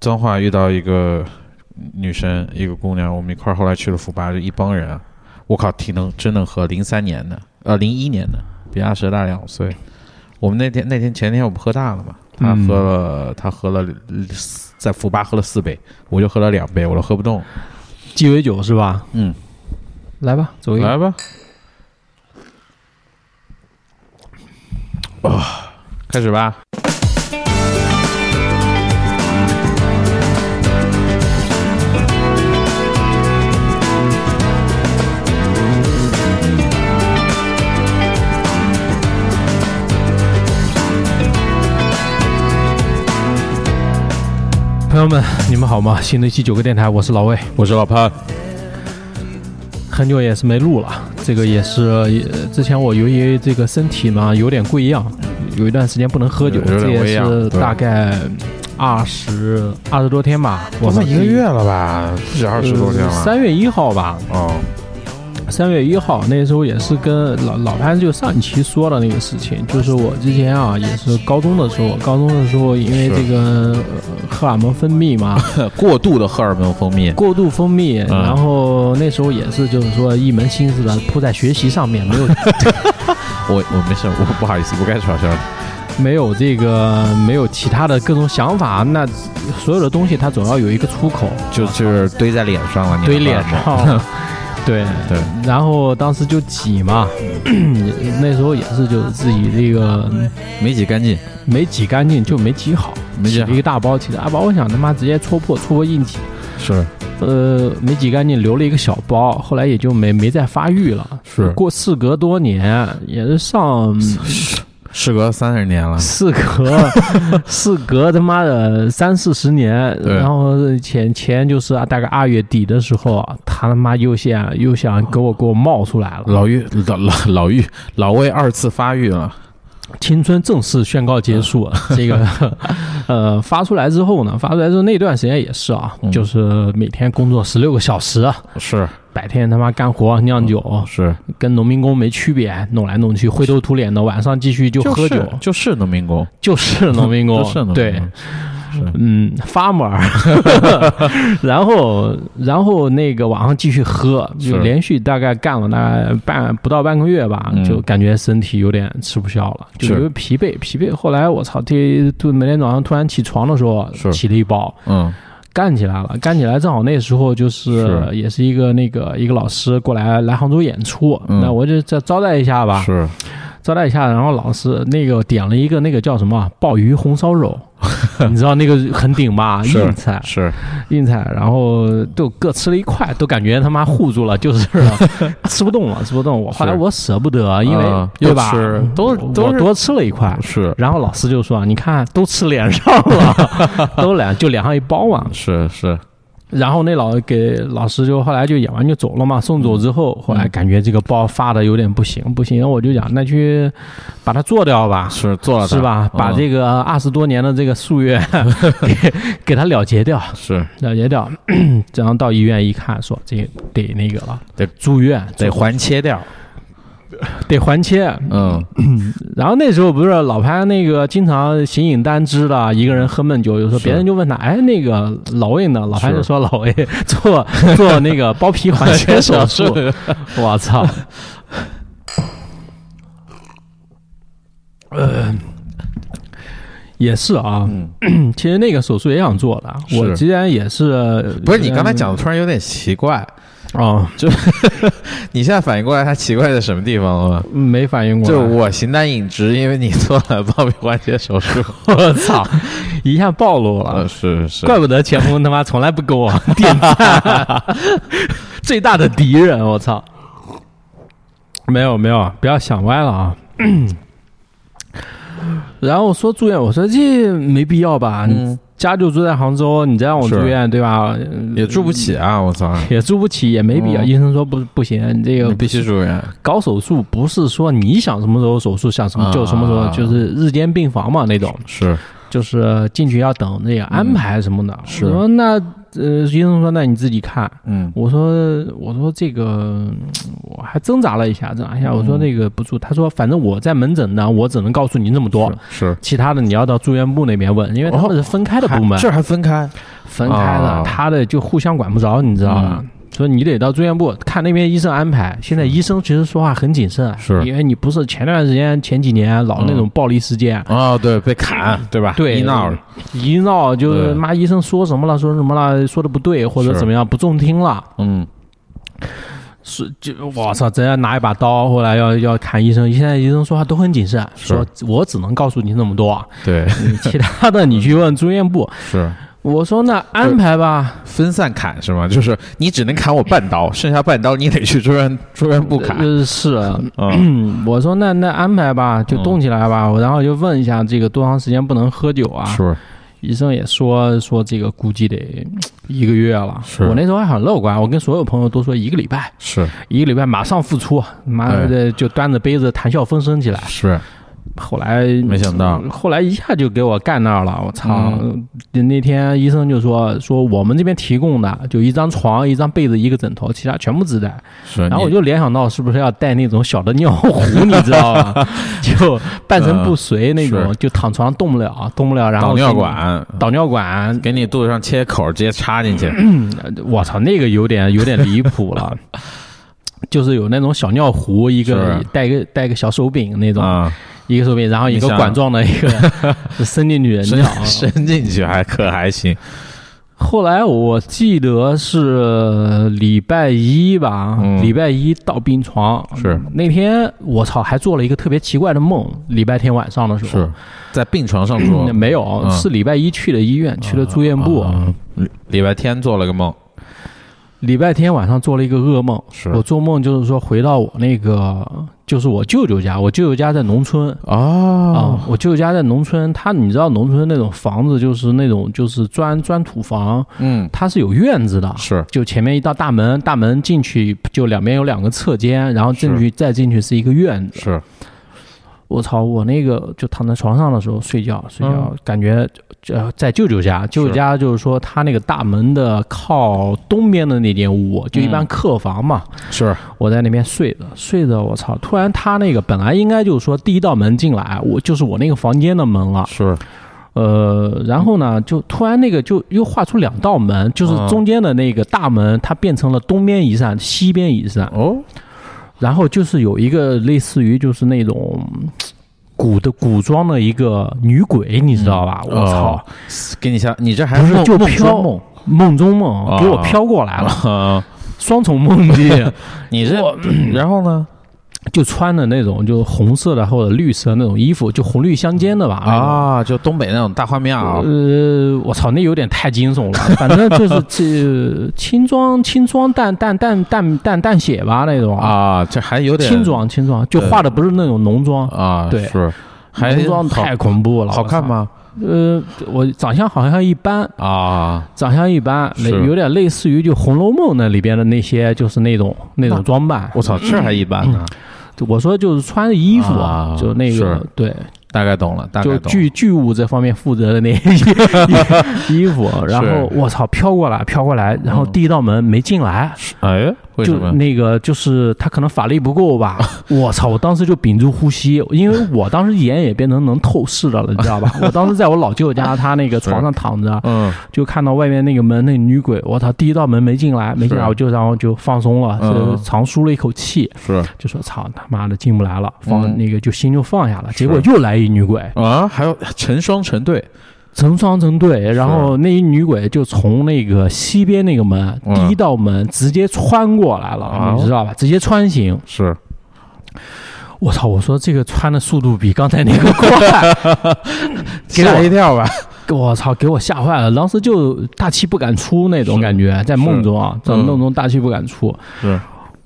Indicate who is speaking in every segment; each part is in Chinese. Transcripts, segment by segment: Speaker 1: 彰化遇到一个女生，一个姑娘，我们一块儿后来去了福巴，就一帮人啊，我靠，挺能真能喝，零三年的，呃，零一年的，比阿蛇大两岁。我们那天那天前天我们喝大了嘛，他
Speaker 2: 嗯
Speaker 1: 喝了、他喝了四在福巴喝了四杯，我就喝了两杯，我都喝不动。
Speaker 2: 鸡尾酒是吧？
Speaker 1: 嗯，
Speaker 2: 来吧，走一个。
Speaker 1: 来吧，啊，开始吧。
Speaker 2: 朋友们，你们好吗？新的一期九个电台，我是老魏，
Speaker 1: 我是老潘，
Speaker 2: 很久也是没录了。这个也是呃之前我由于这个身体嘛有点贵样，有一段时间不能喝酒，
Speaker 1: 有有点
Speaker 2: 这也
Speaker 1: 微恙
Speaker 2: 是
Speaker 1: 对
Speaker 2: 大概二十二十多天吧。我
Speaker 1: 我
Speaker 2: 们
Speaker 1: 们一个月了吧？呃不止二十多天了。
Speaker 2: 三月一号吧，
Speaker 1: 哦，
Speaker 2: 三月一号那时候也是跟老老潘就上一期说的那个事情，就是我之前啊也是高中的时候，高中的时候因为
Speaker 1: 是
Speaker 2: 这个呃荷尔蒙分泌嘛，
Speaker 1: 过度的荷尔蒙分泌，
Speaker 2: 过度分泌，
Speaker 1: 嗯
Speaker 2: 然后那时候也是就是说一门心思的扑在学习上面，没有
Speaker 1: 我我没事，我不好意思，不该嘲笑你。
Speaker 2: 没有这个没有其他的各种想法，那所有的东西它总要有一个出口，
Speaker 1: 就就是啊堆在脸上了，你的
Speaker 2: 堆脸
Speaker 1: 荷尔蒙
Speaker 2: 上，对。
Speaker 1: 对，
Speaker 2: 然后当时就挤嘛， 那时候也是就是自己这个
Speaker 1: 没挤干净，
Speaker 2: 没挤干净就没挤好，
Speaker 1: 没挤
Speaker 2: 挤
Speaker 1: 好
Speaker 2: 了一个大包，挤了大包，我想他妈直接戳破，戳破硬体，
Speaker 1: 是
Speaker 2: 呃，没挤干净留了一个小包，后来也就没没再发育了。
Speaker 1: 是嗯
Speaker 2: 过事隔多年，也是上
Speaker 1: 事隔三十年了，
Speaker 2: 事 隔事隔他妈的三四十年，
Speaker 1: 对
Speaker 2: 然后前前就是啊大概二月底的时候，他他妈又想又想给我给我冒出来了，
Speaker 1: 老玉老老老玉老魏二次发育了，
Speaker 2: 青春正式宣告结束。啊
Speaker 1: 嗯
Speaker 2: 这个呃发出来之后呢，发出来之后那段时间也是啊，
Speaker 1: 嗯
Speaker 2: 就是每天工作十六个小时，啊
Speaker 1: 是
Speaker 2: 白天他妈干活酿酒，
Speaker 1: 是
Speaker 2: 跟农民工没区别，弄来弄去灰头土脸的，晚上继续就喝酒，
Speaker 1: 是就是农民工，
Speaker 2: 就是农民 工，
Speaker 1: 就是农民工
Speaker 2: 对。嗯，farmer，然后然后那个晚上继续喝，
Speaker 1: 是
Speaker 2: 就连续大概干了大概半不到半个月吧，
Speaker 1: 嗯
Speaker 2: 就感觉身体有点吃不消了，就是有点疲惫疲惫。后来我操，这就每天早上突然起床的时候
Speaker 1: 是
Speaker 2: 起了一包，
Speaker 1: 嗯
Speaker 2: 干起来了，干起来正好那时候就是
Speaker 1: 是
Speaker 2: 也是一个那个一个老师过来来杭州演出，
Speaker 1: 嗯
Speaker 2: 那我就再招待一下吧，
Speaker 1: 是
Speaker 2: 招待一下，然后老师那个点了一个那个叫什么啊鲍鱼红烧 肉，你知道那个很顶吧，
Speaker 1: 是
Speaker 2: 硬菜
Speaker 1: 是
Speaker 2: 硬菜，然后都各吃了一块，都感觉他妈护住了，就是 了，吃不动了，吃不动。我后来
Speaker 1: 是
Speaker 2: 我舍不得，因为、
Speaker 1: 啊
Speaker 2: 对
Speaker 1: 又
Speaker 2: 吧
Speaker 1: 吃，都
Speaker 2: 我
Speaker 1: 都
Speaker 2: 我
Speaker 1: 是
Speaker 2: 多吃了一块。
Speaker 1: 是
Speaker 2: 然后老师就说：“你看，都吃脸上 了，都脸就脸上一包嘛。
Speaker 1: 是是，”
Speaker 2: 然后那老给老师就后来就演完就走了嘛，送走之
Speaker 1: 嗯
Speaker 2: 后，后来感觉这个包发的有点不行，不行，我就想那去把它做掉吧，
Speaker 1: 是做了它
Speaker 2: 是吧？把
Speaker 1: 嗯
Speaker 2: 这个二十多年的这个夙愿 给给它了结掉，
Speaker 1: 是
Speaker 2: 了结掉， 然后到医院一看，说这得那个了，
Speaker 1: 得
Speaker 2: 住院，
Speaker 1: 得环切掉，
Speaker 2: 得还切。
Speaker 1: 嗯
Speaker 2: 然后那时候不是老潘那个经常形影单只的，一个人喝闷酒，有时候
Speaker 1: 是
Speaker 2: 别人就问他，哎，那个老魏呢？老潘
Speaker 1: 是
Speaker 2: 就说老魏做做那个包皮环切手术， 我操！呃，也是啊，
Speaker 1: 嗯，
Speaker 2: 其实那个手术也想做的，啊
Speaker 1: 是
Speaker 2: 我既然也是，
Speaker 1: 不是你刚才讲的突然有点奇怪，
Speaker 2: 哦，
Speaker 1: 你现在反应过来它奇怪在什么地方了吗？
Speaker 2: 没反应过
Speaker 1: 就
Speaker 2: 来，
Speaker 1: 是我啊形单影只，因为你做了包皮环切手术。
Speaker 2: 我操，一下暴露了
Speaker 1: 呃，， 是是
Speaker 2: 怪不得前锋他妈从来不给我 点赞， 最大的敌人，我操！没有没有，不要想歪了啊。 然后说住院，我说这没必要吧，你
Speaker 1: 嗯
Speaker 2: 家就住在杭州，你再让我住
Speaker 1: 是
Speaker 2: 院对吧？
Speaker 1: 也住不起啊！我操，
Speaker 2: 也住不起，也没必要。
Speaker 1: 嗯
Speaker 2: 医生说不不行，你这个
Speaker 1: 你必须住院。
Speaker 2: 搞手术不是说你想什么时候手术，想什么就什么时候，
Speaker 1: 啊
Speaker 2: 就是日间病房嘛那种。
Speaker 1: 是
Speaker 2: 就是进去要等那个安排什么的。
Speaker 1: 嗯是
Speaker 2: 我说那呃，医生说那你自己看。
Speaker 1: 嗯
Speaker 2: 我说我说这个嗯我还挣扎了一下，挣扎一下，我说
Speaker 1: 嗯
Speaker 2: 那个不住。他说反正我在门诊呢，我只能告诉你这么多，
Speaker 1: 是
Speaker 2: 其他的你要到住院部那边问，因为他们是分开的 部门。
Speaker 1: 这还分开，
Speaker 2: 分开
Speaker 1: 啊嗯
Speaker 2: 了，他的就互相管不着，你知道吧？所以你得到住院部看那边医生安排。现在医生其实说话很谨慎，啊
Speaker 1: 是嗯
Speaker 2: 因为你不是前段时间、前几年老那种暴力事件，
Speaker 1: 啊，对，被砍，对吧？
Speaker 2: 对
Speaker 1: 一闹，
Speaker 2: 一闹就
Speaker 1: 对
Speaker 2: 是妈医生说什么了，说什么了，说的不对或者
Speaker 1: 是
Speaker 2: 怎么样不中听了，
Speaker 1: 嗯，
Speaker 2: 是就我操，真要拿一把刀，后来要要砍医生。现在医生说话都很谨慎，
Speaker 1: 是
Speaker 2: 说我只能告诉你那 么多，
Speaker 1: 对，
Speaker 2: 你其他的你去问住院部。
Speaker 1: 是
Speaker 2: 我说那安排吧。
Speaker 1: 分散砍是吗？就是你只能砍我半 刀，剩下半刀你得去住院住院部砍。
Speaker 2: 呃，是，
Speaker 1: 嗯，
Speaker 2: 我说那那安排吧，就动起来吧。我然后就问一下这个多长时间不能喝酒啊？
Speaker 1: 是
Speaker 2: 医生也说说这个估计得一个月了。
Speaker 1: 是
Speaker 2: 我那时候还很乐观，我跟所有朋友都说一个礼拜，
Speaker 1: 是
Speaker 2: 一个礼拜马上复出，啊妈
Speaker 1: 哎
Speaker 2: 的就端着杯子谈笑风生起来。
Speaker 1: 是，
Speaker 2: 后来
Speaker 1: 没想到，
Speaker 2: 后来一下就给我干那儿了，我操！
Speaker 1: 嗯
Speaker 2: 那天医生就说说我们这边提供的就一张床、一张被子、一个枕头，其他全部自带。
Speaker 1: 是，
Speaker 2: 然后我
Speaker 1: 啊你
Speaker 2: 就联想到是不是要带那种小的尿壶，你知道吧？ 就半身不遂那种，
Speaker 1: 嗯是
Speaker 2: 就躺床上动不了，动不了，然后
Speaker 1: 导尿
Speaker 2: 就
Speaker 1: 管嗯
Speaker 2: 导尿管，
Speaker 1: 给你肚子上切口，直接插进去。
Speaker 2: 我操，那个有点有点离谱 了。就是有那种小尿壶，一个
Speaker 1: 是
Speaker 2: 带个带个小手柄那种，
Speaker 1: 啊，
Speaker 2: 一个手柄，然后一
Speaker 1: 你
Speaker 2: 个
Speaker 1: 想啊
Speaker 2: 管状的一 个伸进去
Speaker 1: 伸
Speaker 2: 尿。
Speaker 1: 伸进去还可还 行，
Speaker 2: 后来我记得是礼拜一吧，
Speaker 1: 嗯
Speaker 2: 礼拜一到病床
Speaker 1: 是
Speaker 2: 那天，我操，还做了一个特别奇怪的梦。礼拜天晚上的时候，
Speaker 1: 在病床上做
Speaker 2: 嗯没有，
Speaker 1: 嗯
Speaker 2: 是礼拜一去的医院，去了住院部。
Speaker 1: 啊礼礼拜天做了个梦，
Speaker 2: 礼拜天晚上做了一个噩梦，
Speaker 1: 是
Speaker 2: 我做梦就是说回到我那个，就是我舅舅家，我舅舅家在农村。啊、
Speaker 1: 哦，
Speaker 2: 我舅舅家在农村，他你知道农村那种房子就是那种就是砖砖土房，
Speaker 1: 嗯，
Speaker 2: 它是有院子的，
Speaker 1: 是
Speaker 2: 就前面一道大门，大门进去就两边有两个侧间，然后进去再进去是一个院子。
Speaker 1: 是，
Speaker 2: 我操，我那个就躺在床上的时候睡觉睡觉，感觉呃在舅舅家，舅舅家嗯就是说他那个大门的靠东边的那间屋，就一般客房嘛，
Speaker 1: 是
Speaker 2: 我在那边睡着睡着，我操，突然他那个本来应该就是说第一道门进来，我就是我那个房间的门了，
Speaker 1: 是，
Speaker 2: 呃，然后呢，就突然那个就又画出两道门，就是
Speaker 1: 嗯
Speaker 2: 中间的那个大门，它变成了东边一扇，西边一扇，
Speaker 1: 哦，
Speaker 2: 然后就是有一个类似于就是那种嗯古的古装的一个女鬼，你知道吧？我操，
Speaker 1: 给你下，你这嗯哦还
Speaker 2: 不是
Speaker 1: 梦
Speaker 2: 就
Speaker 1: 梦
Speaker 2: 飘
Speaker 1: 中梦
Speaker 2: 梦中梦
Speaker 1: 啊
Speaker 2: 给我飘过来了，
Speaker 1: 啊？
Speaker 2: 双重梦 境，
Speaker 1: 你这， 然后呢？
Speaker 2: 就穿的那种就红色的或者绿色那种衣服，就红绿相间的吧？那种
Speaker 1: 啊，就东北那种大花面啊，
Speaker 2: 呃，我操，那有点太惊悚 了。反正就是这呃轻装轻装淡淡淡淡淡淡血吧那种，
Speaker 1: 啊，这还有点
Speaker 2: 轻装轻装，就画的不是那种浓妆，
Speaker 1: 啊，
Speaker 2: 对
Speaker 1: 是，还
Speaker 2: 浓妆
Speaker 1: 哎好
Speaker 2: 太恐怖了。
Speaker 1: 好看
Speaker 2: 我
Speaker 1: 吗？
Speaker 2: 操？呃，我长相好像一般，
Speaker 1: 啊，
Speaker 2: 长相一般，
Speaker 1: 是
Speaker 2: 有点类似于就《红楼梦》那里边的那些，就是那种那种装扮。
Speaker 1: 我操，这还一般呢，
Speaker 2: 我说就是穿的衣服，
Speaker 1: 啊
Speaker 2: 就那个
Speaker 1: 是
Speaker 2: 对，
Speaker 1: 大概懂了，大概
Speaker 2: 就
Speaker 1: 懂了，
Speaker 2: 剧剧务这方面负责 的那些衣服，然后我操飘过来飘过来，然后第一道门没进来，
Speaker 1: 哎，嗯为什
Speaker 2: 就
Speaker 1: 么？
Speaker 2: 那个就是他可能法力不够吧， 我操！我当时就屏住呼吸，因为我当时眼也变成能透视的了，你知道吧？我当时在我老舅家他那 个床上躺着，
Speaker 1: 嗯，
Speaker 2: 就看到外面那个门那女鬼，我操！第一道门没进来，没进来，
Speaker 1: 是
Speaker 2: 我就然后就放松了，
Speaker 1: 嗯
Speaker 2: 就长舒了一口气，
Speaker 1: 是
Speaker 2: 就说操他妈的进不来了，放
Speaker 1: 嗯
Speaker 2: 那个就心就放下了。结果
Speaker 1: 是
Speaker 2: 又来一女鬼。
Speaker 1: 啊，还有成双成对，
Speaker 2: 成双成对，然后那一女鬼就从那个西边那个门、
Speaker 1: 嗯
Speaker 2: 第一道门直接穿过来了，
Speaker 1: 啊
Speaker 2: 你知道吧？直接穿行。
Speaker 1: 是
Speaker 2: 我操！我说这个穿的速度比刚才那个快，给
Speaker 1: 吓一
Speaker 2: 我
Speaker 1: 跳吧？
Speaker 2: 给 我操，给我吓坏了，当时就大气不敢出那种
Speaker 1: 是
Speaker 2: 感觉，在梦中啊，在梦中大气不敢出。
Speaker 1: 是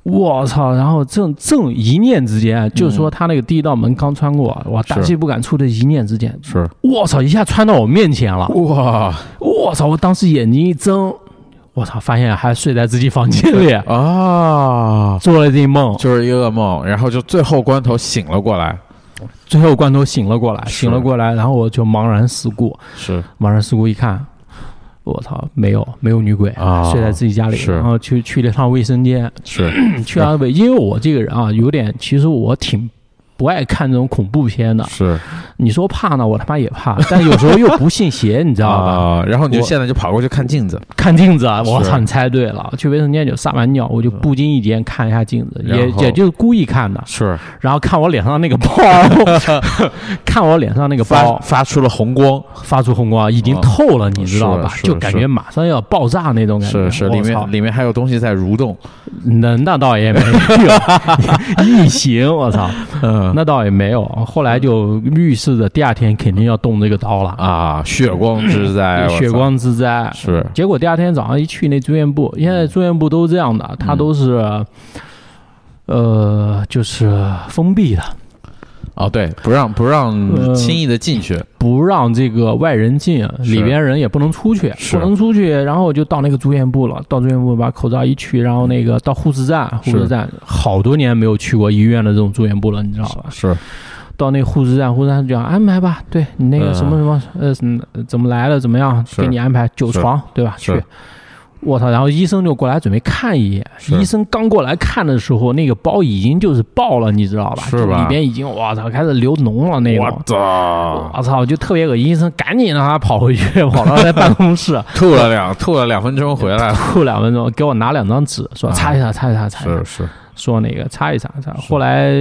Speaker 2: 我操！然后正正一念之间，就说他那个第一道门刚穿过，我大气不敢出的一念之间，
Speaker 1: 是，
Speaker 2: 我操！一下穿到我面前了。
Speaker 1: 哇
Speaker 2: 我操！我当时眼睛一睁，我操，发现还睡在自己房间里，
Speaker 1: 啊，
Speaker 2: 做了这梦。
Speaker 1: 就是一个噩梦，然后就最后关头醒了过来，
Speaker 2: 最后关头醒了过来，
Speaker 1: 是
Speaker 2: 醒了过来，然后我就茫然四顾，
Speaker 1: 是
Speaker 2: 茫然四顾一看，我操，没有没有女鬼，
Speaker 1: 啊
Speaker 2: 睡在自己家里，
Speaker 1: 是
Speaker 2: 然后去去了趟卫生 间，
Speaker 1: 是
Speaker 2: 去了趟卫，因为我这个人啊，有点其实我挺。不爱看这种恐怖片的，
Speaker 1: 是
Speaker 2: 你说怕呢，我他妈也怕，但有时候又不信邪，你知道吧？
Speaker 1: 啊，然后你就
Speaker 2: 我
Speaker 1: 现在就跑过去看镜子，
Speaker 2: 看镜子啊，我
Speaker 1: 是
Speaker 2: 操，你猜对了。去卫生间就撒完尿，我就不经意间看一下镜子，
Speaker 1: 然
Speaker 2: 也
Speaker 1: 后
Speaker 2: 也就是故意看的，
Speaker 1: 是
Speaker 2: 然后看我脸上 那个包，看我脸上那个
Speaker 1: 发
Speaker 2: 包
Speaker 1: 发出了红光，
Speaker 2: 发出红光，已经
Speaker 1: 嗯
Speaker 2: 透了，你知道吧？
Speaker 1: 是是
Speaker 2: 就感觉马上要爆炸那种感觉。
Speaker 1: 是是，
Speaker 2: 我
Speaker 1: 里
Speaker 2: 操
Speaker 1: 面里面还有东西在蠕动，
Speaker 2: 能那倒也没 有异形，我操，
Speaker 1: 嗯
Speaker 2: 那倒也没有。后来就预示着第二天肯定要动这个刀了，
Speaker 1: 啊，血光之灾，哎我
Speaker 2: 嗯血
Speaker 1: 操
Speaker 2: 光之灾。
Speaker 1: 是
Speaker 2: 结果第二天早上一去那住院部，现在住院部都这样的，他都是，呃，就是封闭的，
Speaker 1: 哦，对，不让不让
Speaker 2: 呃
Speaker 1: 轻易的进去，
Speaker 2: 不让这个外人进，
Speaker 1: 是
Speaker 2: 里边人也不能出去，
Speaker 1: 是
Speaker 2: 不能出去。然后我就到那个住院部了，到住院部把口罩一取，然后那个到护士站，护
Speaker 1: 是
Speaker 2: 士站好多年没有去过医院的这种住院部了，你知道吧？
Speaker 1: 是
Speaker 2: 到那个护士站，护士站就讲安排吧，对你那个什么什么，呃嗯，怎么来了，怎么样，
Speaker 1: 是
Speaker 2: 给你安排九
Speaker 1: 是
Speaker 2: 床，对吧？
Speaker 1: 是
Speaker 2: 去。我操！然后医生就过来准备看一眼，
Speaker 1: 是
Speaker 2: 医生刚过来看的时候，那个包已经就是爆了，你知道吧？
Speaker 1: 是
Speaker 2: 就
Speaker 1: 吧
Speaker 2: 里边已经我操开始流脓了那种。
Speaker 1: 操，
Speaker 2: 我操！就特别恶心，医生赶紧让他跑回去，跑到他办 公室
Speaker 1: 吐了两吐了两分钟回来，
Speaker 2: 吐两分钟，给我拿两张纸，说
Speaker 1: 啊
Speaker 2: 擦一擦，擦一擦，擦一擦
Speaker 1: 是。是
Speaker 2: 说那个擦一擦擦。后来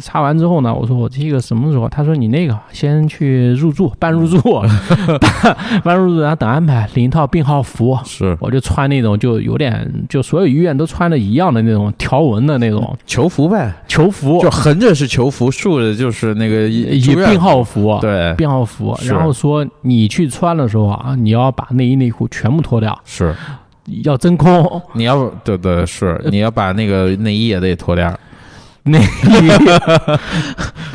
Speaker 2: 擦完之后呢，我说我这个什么时候？他说你那个先去入住，办入住，办
Speaker 1: 嗯
Speaker 2: 办入住，然后等安排领一套病号服。
Speaker 1: 是
Speaker 2: 我就穿那种就有点就所有医院都穿的一样的那种条纹的那种
Speaker 1: 囚服呗，
Speaker 2: 球服，
Speaker 1: 嗯就横着是囚服，竖着就是那个
Speaker 2: 以
Speaker 1: 医
Speaker 2: 以
Speaker 1: 住院
Speaker 2: 病号服，
Speaker 1: 对
Speaker 2: 病号服。
Speaker 1: 是
Speaker 2: 然后说你去穿的时候啊，你要把内衣内裤全部脱掉，
Speaker 1: 是，
Speaker 2: 要真空。
Speaker 1: 你要对对是，你要把那个内衣也得脱掉，
Speaker 2: 内衣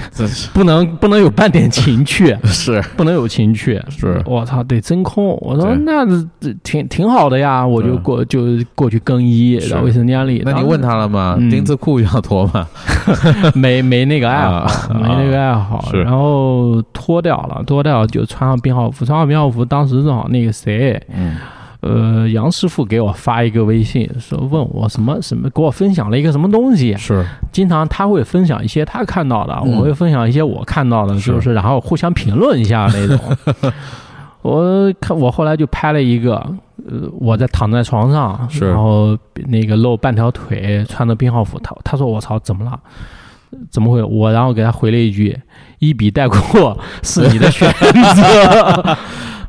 Speaker 1: 这是
Speaker 2: 不能不能有半点情趣，
Speaker 1: 是
Speaker 2: 不能有情趣。
Speaker 1: 是
Speaker 2: 我操，得真空。我说
Speaker 1: 对
Speaker 2: 那这挺挺好的呀，我就
Speaker 1: 嗯
Speaker 2: 过就过去更衣，
Speaker 1: 是
Speaker 2: 到卫生间里。
Speaker 1: 那
Speaker 2: 然
Speaker 1: 你
Speaker 2: 后
Speaker 1: 问他了吗？
Speaker 2: 嗯
Speaker 1: 丁字裤要脱吗？
Speaker 2: 没没那个爱好，
Speaker 1: 啊
Speaker 2: 没那个爱好。
Speaker 1: 是
Speaker 2: 然后脱掉了，脱掉就穿上病号服，穿上病号服，当时正好那个谁，
Speaker 1: 嗯，
Speaker 2: 呃，杨师傅给我发一个微信，说问我什么什么，给我分享了一个什么东西。
Speaker 1: 是
Speaker 2: 经常他会分享一些他看到的，
Speaker 1: 嗯
Speaker 2: 我会分享一些我看到的，
Speaker 1: 是
Speaker 2: 就是然后互相评论一下那种。 我看我后来就拍了一个，呃，我在躺在床上，
Speaker 1: 是
Speaker 2: 然后那个露半条腿，穿着病号服，他他说我操，怎么了？怎么会？我然后给他回了一句：“一笔 带过是你的选择。”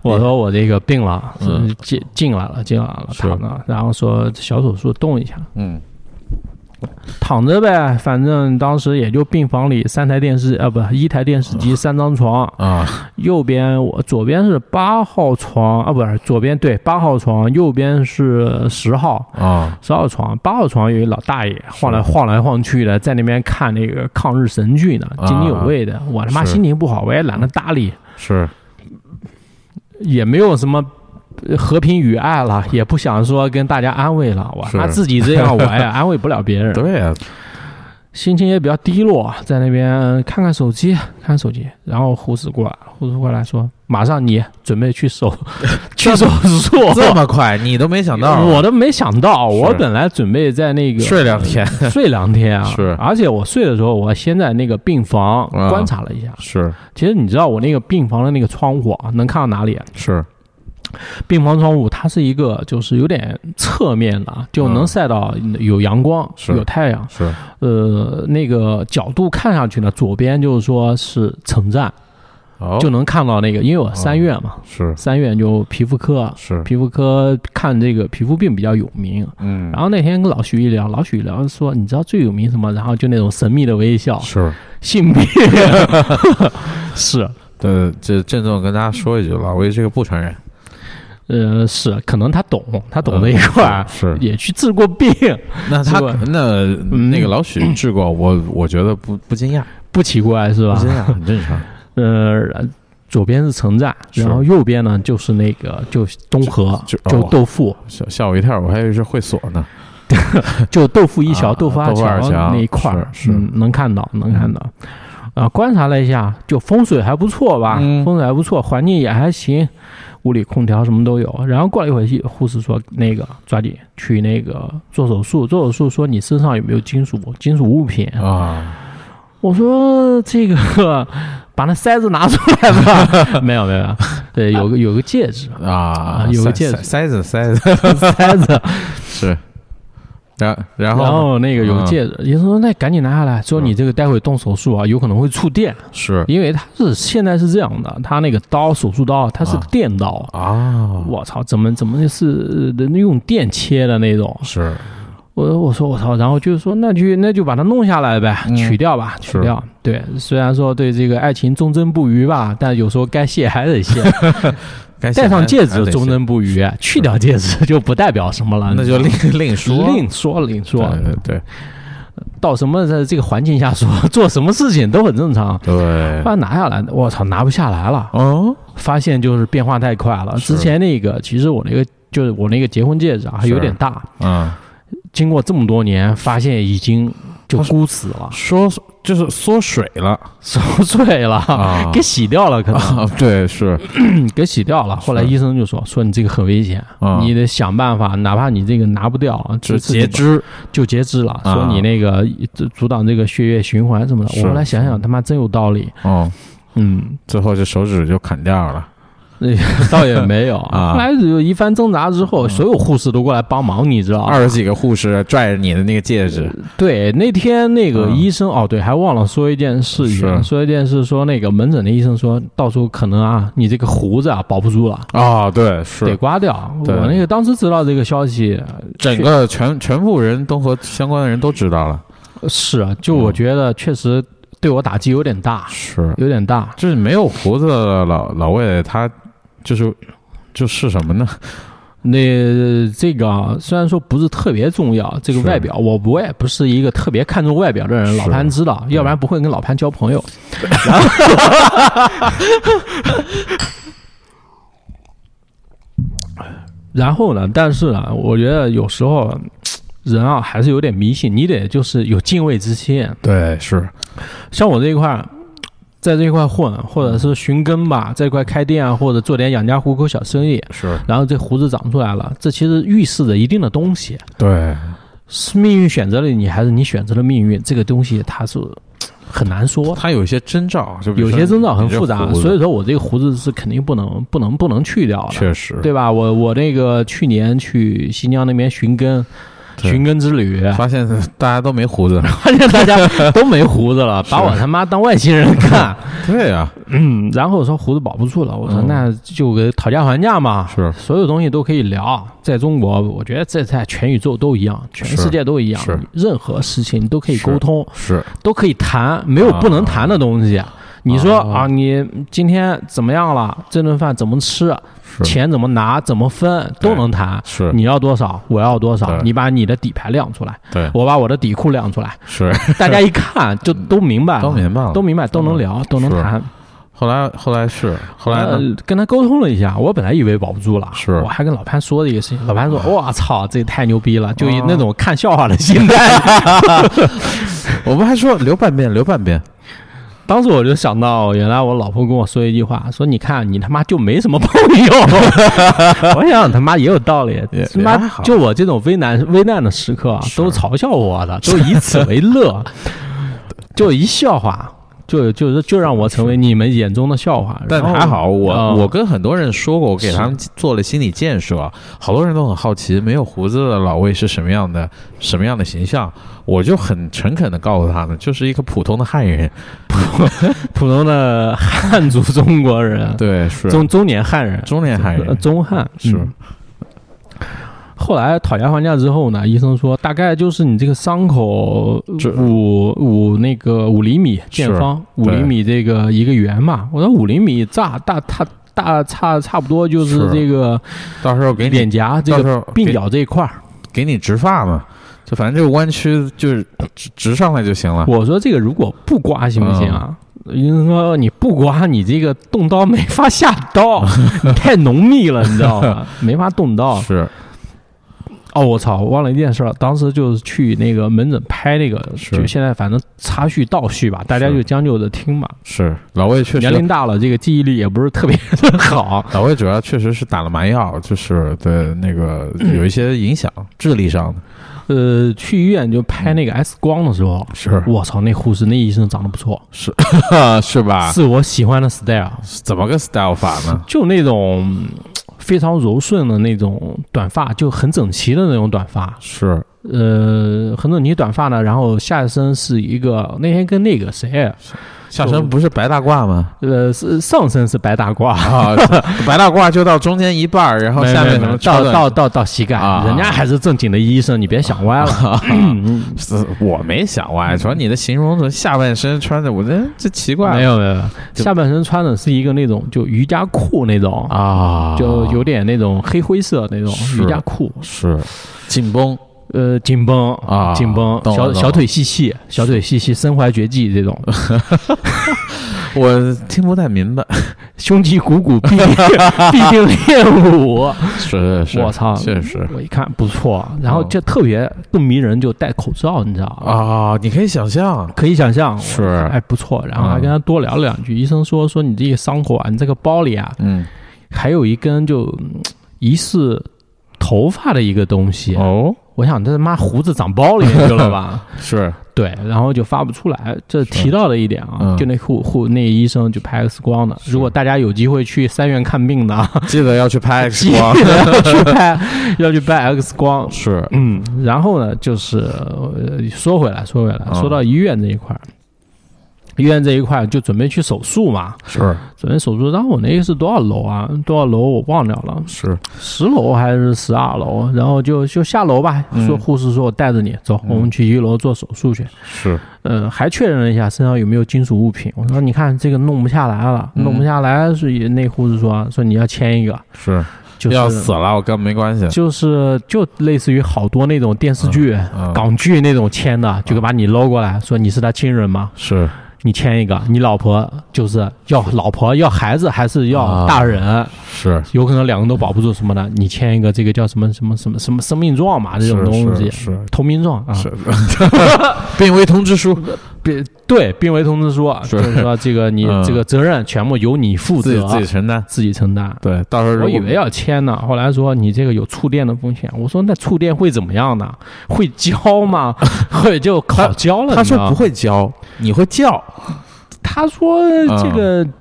Speaker 2: 我说我这个病了，
Speaker 1: 嗯
Speaker 2: 进进来了，进来了，
Speaker 1: 是
Speaker 2: 躺着，然后说小手术动一下，
Speaker 1: 嗯
Speaker 2: 躺着呗，反正当时也就病房里三台电视，啊，不，一台电视机，三张床，
Speaker 1: 啊
Speaker 2: 右边我左边是八号床啊，不是左边对八号床，右边是十号。
Speaker 1: 啊
Speaker 2: 十号床，八号床有一老大爷晃来晃来晃去的，在那边看那个抗日神剧呢，
Speaker 1: 啊
Speaker 2: 津津有味的。我他妈
Speaker 1: 是
Speaker 2: 心情不好，我也懒得搭理，
Speaker 1: 是
Speaker 2: 也没有什么呃和平与爱了，也不想说跟大家安慰了。我他妈
Speaker 1: 是
Speaker 2: 自己这样，我也安慰不 了别人。
Speaker 1: 对呀，
Speaker 2: 心情也比较低落，在那边嗯看看手机，看看手机，然后护士过来，护士过来说：“马上你准备去手 去手术。
Speaker 1: 这么快你都没想到，
Speaker 2: 我都没想到，
Speaker 1: 是
Speaker 2: 我本来准备在那个
Speaker 1: 睡两天
Speaker 2: 睡两天啊，
Speaker 1: 是
Speaker 2: 而且我睡的时候，我先在那个病房
Speaker 1: 啊
Speaker 2: 观察了一下。
Speaker 1: 是
Speaker 2: 其实你知道我那个病房的那个窗户啊，能看到哪里？
Speaker 1: 是
Speaker 2: 病房窗户它是一个就是有点侧面的啊，就
Speaker 1: 嗯
Speaker 2: 能晒到有阳光，
Speaker 1: 是
Speaker 2: 有太阳。
Speaker 1: 是
Speaker 2: 呃，那个角度看上去呢，左边就是说是城站，
Speaker 1: 哦
Speaker 2: 就能看到那个，因为我三院嘛，
Speaker 1: 是
Speaker 2: 三院就皮肤科，
Speaker 1: 是
Speaker 2: 皮肤科看这个皮肤病比较有名。
Speaker 1: 嗯
Speaker 2: 然后那天跟老许一聊，老许聊说，你知道最有名什么？然后就那种神秘的 微笑，
Speaker 1: 是。
Speaker 2: 性病， 是，
Speaker 1: 对，这郑重跟大家说一句，老魏这个不承认，
Speaker 2: 呃，是，可能他懂，他懂这一块儿，
Speaker 1: 嗯是
Speaker 2: 也去治过病，
Speaker 1: 那他
Speaker 2: 是吧
Speaker 1: 那
Speaker 2: 嗯啊
Speaker 1: 那个老许治过，我我觉得不不惊讶，
Speaker 2: 不奇怪是
Speaker 1: 不
Speaker 2: 吧
Speaker 1: 惊？讶，很正 常。
Speaker 2: 呃，左边是城寨，
Speaker 1: 是
Speaker 2: 然后右边呢就是那个就东河，
Speaker 1: 就
Speaker 2: 就
Speaker 1: 就哦
Speaker 2: 豆腐，
Speaker 1: 吓吓我一跳，我还以为是会所呢。
Speaker 2: 就豆腐一小、
Speaker 1: 啊
Speaker 2: 豆腐二
Speaker 1: 豆腐二
Speaker 2: 小
Speaker 1: 小
Speaker 2: 那一块儿，
Speaker 1: 是是
Speaker 2: 嗯，能看到，能看到。呃，观察了一下，就风水还不错吧，
Speaker 1: 嗯
Speaker 2: 风水还不错，环境也还行，屋里空调什么都有。然后过了一会儿，护士说那个抓紧去那个做手术，做手术说你身上有没有金属金属物品？
Speaker 1: 啊，
Speaker 2: 我说这个把那塞子拿出来 吧，没有没有，没有对，有个有个戒指，
Speaker 1: 啊
Speaker 2: 有个
Speaker 1: 塞
Speaker 2: 戒
Speaker 1: 塞
Speaker 2: 指
Speaker 1: 塞子塞 子
Speaker 2: 塞子，
Speaker 1: 是，然然
Speaker 2: 然
Speaker 1: 后
Speaker 2: 后那个有个
Speaker 1: 嗯
Speaker 2: 戒指，医生说那赶紧拿下来，说你这个待会动手术啊，有可能会触电。
Speaker 1: 是
Speaker 2: 因为他是现在是这样的，他那个刀手术刀它是
Speaker 1: 啊
Speaker 2: 电刀，
Speaker 1: 啊，
Speaker 2: 我操，怎么怎么是呃用电切的那种？
Speaker 1: 是
Speaker 2: 我我说我操，然后就是说那就那就把它弄下来呗，
Speaker 1: 嗯
Speaker 2: 取掉吧，取
Speaker 1: 是
Speaker 2: 掉。对，虽然说对这个爱情忠贞不渝吧，但有时候该卸还 得卸，
Speaker 1: 该
Speaker 2: 戴上
Speaker 1: 显
Speaker 2: 戒
Speaker 1: 然
Speaker 2: 指忠，贞不渝，啊去掉戒指就不代表什么了，
Speaker 1: 还得显那就另另说
Speaker 2: 嗯另说另说，
Speaker 1: 对对
Speaker 2: 到什么在这个环境下说 做什么事情都很正常。
Speaker 1: 对
Speaker 2: 把它拿下来，我操，拿不下来了。
Speaker 1: 哦，
Speaker 2: 发现就是变化太快了。
Speaker 1: 是
Speaker 2: 之前那个，其实我那个就是我那个结婚戒指啊，还
Speaker 1: 是
Speaker 2: 有点大。
Speaker 1: 嗯，
Speaker 2: 经过这么多年，发现已经就箍死了，
Speaker 1: 说就是缩水了
Speaker 2: 手碎了，
Speaker 1: 啊
Speaker 2: 给洗掉了，可能、
Speaker 1: 啊，对是
Speaker 2: 给洗掉了。后来医生就说，说你这个很危险，
Speaker 1: 啊
Speaker 2: 你得想办法，哪怕你这个拿不掉，就
Speaker 1: 只
Speaker 2: 自己
Speaker 1: 截肢
Speaker 2: 就截肢了。
Speaker 1: 啊
Speaker 2: 说你那个阻阻挡这个血液循环什么的。
Speaker 1: 是
Speaker 2: 我后来想想，他妈真有道理。
Speaker 1: 哦，
Speaker 2: 嗯，
Speaker 1: 最后这手指就砍掉了
Speaker 2: 倒也没有。
Speaker 1: 啊嗯
Speaker 2: 后来有一番挣扎之后，所有护士都过来帮忙，你知道吗？
Speaker 1: 二十几个护士拽着你的那个戒指，
Speaker 2: 对，那天那个
Speaker 1: 嗯
Speaker 2: 医生、哦，对，还忘了说一件事情，
Speaker 1: 是
Speaker 2: 说一件事，说那个门诊的医生说，到时候可能啊，你这个胡子啊保不住了，
Speaker 1: 哦，对
Speaker 2: 得
Speaker 1: 是，
Speaker 2: 刮掉。
Speaker 1: 对
Speaker 2: 我那个当时知道这个消息，
Speaker 1: 整个全全部人都和相关的人都知道了，
Speaker 2: 是啊，就我觉得确实对我打击有点大，
Speaker 1: 是，
Speaker 2: 有点大。
Speaker 1: 就是没有胡子的老老魏他就是就是什么呢？
Speaker 2: 那这个啊虽然说不是特别重要，这个
Speaker 1: 是
Speaker 2: 外表，我不我也不是一个特别看重外表的人，
Speaker 1: 是嗯
Speaker 2: 老潘知道，
Speaker 1: 对
Speaker 2: 要不然不会跟老潘交朋 友。 然后，然后呢？但是呢，我觉得有时候人啊还是有点迷信，你得就是有敬畏之心。
Speaker 1: 对是
Speaker 2: 像我这一块儿，在这一块混，或者是寻根吧，在这块开店啊，或者做点养家糊口小生意，
Speaker 1: 是，
Speaker 2: 然后这胡子长出来了，这其实预示着一定的东西，
Speaker 1: 对
Speaker 2: 是命运选择了你，还是你选择了命运？这个东西它是嘖很难说，
Speaker 1: 他有一些征兆，就比
Speaker 2: 有
Speaker 1: 如说
Speaker 2: 些征兆很
Speaker 1: 你这
Speaker 2: 复杂，
Speaker 1: 胡子
Speaker 2: 所以说我这个胡子是肯定不能不能不能去掉的，
Speaker 1: 确实
Speaker 2: 对吧？我我那个去年去新疆那边寻根，
Speaker 1: 对
Speaker 2: 寻根之旅。
Speaker 1: 发现大家都没胡子，
Speaker 2: 发现大 家啊 都没胡子了，把我他妈当外星人看。
Speaker 1: 对呀，
Speaker 2: 嗯，然后我说胡子保不住了，我说
Speaker 1: 嗯
Speaker 2: 那就给讨价还价嘛，
Speaker 1: 是
Speaker 2: 所有东西都可以聊。在中国，我觉得这在全宇宙都一样，全世界都一样
Speaker 1: 是，
Speaker 2: 任何事情都可以沟通，
Speaker 1: 是
Speaker 2: 都可以谈，没有不能谈的东西。你说啊，你今天怎么样了？这顿饭怎么吃？
Speaker 1: 是
Speaker 2: 钱怎么拿？怎么分？都能谈。
Speaker 1: 是，
Speaker 2: 你要多少，我要多少，
Speaker 1: 对
Speaker 2: 你把你的底牌亮出来，
Speaker 1: 对
Speaker 2: 我把我的底裤亮出来，
Speaker 1: 是
Speaker 2: 大家一 看就都明白了，
Speaker 1: 都明白了
Speaker 2: 啊
Speaker 1: 嗯
Speaker 2: 都。明白，都能聊，都能
Speaker 1: 是
Speaker 2: 谈。
Speaker 1: 后来后来是后来呢？
Speaker 2: 呃跟他沟通了一下，我本来以为保不住了，
Speaker 1: 是啊
Speaker 2: 我还跟老潘说了一个事情，老潘说：“我操，这也太牛逼了！”就以
Speaker 1: 哦
Speaker 2: 那种看笑话的 心态。呃
Speaker 1: 我们还说留半边留半边，
Speaker 2: 当时我就想到，原来我老婆跟我说一句话，说：“你看，你他妈就没什么朋 友。”我想想他妈也有道理
Speaker 1: 也，
Speaker 2: 他
Speaker 1: 也还
Speaker 2: 妈
Speaker 1: 好
Speaker 2: 就我这种危难危难的时刻啊，
Speaker 1: 是
Speaker 2: 都嘲笑我 的，都以此为乐，就一笑话。就就就让我成为你们眼中的笑话，
Speaker 1: 但
Speaker 2: 然后
Speaker 1: 还好我、
Speaker 2: 啊
Speaker 1: 我跟很多人说过，我给他们做了心理建设，好多人都很好奇没有胡子的老魏是什么样的什么样的形象，我就很诚恳的告诉他们，就是一个普通的汉人，
Speaker 2: 普通的汉族中国人，
Speaker 1: 对，是
Speaker 2: 中中年汉人，
Speaker 1: 中年汉
Speaker 2: 呃
Speaker 1: 人，
Speaker 2: 中汉
Speaker 1: 哎是
Speaker 2: 嗯后来讨价还价之后呢，医生说大概就是你这个伤口
Speaker 1: 这
Speaker 2: 五五那个五厘米见方，五
Speaker 1: 对
Speaker 2: 厘米这个一个圆嘛。我说五厘米炸大大大差差不多就是
Speaker 1: 是
Speaker 2: 这个
Speaker 1: 到时候给你
Speaker 2: 脸颊这
Speaker 1: 到时
Speaker 2: 个
Speaker 1: 候
Speaker 2: 鬓
Speaker 1: 给啊
Speaker 2: 角这一块儿。
Speaker 1: 给你植发嘛，就反正这个弯曲就是直直上来就行了，
Speaker 2: 我说这个如果不刮行不行啊？
Speaker 1: 嗯
Speaker 2: 医生说你不刮，你这个动刀没法
Speaker 1: 啊
Speaker 2: 下刀，你太浓密了，你知道吗？没法动刀。
Speaker 1: 是
Speaker 2: 哦，我操！我忘了一件事儿，当时就是去那个门诊拍那个，
Speaker 1: 是
Speaker 2: 就现在反正插叙倒叙吧，大家
Speaker 1: 是
Speaker 2: 就将就着听嘛。
Speaker 1: 是老魏确
Speaker 2: 年
Speaker 1: 实，
Speaker 2: 龄大了，这个记忆力也不是特别 好。
Speaker 1: 老魏主要确实是打了麻药，就是对那个有一些影响，智力上的
Speaker 2: 呃，去医院就拍那个 X 光的时候，
Speaker 1: 嗯是
Speaker 2: 我操，那护士那医生长得不错，
Speaker 1: 是吧？
Speaker 2: 是我喜欢的 style，
Speaker 1: 怎么个 style 法呢？
Speaker 2: 就那种嗯非常柔顺的那种短发，就很整齐的那种短发。
Speaker 1: 是
Speaker 2: 呃，很整齐短发呢，然后下身是一个那天跟那个谁，
Speaker 1: 下身不是白大褂吗？
Speaker 2: 呃，是上身是白大褂，
Speaker 1: 啊， 白大褂就到中间一半儿，然后
Speaker 2: 没有
Speaker 1: 下
Speaker 2: 没
Speaker 1: 面
Speaker 2: 有
Speaker 1: 什
Speaker 2: 没有
Speaker 1: 么
Speaker 2: 到
Speaker 1: 超短
Speaker 2: 到到到膝盖
Speaker 1: 啊，
Speaker 2: 人家还是正经的医生，你别想歪 了。嗯
Speaker 1: 是我没想歪，主要你的形容怎么下半身穿着，我这这奇怪
Speaker 2: 没有没有，没有
Speaker 1: 就
Speaker 2: 啊下半身穿的是一个那种就瑜伽裤那种，
Speaker 1: 啊，
Speaker 2: 就有点那种黑灰色那种
Speaker 1: 是
Speaker 2: 瑜伽裤，
Speaker 1: 是紧绷
Speaker 2: 呃，紧绷
Speaker 1: 啊
Speaker 2: 紧绷，
Speaker 1: 懂了
Speaker 2: 小
Speaker 1: 懂了
Speaker 2: 小腿细细，小腿细细，身怀绝技这种，
Speaker 1: 我听不太明白，
Speaker 2: 胸肌鼓鼓，必定必定练武。
Speaker 1: 是 是，
Speaker 2: 我操
Speaker 1: 确实
Speaker 2: 我一看不错，啊然后就特别更迷人，就戴口罩，你知道吗？
Speaker 1: 啊，你可以想象，
Speaker 2: 可以想象，我
Speaker 1: 是
Speaker 2: 哎不错。然后还跟他多聊了两句，医生说说你这个伤口啊，你这个包里啊
Speaker 1: 嗯，
Speaker 2: 还有一根就嗯疑似头发的一个东西。
Speaker 1: 哦，
Speaker 2: 我想这他妈胡子长包里面去 了吧？
Speaker 1: 是
Speaker 2: 对，然后就发不出来。这
Speaker 1: 是
Speaker 2: 提到了一点啊，
Speaker 1: 嗯
Speaker 2: 就那护护那医生就拍 X 光的。
Speaker 1: 是
Speaker 2: 如果大家有机会去三院看病的啊，
Speaker 1: 记得要去拍 X 光，
Speaker 2: 要 去拍要去拍 X 光。
Speaker 1: 是
Speaker 2: 嗯，然后呢，就是、呃说回来，说回来，
Speaker 1: 嗯
Speaker 2: 说到医院这一块儿，医院这一块儿就准备去手术嘛，
Speaker 1: 是
Speaker 2: 准备手术。然后我那个是多少楼啊？多少楼我忘掉了，
Speaker 1: 是，
Speaker 2: 十楼还是十二楼？然后就就下楼吧，
Speaker 1: 嗯
Speaker 2: 说护士说我带着你走，
Speaker 1: 嗯
Speaker 2: 我们去一楼做手术去。
Speaker 1: 是
Speaker 2: 呃，还确认了一下身上有没有金属物品。我说你看这个弄不下来了，
Speaker 1: 嗯
Speaker 2: 弄不下来，所以那护士说说你要签一个，
Speaker 1: 是，
Speaker 2: 就是
Speaker 1: 要死了，我跟没关系，
Speaker 2: 就是就类似于好多那种电视剧、
Speaker 1: 嗯
Speaker 2: 港剧那种签的，就把你搂过来说你是他亲人吗？
Speaker 1: 是
Speaker 2: 你签一个，你老婆就是要老婆要孩子还是要
Speaker 1: 啊
Speaker 2: 大人？
Speaker 1: 是
Speaker 2: 有可能两个都保不住什么的，你签一个这个叫什么什么什么什么生命状嘛，这种
Speaker 1: 是
Speaker 2: 东西
Speaker 1: 是，是
Speaker 2: 同名状啊，
Speaker 1: 是，病危通知书
Speaker 2: 病对病危通知书，
Speaker 1: 是
Speaker 2: 就是说这个你
Speaker 1: 嗯
Speaker 2: 这个责任全部由你负
Speaker 1: 自
Speaker 2: 责
Speaker 1: 己，自己承担，
Speaker 2: 自己承担。
Speaker 1: 啊对，到时候如果
Speaker 2: 我以为要签呢，后来说啊你这个有触电的风险。我说那触电会怎么样呢？会焦吗？ 会就烤焦了。
Speaker 1: 他
Speaker 2: 你知道
Speaker 1: 说
Speaker 2: 吗
Speaker 1: 不，会教，你会叫，
Speaker 2: 他说这个、
Speaker 1: 嗯
Speaker 2: 呃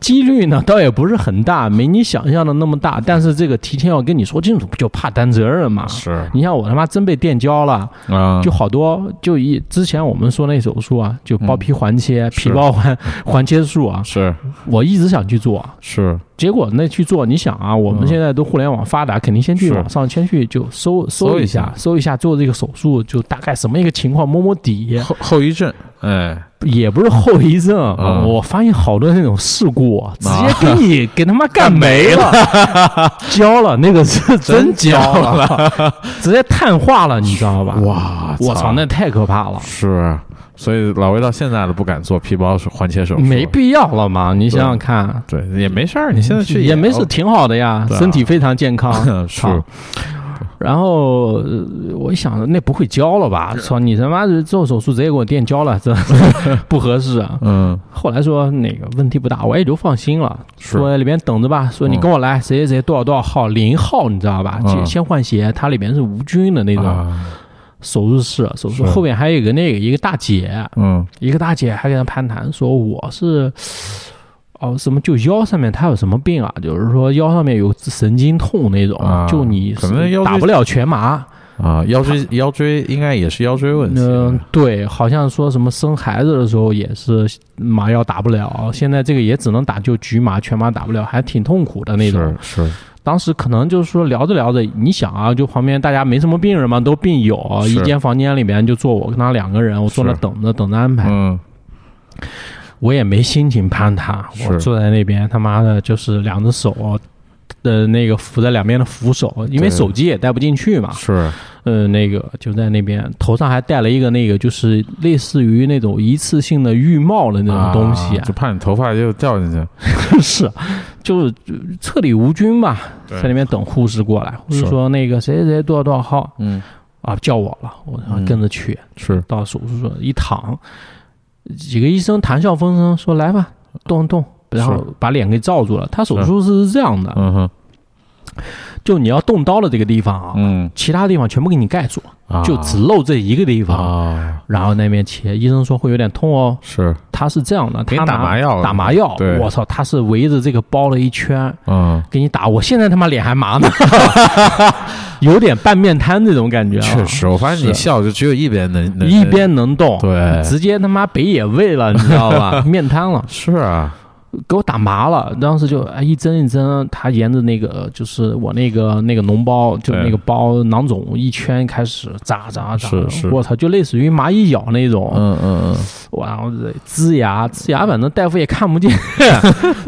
Speaker 2: 几率呢倒也不是很大，没你想象的那么大。但是这个提前要跟你说清楚，不就怕担责任吗？
Speaker 1: 是
Speaker 2: 你像我他妈真被电焦了，
Speaker 1: 啊，
Speaker 2: 啊就好多就一之前我们说那手术啊，就包皮环切、
Speaker 1: 嗯是
Speaker 2: 皮包环 环切术啊，
Speaker 1: 是
Speaker 2: 我一直想去做，
Speaker 1: 是
Speaker 2: 结果那去做，你想啊，我们
Speaker 1: 嗯
Speaker 2: 现在都互联网发达，肯定先去
Speaker 1: 是
Speaker 2: 网上先去就搜
Speaker 1: 搜
Speaker 2: 搜
Speaker 1: 一
Speaker 2: 一
Speaker 1: 下
Speaker 2: 下，搜一下做这个手术就大概什么一个情况，摸摸底，
Speaker 1: 后后遗症，哎，
Speaker 2: 也不是后遗症。
Speaker 1: 嗯
Speaker 2: 我发现好多那种事故，啊直接给
Speaker 1: 啊
Speaker 2: 你、给他妈干没了， 焦了，那 个是
Speaker 1: 真
Speaker 2: 焦
Speaker 1: 焦
Speaker 2: 了， 直接碳化了，你知道吧？
Speaker 1: 哇
Speaker 2: 我操，那太可怕了。
Speaker 1: 是，所以老魏到现在都不敢做皮包手环切手术，
Speaker 2: 没必要了嘛？你想想看，
Speaker 1: 对，也没事儿，你现在去
Speaker 2: 也没事，
Speaker 1: 事，
Speaker 2: 挺好的呀，
Speaker 1: 对啊。
Speaker 2: 身体非常健康 操
Speaker 1: 是
Speaker 2: 然后呃我一想，那不会焦了吧？操，你他妈的做手术直接给我电焦了，这 不合适啊！
Speaker 1: 嗯，
Speaker 2: 后来说那个问题不大，我也就放心了，
Speaker 1: 是
Speaker 2: 说里边等着吧。说你
Speaker 1: 嗯
Speaker 2: 跟我来，谁谁谁多少多少号零号，你知道吧？
Speaker 1: 嗯
Speaker 2: 先先换鞋，它里边是无菌的那种
Speaker 1: 啊，
Speaker 2: 手术室，手术
Speaker 1: 是
Speaker 2: 后面还有一个那个一个大姐，
Speaker 1: 嗯，
Speaker 2: 一个大姐还跟他攀谈说我是。哦，什么就腰上面她有什么病啊？就是说腰上面有神经痛那种，
Speaker 1: 啊
Speaker 2: 就你
Speaker 1: 可能腰椎
Speaker 2: 打不了全麻，
Speaker 1: 啊，腰椎腰椎应该也是腰椎问题，
Speaker 2: 嗯，对，好像说什么生孩子的时候也是麻药打不了，现在这个也只能打就局麻，全麻打不了，还挺痛苦的那种。
Speaker 1: 是是
Speaker 2: 当时可能就是说聊着聊着，你想啊，就旁边大家没什么病人嘛，都病友，啊
Speaker 1: 是
Speaker 2: 一间房间里面就坐我跟他两个人，我坐那
Speaker 1: 是
Speaker 2: 等着等着安排，
Speaker 1: 嗯，
Speaker 2: 我也没心情攀谈，我
Speaker 1: 是
Speaker 2: 坐在那边他妈的就是两呃只手。的那个扶在两边的扶手，因
Speaker 1: 对
Speaker 2: 为哎手机也带不进去嘛，
Speaker 1: 是
Speaker 2: 呃，那个就在那边，头上还戴了一个那个，就是类似于那种一次性的浴帽的那种东西、
Speaker 1: 啊就怕你头发又掉进去。
Speaker 2: 是， 就是彻底无菌吧，
Speaker 1: 对
Speaker 2: 在那边等护士过来，护士
Speaker 1: 是
Speaker 2: 说那个谁谁谁多少多少号
Speaker 1: 嗯，
Speaker 2: 啊，叫我了，我啊
Speaker 1: 嗯
Speaker 2: 跟着去、
Speaker 1: 是
Speaker 2: 到手术室一躺，几个医生谈笑风生说来吧，动动，然后把脸给罩住了。他手术室是这样的，
Speaker 1: 嗯哼，
Speaker 2: 就你要动刀的这个地方啊，
Speaker 1: 嗯，
Speaker 2: 其他地方全部给你盖住，
Speaker 1: 啊
Speaker 2: 就只露这一个地方。
Speaker 1: 啊，
Speaker 2: 然后那边切，医生说会有点痛哦，
Speaker 1: 是，
Speaker 2: 他是这样的，
Speaker 1: 给
Speaker 2: 他
Speaker 1: 你打
Speaker 2: 拿
Speaker 1: 麻药了
Speaker 2: 打麻药
Speaker 1: 对，
Speaker 2: 我操，他是围着这个包了一圈
Speaker 1: 嗯，
Speaker 2: 给你打，我现在他妈脸还 麻呢，有点半面瘫这种感觉、啊，
Speaker 1: 确实，我发现你
Speaker 2: 是
Speaker 1: 笑就只有一边能，能
Speaker 2: 一边嗯能动，
Speaker 1: 对
Speaker 2: 直接他妈北野味了，你知道 吧？面瘫了，
Speaker 1: 是啊，
Speaker 2: 给我打麻了，当时就哎一针一针，他沿着那个就是我那个那个脓包，就
Speaker 1: 对
Speaker 2: 那个包囊肿一圈开始扎扎扎
Speaker 1: 是是，
Speaker 2: 我操，就类似于蚂蚁咬那种，
Speaker 1: 嗯嗯嗯，
Speaker 2: 哇，然后龇牙，龇牙，反正大夫也 看不见，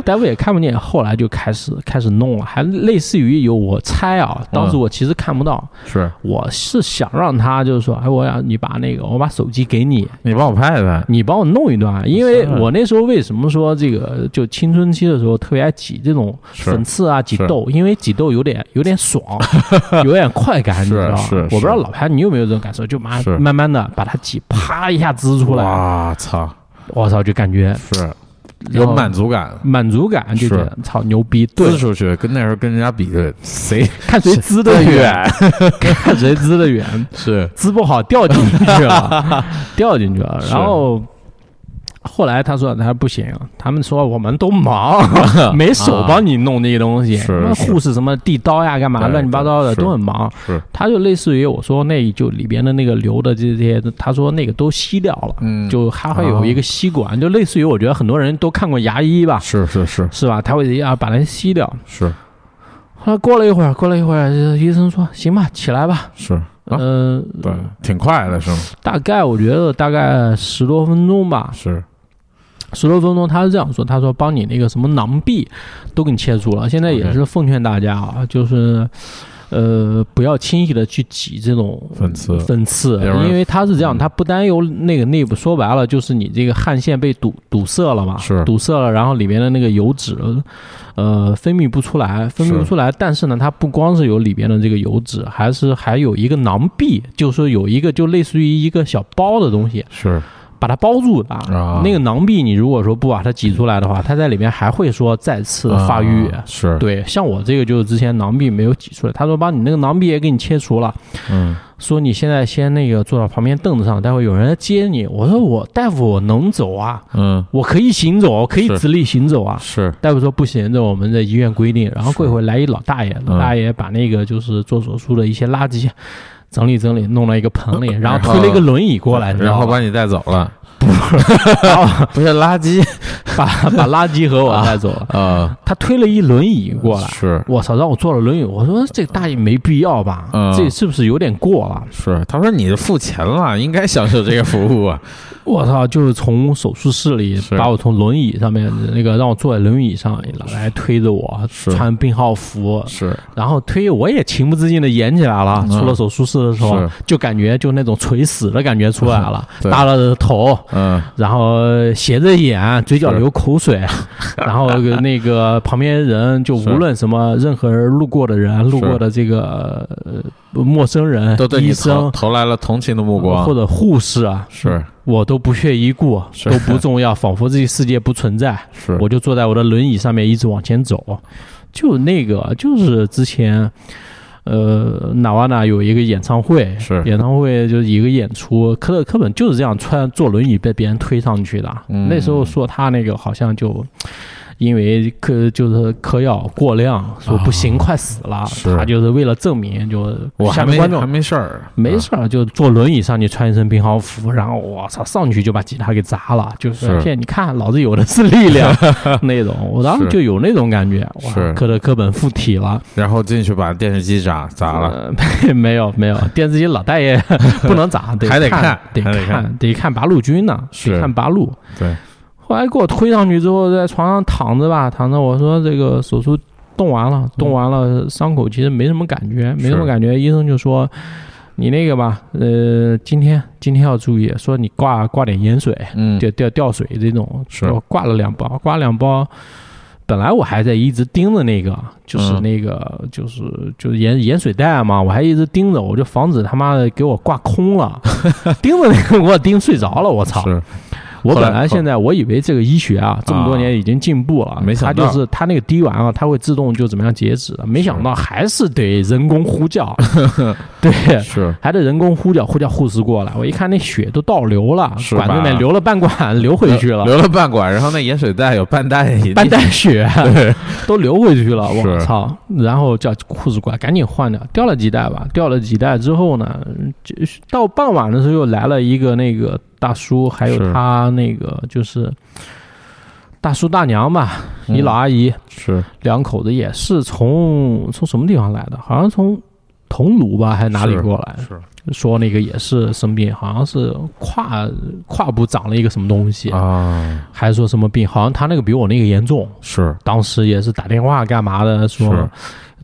Speaker 2: 大夫也看不见。后来就开始开始弄了，还类似于有我猜啊，
Speaker 1: 嗯
Speaker 2: 当时我其实看不到，
Speaker 1: 是
Speaker 2: 我是想让他就是说，哎，我要你把那个，我把手机给你，
Speaker 1: 你帮我拍一拍，
Speaker 2: 你帮我弄一
Speaker 1: 嗯
Speaker 2: 段，啊因为我那时候为什么说这个就青春期的时候特别爱挤这种
Speaker 1: 是
Speaker 2: 粉刺啊挤
Speaker 1: 是
Speaker 2: 痘，因为挤痘有点有 点爽，有点快感，你知道吗
Speaker 1: 是是？
Speaker 2: 我不知
Speaker 1: 是
Speaker 2: 道老潘你有没有这种感受，就慢
Speaker 1: 是
Speaker 2: 慢慢的把它挤，啪一下滋出来，
Speaker 1: 哇操，
Speaker 2: 我操，就感觉。
Speaker 1: 是
Speaker 2: 然
Speaker 1: 有
Speaker 2: 后
Speaker 1: 满足感，
Speaker 2: 满足感，就觉得操牛逼，对
Speaker 1: 滋，出去，跟那时候跟人家比的， 谁
Speaker 2: 看谁滋 的远，看谁滋的远，
Speaker 1: 是
Speaker 2: 滋不好掉进 去了，掉进去了。
Speaker 1: 是
Speaker 2: 然后后来他说他不行，他们说我们都忙， 没手帮你弄这些东西，
Speaker 1: 啊是
Speaker 2: 那
Speaker 1: 是
Speaker 2: 护士什么递刀呀、干嘛
Speaker 1: 对
Speaker 2: 乱七八糟的
Speaker 1: 是
Speaker 2: 都很忙。
Speaker 1: 是，
Speaker 2: 他就类似于我说那就里边的那个流的这些，他说那个都吸掉了，
Speaker 1: 嗯，
Speaker 2: 就还会有一个吸管，就类似于我觉得很多人都看过牙医吧，
Speaker 1: 是是是
Speaker 2: 是吧？他会啊把它吸掉。
Speaker 1: 是
Speaker 2: 后来过了一会儿，过了一会儿，呃医生说：“行吧，起来吧。
Speaker 1: 是，啊
Speaker 2: 嗯，
Speaker 1: 对，挺快的是吗？
Speaker 2: 大概我觉得大概十多分钟吧，
Speaker 1: 是
Speaker 2: 十多分钟。他是这样说：“他说帮你那个什么囊壁都给你切除了。现在也
Speaker 1: OK
Speaker 2: 是奉劝大家啊，就是呃不要轻易的去挤这种
Speaker 1: 粉刺
Speaker 2: 粉刺，
Speaker 1: 有人
Speaker 2: 因为它是这样，
Speaker 1: 嗯
Speaker 2: 它不单有那个内部，说白了就是你这个汗腺被堵堵塞了嘛，
Speaker 1: 是
Speaker 2: 堵塞了，然后里面的那个油脂，呃，分泌不出来，分泌不
Speaker 1: 是
Speaker 2: 出来。但是呢，它不光是有里边的这个油脂，还是还有一个囊壁，就是说有一个就类似于一个小包的东西，
Speaker 1: 是
Speaker 2: 把它包住了。
Speaker 1: 啊
Speaker 2: 那个囊壁，你如果说不把它挤出来的话，它在里面还会说再次的发育。
Speaker 1: 啊是，
Speaker 2: 对，像我这个就是之前囊壁没有挤出来，他说把你那个囊壁也给你切除了，
Speaker 1: 嗯
Speaker 2: 说你现在先那个坐到旁边凳子上，待会有人来接你。我说我大夫我能走啊，
Speaker 1: 嗯
Speaker 2: 我可以行走，我可以
Speaker 1: 是
Speaker 2: 直立行走啊。
Speaker 1: 是
Speaker 2: 大夫说不行，这我们的医院规定。然后
Speaker 1: 是嗯
Speaker 2: 过一会儿来一老大爷，老大爷把那个就是做手术的一些垃圾啊整理整理，弄到一个盆
Speaker 1: 嗯
Speaker 2: 里，然后推了一个轮椅过来，你知
Speaker 1: 然
Speaker 2: 道
Speaker 1: 后
Speaker 2: 吧
Speaker 1: 把你带走了，
Speaker 2: 然 后
Speaker 1: 不是垃圾
Speaker 2: 把把垃圾和我带走了。
Speaker 1: 啊，
Speaker 2: 他推了一轮椅过来，
Speaker 1: 是
Speaker 2: 我操，让我坐了轮椅。我说这大爷没必要吧
Speaker 1: 嗯，
Speaker 2: 这是不是有点过了？
Speaker 1: 是，他说你付钱了，应该享受这个服务 啊，
Speaker 2: 我操！就是从手术室里
Speaker 1: 是
Speaker 2: 把我从轮椅上面那个让我坐在轮椅上来推着我，
Speaker 1: 是
Speaker 2: 穿病号服，
Speaker 1: 是
Speaker 2: 然后推我也情不自禁的演起来了。
Speaker 1: 嗯
Speaker 2: 出了手术室的时候
Speaker 1: 是，
Speaker 2: 就感觉就那种垂死的感觉出来了
Speaker 1: ，对
Speaker 2: 耷拉着头，
Speaker 1: 嗯
Speaker 2: 然后斜着眼，嘴角流口水， 然后那个旁边人就是无论什么任何人路过的人，路过的这个呃陌生人
Speaker 1: 都对、你
Speaker 2: 医
Speaker 1: 投
Speaker 2: 生
Speaker 1: 投来了同情的目光，
Speaker 2: 或者护士啊，
Speaker 1: 是
Speaker 2: 我都不屑一顾，啊
Speaker 1: 是
Speaker 2: 都不重要，仿佛这个世界不存在。
Speaker 1: 是
Speaker 2: 我就坐在我的轮椅上面一直往前走，就那个啊就是之前。呃，纳瓦纳有一个演唱会，
Speaker 1: 是
Speaker 2: 演唱会就是一个演出，科特科本就是这样穿坐轮椅被别人推上去的。啊
Speaker 1: 嗯
Speaker 2: 那时候说他那个好像就因为嗑就是嗑药过量，说不行快死了，
Speaker 1: 啊是
Speaker 2: 他就是为了证明就
Speaker 1: 我还
Speaker 2: 下面
Speaker 1: 没
Speaker 2: 观众
Speaker 1: 还没事儿，
Speaker 2: 没
Speaker 1: 啊
Speaker 2: 事儿，就坐轮椅上去穿一身病号服，然后我操上去就把吉他给砸了，就是
Speaker 1: 是
Speaker 2: 骗你看老子有的是力量那种，我当时
Speaker 1: 是
Speaker 2: 就有那种感觉，哇
Speaker 1: 是，
Speaker 2: 科特科本附体了，
Speaker 1: 嗯然后进去把电视机砸砸了，
Speaker 2: 呃？ 没没有没有，电视机 老大爷不能砸，得
Speaker 1: 还得
Speaker 2: 看
Speaker 1: 看
Speaker 2: 得
Speaker 1: 还得看
Speaker 2: 得看八路军呢，
Speaker 1: 是
Speaker 2: 得看八路。
Speaker 1: 对，
Speaker 2: 后来给我推上去之后，在床上躺着吧，躺着我说这个手术
Speaker 1: 嗯
Speaker 2: 动完了，动完了，伤口其实没什么感觉，没什么感觉，医生就说。你那个吧，呃，今天今天要注意，说你挂挂点盐水，
Speaker 1: 嗯，
Speaker 2: 掉掉掉水这种，
Speaker 1: 是
Speaker 2: 我挂了两包，挂了两包。本来我还在一直盯着那个，就是
Speaker 1: 嗯
Speaker 2: 那个，就是就是盐盐水袋嘛，我还一直盯着，我就防止他妈的给我挂 空了，盯着那个给我盯睡着了，我操！
Speaker 1: 是
Speaker 2: 我
Speaker 1: 后来
Speaker 2: 本来现在我以为这个医学啊，这么多年已经进步了，
Speaker 1: 没想到
Speaker 2: 它就是它那个滴丸啊，它会自动就怎么样截止，没想到还是得人工 呼叫，对，
Speaker 1: 是，
Speaker 2: 还得人工呼叫呼叫护士过来。我一看那血都倒流了，
Speaker 1: 嗯是吧
Speaker 2: 管子里面流了半管，流回去了，
Speaker 1: 留了半管，然后那盐水袋有半袋，
Speaker 2: 半 袋血都流回去了，我
Speaker 1: 是
Speaker 2: 操！然后叫护士过来，赶紧换掉，掉了几袋吧，掉了几袋之后呢，就到傍晚的时候又来了一个那个大叔，还有
Speaker 1: 是
Speaker 2: 他那个就是大叔大娘吧，
Speaker 1: 嗯
Speaker 2: 一老阿姨，
Speaker 1: 是
Speaker 2: 两口子也是从从什么地方来的，好像从桐庐吧，还是哪里
Speaker 1: 是
Speaker 2: 过来？
Speaker 1: 是
Speaker 2: 说那个也是生病，好像是胯胯部长了一个什么东西，
Speaker 1: 啊，
Speaker 2: 还说什么病，好像他那个比我那个严重。
Speaker 1: 是
Speaker 2: 当时也是打电话干嘛的，说
Speaker 1: 是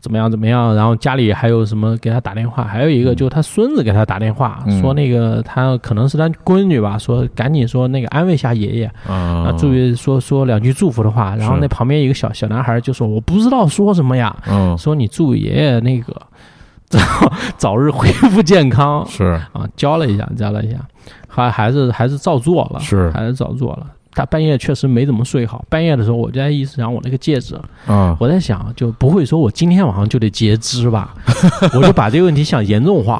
Speaker 2: 怎么样怎么样，然后家里还有什么给他打电话，还有一个就是他孙子给他打电话，
Speaker 1: 嗯
Speaker 2: 说那个他可能是他闺女吧，说赶紧说那个安慰一下爷爷，啊
Speaker 1: 啊，
Speaker 2: 注意说说两句祝福的话，然后
Speaker 1: 是
Speaker 2: 那旁边一个小小男孩就说我不知道说什么呀，
Speaker 1: 嗯，
Speaker 2: 说你祝爷爷那个 早早日恢复健康，
Speaker 1: 是
Speaker 2: 啊，教了一下，教了一下，还还是还是照做了，
Speaker 1: 是
Speaker 2: 还是照做了。他半夜确实没怎么睡好，半夜的时候我就在意识上我那个戒指，
Speaker 1: 啊，
Speaker 2: 我在想就不会说我今天晚上就得截 肢吧，我就把这个问题想严重化了。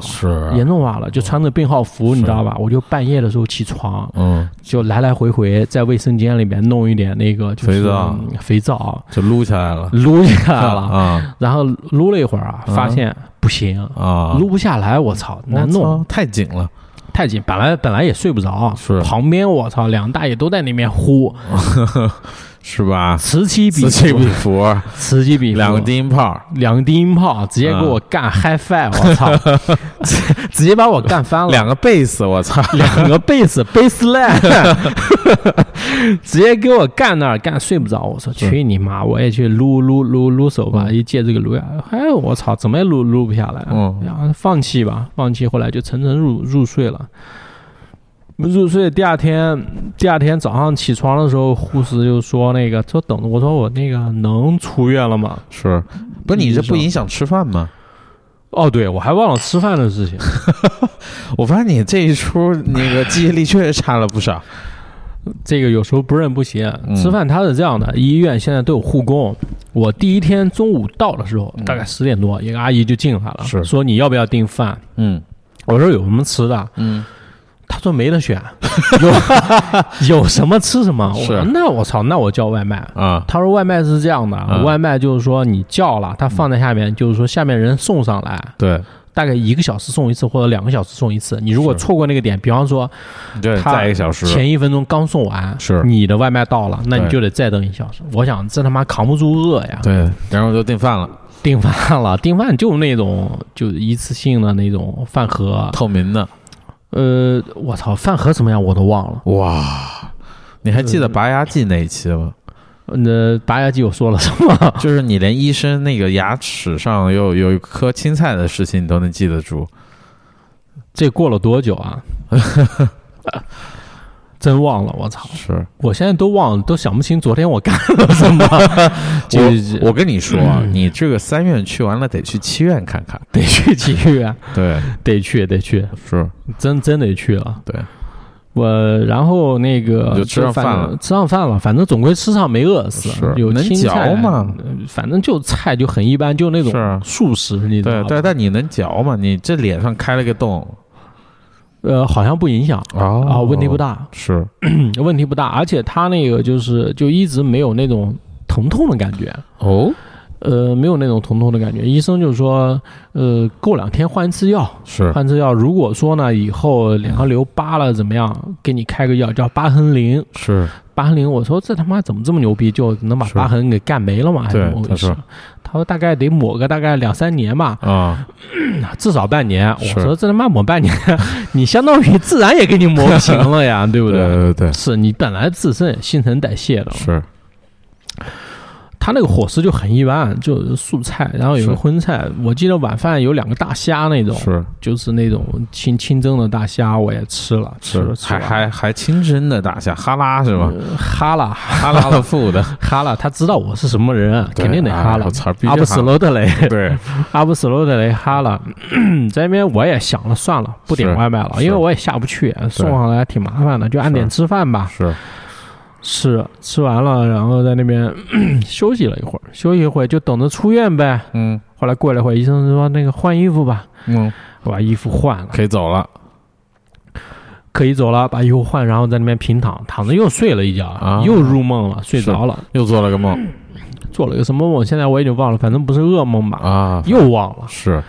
Speaker 2: 严
Speaker 1: 是啊
Speaker 2: 重化了，就穿着病号服，你知道吧？我就半夜的时候起床，
Speaker 1: 嗯，
Speaker 2: 就来来回回在卫生间里面弄一点那个就是
Speaker 1: 肥皂
Speaker 2: 嗯肥皂
Speaker 1: 就撸起来了，
Speaker 2: 撸下来了，
Speaker 1: 啊嗯
Speaker 2: 然后撸了一会儿啊，发现不行，
Speaker 1: 啊，
Speaker 2: 撸不下来，我操，难弄，
Speaker 1: 我操太紧了，
Speaker 2: 太紧，本来本来也睡不着，
Speaker 1: 是
Speaker 2: 旁边我操，两大爷都在那边呼，
Speaker 1: 是 吧？
Speaker 2: 此起彼
Speaker 1: 此起彼
Speaker 2: 伏，
Speaker 1: 伏，
Speaker 2: 此起彼伏，
Speaker 1: 两个啊低音炮，
Speaker 2: 两个低音炮直接给我干 high five，我操，直直接把我干翻了，
Speaker 1: 两个贝斯，我操，
Speaker 2: 两个贝斯贝斯 line，直接给我干那儿干睡不着，我说
Speaker 1: 是
Speaker 2: 去你妈，我也去撸撸撸撸手吧，一借这个撸呀，哎我操，怎么也撸撸不下来，
Speaker 1: 嗯
Speaker 2: 然后放弃吧，放弃，后来就沉沉入入睡了。入睡第二天，第二天早上起床的时候，护士就说那个说等着我说我那个能出院了吗？
Speaker 1: 是，不是你这不
Speaker 2: 你是
Speaker 1: 影响吃饭吗？
Speaker 2: 哦，对，我还忘了吃饭的事情。
Speaker 1: 我发现你这一出那个记忆力确实差了不少。
Speaker 2: 这个有时候不认不行。
Speaker 1: 嗯
Speaker 2: 吃饭它是这样的，医院现在都有护工。我第一天中午到的时候，
Speaker 1: 嗯
Speaker 2: 大概十点多，一个阿姨就进来了，
Speaker 1: 是
Speaker 2: 说你要不要订饭？
Speaker 1: 嗯
Speaker 2: 我说有什么吃的？
Speaker 1: 嗯，
Speaker 2: 她说没 得选，有有什么吃什么。我说
Speaker 1: 是
Speaker 2: 那我操，那我叫外卖。
Speaker 1: 啊
Speaker 2: 她说外卖是这样的，
Speaker 1: 嗯
Speaker 2: 外卖就是说你叫了，它放在下面，就是说下面人送上来，
Speaker 1: 对
Speaker 2: 大概一个小时送一次或者两个小时送一次。你如果
Speaker 1: 是
Speaker 2: 错过那个点，比方说
Speaker 1: 对，
Speaker 2: 他
Speaker 1: 再一个小时，
Speaker 2: 前一分钟刚送完，
Speaker 1: 是
Speaker 2: 你的外卖到了，那你
Speaker 1: 对
Speaker 2: 就得再等一小时。我想这他妈扛不住饿呀！
Speaker 1: 对，然后就订饭了，
Speaker 2: 订饭了， 订饭就那种就一次性的那种饭盒，
Speaker 1: 透明的，
Speaker 2: 呃，我操，饭盒什么样我都忘了。
Speaker 1: 哇！你还记得拔牙记那一期吗？
Speaker 2: 那拔牙机我说了什么？
Speaker 1: 就是你连医生那个牙齿上有有一颗青菜的事情，你都能记得住。
Speaker 2: 这过了多久啊？ 真忘了，我操！
Speaker 1: 是
Speaker 2: 我现在都忘了，都想不清昨天我干了 什么。就
Speaker 1: 我我跟你说
Speaker 2: 嗯
Speaker 1: 啊，你这个三院去完了，得去七院看看。
Speaker 2: 得去体育院，
Speaker 1: 对，
Speaker 2: 得去得去，
Speaker 1: 是，
Speaker 2: 真真得去了。
Speaker 1: 对，
Speaker 2: 我然后那个
Speaker 1: 你就吃上
Speaker 2: 反
Speaker 1: 饭了
Speaker 2: 吃上饭了，反正总归吃上没饿死，
Speaker 1: 是
Speaker 2: 有
Speaker 1: 能
Speaker 2: 青菜
Speaker 1: 嚼吗？
Speaker 2: 呃反正就菜就很一般，就那
Speaker 1: 是
Speaker 2: 种
Speaker 1: 啊
Speaker 2: 素食，你知道
Speaker 1: 对
Speaker 2: 吧
Speaker 1: 对，但你能嚼吗？你这脸上开了个洞
Speaker 2: 呃，好像不影响
Speaker 1: 哦
Speaker 2: 啊，问题不。大，
Speaker 1: 是
Speaker 2: 嗯问题不大，而且他那个就是就一直没有那种疼痛的感觉，
Speaker 1: 哦，
Speaker 2: 呃，没有那种疼痛的感觉。医生就说，呃，过两天换一次药，
Speaker 1: 是
Speaker 2: 换一次药。如果说呢，以后脸上留疤了怎么样，给你开个药叫疤痕灵，
Speaker 1: 是
Speaker 2: 疤痕灵，我说这他妈怎么这么牛逼，就能把
Speaker 1: 是
Speaker 2: 疤痕给干没了吗？哎还是
Speaker 1: 对
Speaker 2: 怎么回事
Speaker 1: 他说？
Speaker 2: 他说大概得抹个大概两三年吧，
Speaker 1: 啊，
Speaker 2: 至少半年。我
Speaker 1: 是
Speaker 2: 说这他妈抹半年， 你相当于自然也给你磨平了呀，对不
Speaker 1: 对
Speaker 2: 对？
Speaker 1: 对对，
Speaker 2: 是你本来自身也新陈代谢的嘛，
Speaker 1: 是
Speaker 2: 他那个伙食就很一般，就素菜，然后有个
Speaker 1: 是
Speaker 2: 荤菜。我记得晚饭有两个大虾那种，
Speaker 1: 是
Speaker 2: 就是那种清清蒸的大虾，我也吃了，吃了
Speaker 1: 是，
Speaker 2: 吃
Speaker 1: 还
Speaker 2: 了
Speaker 1: 还还清蒸的大虾，哈拉是吧？
Speaker 2: 呃哈啦
Speaker 1: 哈拉的富的，
Speaker 2: 哈啦，他知道我是什么人，啊
Speaker 1: 对
Speaker 2: 肯定得哈
Speaker 1: 哎
Speaker 2: 啦
Speaker 1: 我。操，必
Speaker 2: 阿
Speaker 1: 须
Speaker 2: 布斯
Speaker 1: 哈
Speaker 2: 罗德雷，
Speaker 1: 对，
Speaker 2: 阿布斯罗德雷哈了， 在那边我也想了，算了，不点
Speaker 1: 是
Speaker 2: 外卖了，因为
Speaker 1: 是
Speaker 2: 我也下不去，送上来挺麻烦的，就按点吃饭吧。
Speaker 1: 是
Speaker 2: 吃吃完了，然后在那边 休息了一会儿，休息一会儿就等着出院呗。
Speaker 1: 嗯
Speaker 2: 后来过了一会儿，医生说那个换衣服吧，
Speaker 1: 嗯，
Speaker 2: 我把衣服换了，
Speaker 1: 可以走了
Speaker 2: 可以走了，把衣服换，然后在那边平躺，躺着又睡了一觉，
Speaker 1: 啊
Speaker 2: 又入梦了，睡
Speaker 1: 是
Speaker 2: 着了，
Speaker 1: 又做了个梦
Speaker 2: 做了个什么梦，现在我已经忘了，反正不是噩梦吧，
Speaker 1: 啊，
Speaker 2: 又忘了，
Speaker 1: 是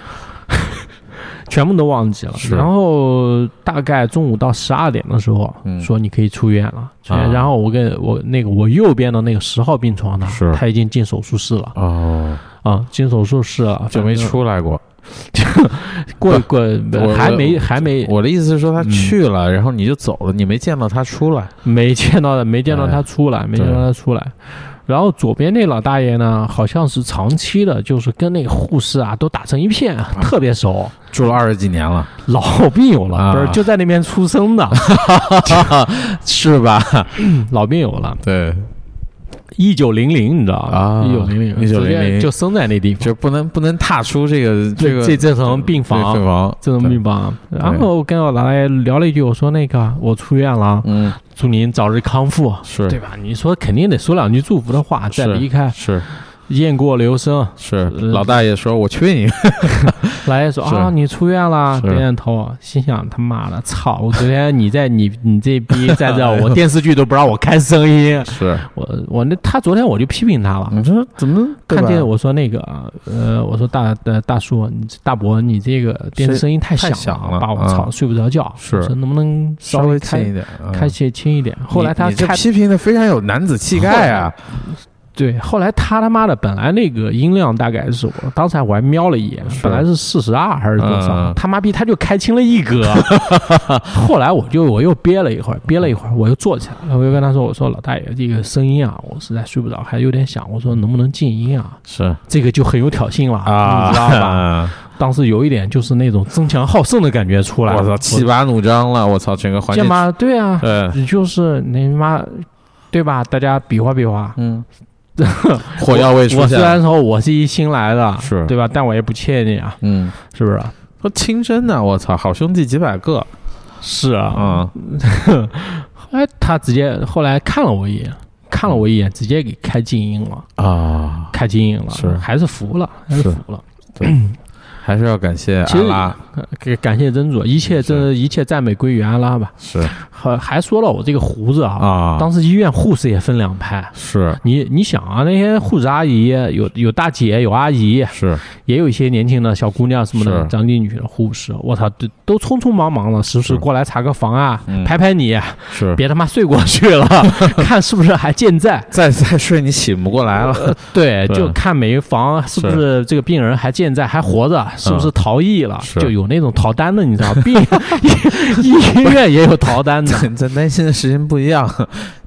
Speaker 2: 全部都忘记了。
Speaker 1: 是
Speaker 2: 然后大概中午到十二点的时候，
Speaker 1: 嗯
Speaker 2: 说你可以出院了。出院
Speaker 1: 啊
Speaker 2: 然后我跟我那个我右边的那个十号病床呢
Speaker 1: 是，
Speaker 2: 他已经进手术室了
Speaker 1: 哦，
Speaker 2: 啊，进手术室了，
Speaker 1: 就没
Speaker 2: 反正
Speaker 1: 出来过。
Speaker 2: 过过
Speaker 1: 我
Speaker 2: 还没
Speaker 1: 我
Speaker 2: 还没
Speaker 1: 我的意思是说，他去了，然后你就走了，你没见到他出来。
Speaker 2: 没见到没见到
Speaker 1: 哎
Speaker 2: 他出来，没见到
Speaker 1: 对
Speaker 2: 他出来。然后左边那老大爷呢，好像是长期的，就是跟那个护士啊都打成一片，特别熟，
Speaker 1: 住了二十几年了，
Speaker 2: 老病友了，
Speaker 1: 啊
Speaker 2: 不是就在那边出生的
Speaker 1: 是吧？
Speaker 2: 老病友了，
Speaker 1: 对，
Speaker 2: 一九零零，你知道
Speaker 1: 啊
Speaker 2: 一九零零，
Speaker 1: 1900
Speaker 2: 直接就生在那地方，
Speaker 1: 就不能不能踏出这个这个
Speaker 2: 这这层
Speaker 1: 病
Speaker 2: 病房，
Speaker 1: 房，
Speaker 2: 这层病房。然后跟我老大爷聊了一句，我说那个我出院了，
Speaker 1: 嗯，
Speaker 2: 祝您早日康复。
Speaker 1: 是
Speaker 2: 对吧？你说肯定得说两句祝福的话，再
Speaker 1: 是
Speaker 2: 离开，
Speaker 1: 是
Speaker 2: 雁过留声。
Speaker 1: 是，老大爷说：“我去 你
Speaker 2: 来也说
Speaker 1: 是
Speaker 2: 啊，你出院了，
Speaker 1: 是
Speaker 2: 点点头，心想他妈的，操！我昨天你在你你这逼在 这，我电视剧都不让我开声音，
Speaker 1: 是，
Speaker 2: 我我那他昨天我就批评他了。
Speaker 1: 你说怎么
Speaker 2: 看见
Speaker 1: 我
Speaker 2: 我说那个，呃，我说大呃大叔，你大伯，你这个电视声音太
Speaker 1: 太
Speaker 2: 响
Speaker 1: 响了
Speaker 2: 把我吵
Speaker 1: 嗯
Speaker 2: 睡不着觉。
Speaker 1: 是
Speaker 2: 我说能不能稍
Speaker 1: 稍微
Speaker 2: 开
Speaker 1: 近一点？”嗯
Speaker 2: 开些轻一点？后来他
Speaker 1: 你你这
Speaker 2: 开
Speaker 1: 批评的非常有男子气概啊，
Speaker 2: 对，后来他他妈的本来那个音量大概是我当时我还瞄了一眼，
Speaker 1: 是
Speaker 2: 本来是四十二还是多少，
Speaker 1: 嗯嗯
Speaker 2: 他妈逼他就开轻了 一格。后来我就我又憋了一会儿，憋了一会儿，我又坐起来了，我又跟他说：“我说老大爷，这个声音啊，我实在睡不着，还有点响。我说能不能静音啊？
Speaker 1: 是
Speaker 2: 这个就很有挑衅了，
Speaker 1: 啊，
Speaker 2: 你知道吧？
Speaker 1: 嗯
Speaker 2: 当时有一点就是那种争强好胜的感觉出来了。
Speaker 1: 我操，
Speaker 2: 气
Speaker 1: 气拔弩张了，我操，整个环
Speaker 2: 见
Speaker 1: 境，
Speaker 2: 吗？对啊，
Speaker 1: 呃，
Speaker 2: 你就是你妈，对吧？大家比划比划。”
Speaker 1: 嗯， 火药味出
Speaker 2: 我虽
Speaker 1: 现了，
Speaker 2: 然说我是一新来的，
Speaker 1: 是
Speaker 2: 对吧？但我也不欠你啊，
Speaker 1: 嗯，
Speaker 2: 是不是？
Speaker 1: 说亲生的，我操，好兄弟几百个
Speaker 2: 是啊，
Speaker 1: 啊，
Speaker 2: 哎，他直接后来看了我一眼，看了我一眼，直接给开静音了，
Speaker 1: 啊，
Speaker 2: 开静音了，
Speaker 1: 是
Speaker 2: 还是服了，还是
Speaker 1: 是
Speaker 2: 服了。
Speaker 1: 还是要感谢
Speaker 2: 其
Speaker 1: 阿
Speaker 2: 实
Speaker 1: 拉，
Speaker 2: 给感谢真主，一切这一切赞美归于安拉吧。
Speaker 1: 是
Speaker 2: 还还说了我这个胡子啊，
Speaker 1: 啊，
Speaker 2: 当时医院护士也分两派。
Speaker 1: 是
Speaker 2: 你你想啊，那些护士阿姨有有大姐有阿姨，
Speaker 1: 是
Speaker 2: 也有一些年轻的小姑娘什么的，
Speaker 1: 是
Speaker 2: 长进女的护士，我操，都都匆匆忙忙的，时不时
Speaker 1: 是
Speaker 2: 过来查个房啊，
Speaker 1: 嗯
Speaker 2: 排排你，
Speaker 1: 是，
Speaker 2: 别他妈睡过去了，看是不是还健在。
Speaker 1: 再再睡你醒不过来了，
Speaker 2: 呃对，
Speaker 1: 对
Speaker 2: 就看每一房是不是这个病人还健在，还活着，是不是逃逸了？
Speaker 1: 嗯是
Speaker 2: 就有那种逃单的，你 知道，病医医院也有逃单的。
Speaker 1: 咱咱担心的事情不一 样，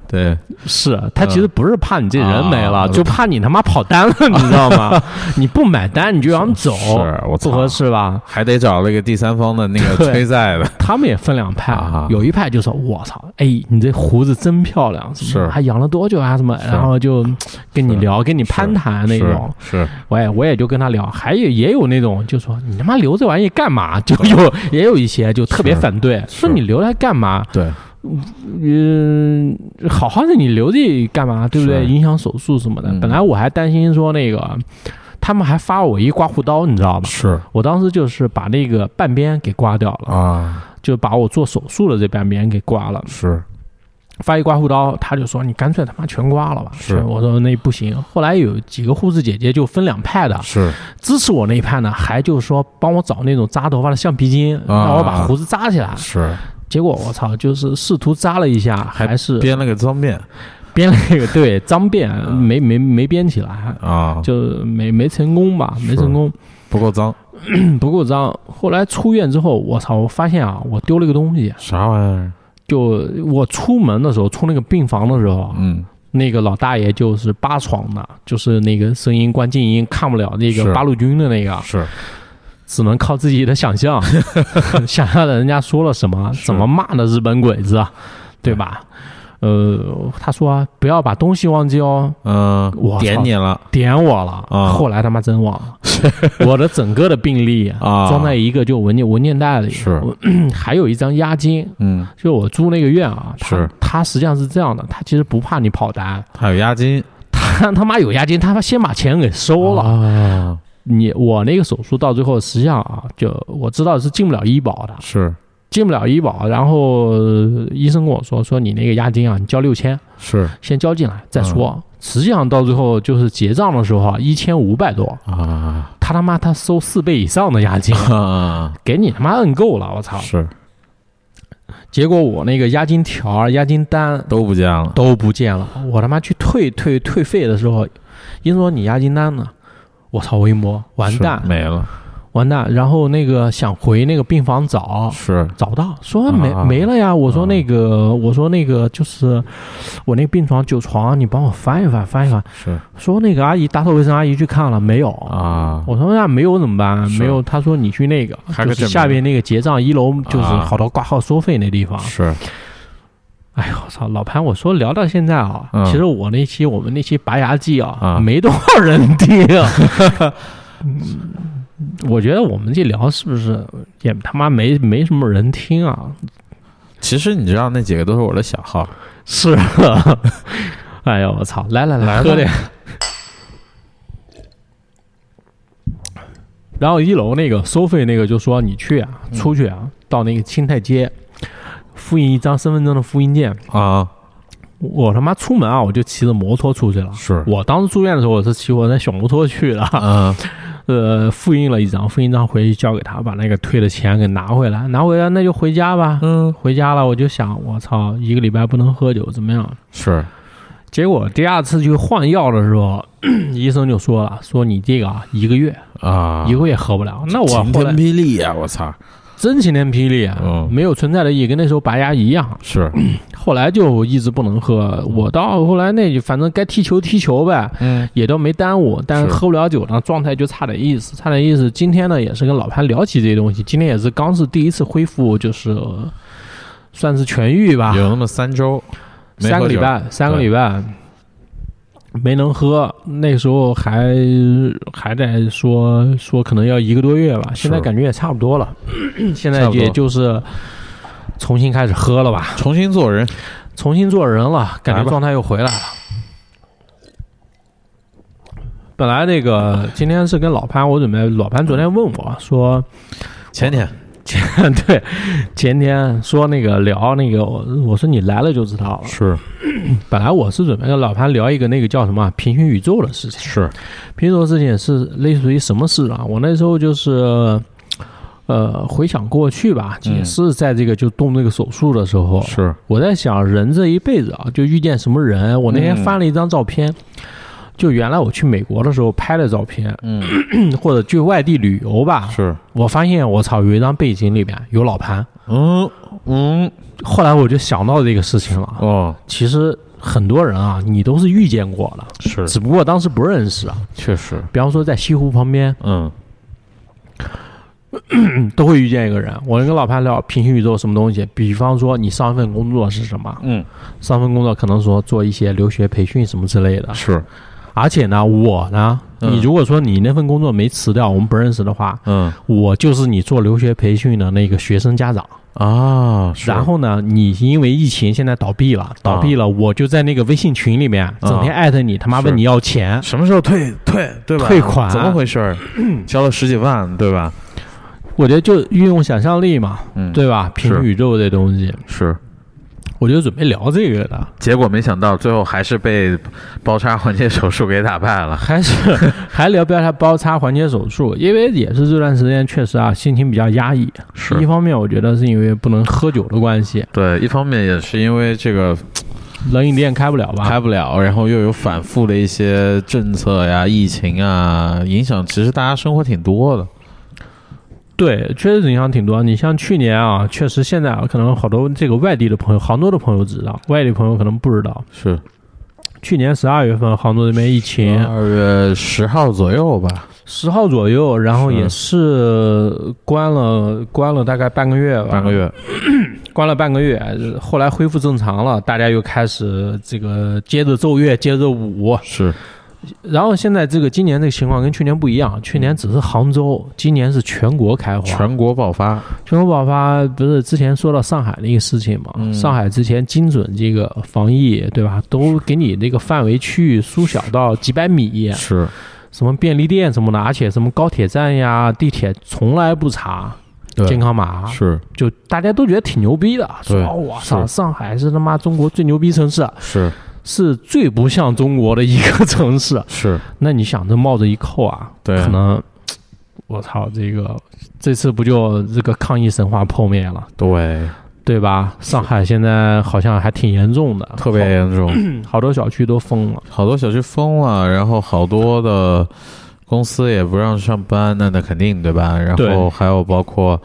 Speaker 1: 对，
Speaker 2: 是他其实不是怕你这人没了，
Speaker 1: 嗯啊
Speaker 2: 就怕你他妈跑单了，你知 道吗？你不买单，你就让他们走，
Speaker 1: 是我
Speaker 2: 不
Speaker 1: 操
Speaker 2: 合适吧？
Speaker 1: 还得找那个第三方的那 个
Speaker 2: 对
Speaker 1: 催债的，
Speaker 2: 他们也分两派，
Speaker 1: 啊
Speaker 2: 有一派就说：“我操，哎，你这胡子真漂亮，什么
Speaker 1: 是
Speaker 2: 还养了多久啊？什么？”
Speaker 1: 是
Speaker 2: 然后就跟你
Speaker 1: 是
Speaker 2: 聊，跟你攀谈那种。
Speaker 1: 是
Speaker 2: 我也我也就跟他聊，还有也有那种就说：“你他妈留这玩意干嘛？”就有也有一些就特别
Speaker 1: 是
Speaker 2: 反对，
Speaker 1: 是
Speaker 2: 说你留它干嘛？
Speaker 1: 对，
Speaker 2: 嗯，好好的你留着干嘛？对不对？
Speaker 1: 是
Speaker 2: 影响手术什么的。
Speaker 1: 嗯
Speaker 2: 本来我还担心说那个。他们还发我一刮胡刀，你知道吧？
Speaker 1: 是
Speaker 2: 我当时就是把那个半边给刮掉了，
Speaker 1: 啊，
Speaker 2: 就把我做手术的这半边给刮了，
Speaker 1: 是
Speaker 2: 发一刮胡刀，他就说你干脆他妈全刮了吧。
Speaker 1: 是
Speaker 2: 全我说那不行。后来有几个护士姐姐就分两派的，
Speaker 1: 是
Speaker 2: 支持我那一派呢，还就是说帮我找那种扎头发的橡皮筋，
Speaker 1: 啊
Speaker 2: 让我把胡子扎起来。
Speaker 1: 是，
Speaker 2: 结果我操，就是试图扎了一下，
Speaker 1: 还
Speaker 2: 还是
Speaker 1: 编了啊个脏辫
Speaker 2: 编了一个对脏辫，没没没编起来。
Speaker 1: 啊，
Speaker 2: 就没没成功吧，没成功，
Speaker 1: 不够脏，
Speaker 2: 嗯不够脏。后来出院之后，我操，我发现啊，我丢了一个东西，
Speaker 1: 啥玩意儿？
Speaker 2: 就我出门的时候，出那个病房的时候啊，
Speaker 1: 嗯，
Speaker 2: 那个老大爷就是八床的，就是那个声音关静音看不了那
Speaker 1: 是
Speaker 2: 个八路军的那个，
Speaker 1: 是
Speaker 2: 只能靠自己的想象， 想象了人家说了什么，
Speaker 1: 是
Speaker 2: 怎么骂的日本鬼子，啊，对吧？呃，他说、啊、不要把东西忘记哦，
Speaker 1: 嗯
Speaker 2: 我，操
Speaker 1: 点你了
Speaker 2: 点我了。
Speaker 1: 啊
Speaker 2: 后来他妈真忘 了，我的整个的病历
Speaker 1: 啊，
Speaker 2: 装在一个就文件文件袋里，
Speaker 1: 是
Speaker 2: 我还有一张押金，
Speaker 1: 嗯，
Speaker 2: 就我住那个院啊，他
Speaker 1: 是
Speaker 2: 他实际上是这样的，他其实不怕你跑单，
Speaker 1: 还有押金
Speaker 2: 他他妈有押金，他先把钱给收了。
Speaker 1: 了，
Speaker 2: 你我那个手术到最后，实际上啊，就我知道是进不了医保的，
Speaker 1: 是
Speaker 2: 进不了医保，然后呃医生跟我说，说你那个押金啊，你交六千，
Speaker 1: 是
Speaker 2: 先交进来再说。
Speaker 1: 嗯
Speaker 2: 实际上到最后就是结账的时候啊，一千五百多，
Speaker 1: 啊，
Speaker 2: 他他妈他收四倍以上的押金
Speaker 1: 啊，
Speaker 2: 给你他妈摁够了，我操！
Speaker 1: 是
Speaker 2: 结果我那个押金条儿、押金单
Speaker 1: 都不见了，
Speaker 2: 都不见了，我他妈去退退退费的时候，医生说你押金单呢？我操！我一摸，完
Speaker 1: 是
Speaker 2: 蛋，
Speaker 1: 没了，
Speaker 2: 完蛋！然后那个想回那个病房找，
Speaker 1: 是
Speaker 2: 找不到，说没、
Speaker 1: 啊
Speaker 2: 没了呀。我说那个，我说那个就是我那个病床九床，你帮我翻一翻，翻一翻。
Speaker 1: 是
Speaker 2: 说那个阿姨打扫卫生阿姨去看了没有？
Speaker 1: 啊，
Speaker 2: 我说那没有怎么办？
Speaker 1: 是
Speaker 2: 没有，她说你去那个，
Speaker 1: 还
Speaker 2: 就
Speaker 1: 可
Speaker 2: 是
Speaker 1: 证
Speaker 2: 下边那个结账一楼，就是
Speaker 1: 啊
Speaker 2: 好多挂号收费那地方。
Speaker 1: 是
Speaker 2: 哎呦我操，老潘，我说聊到现在啊，
Speaker 1: 嗯
Speaker 2: 其实我那期我们那期拔牙记啊，
Speaker 1: 啊
Speaker 2: 没多少人听。 嗯我觉得我们这聊是不是也他妈没没什么人听啊？
Speaker 1: 其实你知道那几个都是我的小号，
Speaker 2: 是 啊，哎呦我操！来来
Speaker 1: 来吧
Speaker 2: 喝点。然后一楼那个收费那个就说你去啊，
Speaker 1: 嗯
Speaker 2: 出去啊，到那个青泰街，复印一张身份证的复印件。
Speaker 1: 啊，
Speaker 2: 我他妈出门啊，我就骑着摩托出去了。
Speaker 1: 是
Speaker 2: 我当时住院的时候，我是骑我那小摩托去的。
Speaker 1: 嗯
Speaker 2: 呃，复印了一张，复印一张回去交给他，把那个退的钱给拿回来，拿回来那就回家吧。
Speaker 1: 嗯，
Speaker 2: 回家了，我就想，我操，一个礼拜不能喝酒，怎么样？
Speaker 1: 是
Speaker 2: 结果第二次去换药的时候， 医生就说了，说你这个啊一个月、
Speaker 1: 啊，
Speaker 2: 一个月喝不了。那我
Speaker 1: 晴
Speaker 2: 后
Speaker 1: 天
Speaker 2: 来
Speaker 1: 霹雳呀，我操，
Speaker 2: 真晴天霹雳啊，
Speaker 1: 嗯
Speaker 2: 没有存在的意义，跟那时候拔牙一样。
Speaker 1: 是
Speaker 2: 后来就一直不能喝，我到后来那就反正该踢球踢球呗，
Speaker 1: 嗯
Speaker 2: 也都没耽误。但是
Speaker 1: 是
Speaker 2: 喝不了酒呢，状态就差点意思，差点意思。今天呢也是跟老潘聊起这些东西，今天也是刚是第一次恢复，就是呃算是痊愈吧，
Speaker 1: 啊有那么三周，没喝酒
Speaker 2: 三个礼拜，三个礼拜没能喝，那时候还还在说说可能要一个多月吧，
Speaker 1: 是
Speaker 2: 现在感觉也差不多了，现在
Speaker 1: 差不多
Speaker 2: 也就是重新开始喝了吧，
Speaker 1: 重新做人，
Speaker 2: 重新做人了，感
Speaker 1: 来
Speaker 2: 觉
Speaker 1: 吧
Speaker 2: 状态又回来了。本来那个今天是跟老潘，我准备老潘昨天问我说，
Speaker 1: 前天
Speaker 2: 对，前天说那个聊那个，我我说你来了就知道了，
Speaker 1: 是
Speaker 2: 本来我是准备跟老潘聊一个那个叫什么啊平行宇宙的事情，
Speaker 1: 是
Speaker 2: 平行宇宙的事情是类似于什么事啊？我那时候就是，呃，回想过去吧，
Speaker 1: 嗯
Speaker 2: 也是在这个就动这个手术的时候，
Speaker 1: 是
Speaker 2: 我在想人这一辈子啊，就遇见什么人。我那天
Speaker 1: 嗯
Speaker 2: 翻了一张照片，就原来我去美国的时候拍的照片，
Speaker 1: 嗯
Speaker 2: 或者去外地旅游吧，
Speaker 1: 是
Speaker 2: 我发现我操，有一张背景里面有老潘，
Speaker 1: 嗯嗯
Speaker 2: 后来我就想到这个事情了。
Speaker 1: 哦
Speaker 2: 其实很多人啊，你都是遇见过的。
Speaker 1: 是
Speaker 2: 只不过当时不认识啊。
Speaker 1: 确实
Speaker 2: 比方说在西湖旁边
Speaker 1: 嗯
Speaker 2: 嗯都会遇见一个人，我跟老潘聊平行宇宙什么东西。比方说你上一份工作是什么，
Speaker 1: 嗯
Speaker 2: 上份工作可能说做一些留学培训什么之类的。
Speaker 1: 是
Speaker 2: 而且呢，我呢，
Speaker 1: 嗯
Speaker 2: 你如果说你那份工作没辞掉，我们不认识的话。
Speaker 1: 嗯
Speaker 2: 我就是你做留学培训的那个学生家长，
Speaker 1: 啊是啊
Speaker 2: 然后呢，你因为疫情现在倒闭了，倒闭了，我就在那个微信群里面整天艾特你，他妈问
Speaker 1: 是
Speaker 2: 你要钱，
Speaker 1: 什么时候退退啊对吧？
Speaker 2: 退款
Speaker 1: 怎么回事儿？嗯交了十几万对吧？
Speaker 2: 我觉得就运用想象力嘛，
Speaker 1: 嗯
Speaker 2: 对吧？平行宇宙这东西，
Speaker 1: 是。
Speaker 2: 我就准备聊这个的，
Speaker 1: 结果没想到，最后还是被包插环切手术给打败了。
Speaker 2: 还 是还聊标它包插环切手术，因为也是这段时间确实啊，心情比较压抑。一方面我觉得是因为不能喝酒的关系，
Speaker 1: 对，一方面也是因为这个
Speaker 2: 冷饮店开不了吧？
Speaker 1: 开不了，然后又有反复的一些政策呀、疫情啊影响，其实大家生活挺多的。
Speaker 2: 对，确实影响挺多。你像去年啊，确实现在啊，可能好多这个外地的朋友，杭州的朋友知道，外地朋友可能不知道。
Speaker 1: 是
Speaker 2: 去年十二月份杭州那边疫情，
Speaker 1: 二月十号左右吧，
Speaker 2: 十号左右，然后也是关了关了大概半个月吧，
Speaker 1: 半个月，
Speaker 2: 关了半个月，后来恢复正常了，大家又开始这个接着奏乐，接着舞，
Speaker 1: 是
Speaker 2: 然后现在这个今年这个情况跟去年不一样，去年只是杭州，今年是全国开花，
Speaker 1: 全国爆发，
Speaker 2: 全国爆发。不是之前说到上海那个事情嘛？
Speaker 1: 嗯
Speaker 2: 上海之前精准这个防疫，对吧？都给你那个范围区域缩小到几百米，
Speaker 1: 是
Speaker 2: 什么便利店什么的，而且什么高铁站呀、地铁从来不查
Speaker 1: 对
Speaker 2: 健康码，
Speaker 1: 是
Speaker 2: 就大家都觉得挺牛逼的，
Speaker 1: 对
Speaker 2: 说我操，
Speaker 1: 是
Speaker 2: 上海是他妈中国最牛逼城市，
Speaker 1: 是
Speaker 2: 是最不像中国的一个城 市。
Speaker 1: 是，
Speaker 2: 那你想，这帽子一扣啊，
Speaker 1: 对
Speaker 2: 可能我操，这个这次不就这个抗疫神话破灭了，
Speaker 1: 对，
Speaker 2: 对吧？上海现在好像还挺严重的，
Speaker 1: 特别严重，
Speaker 2: 好好多小区都封了。
Speaker 1: 好多小区封了，然后好多的公司也不让上班，那那肯定对吧？然
Speaker 2: 对
Speaker 1: 后还有包括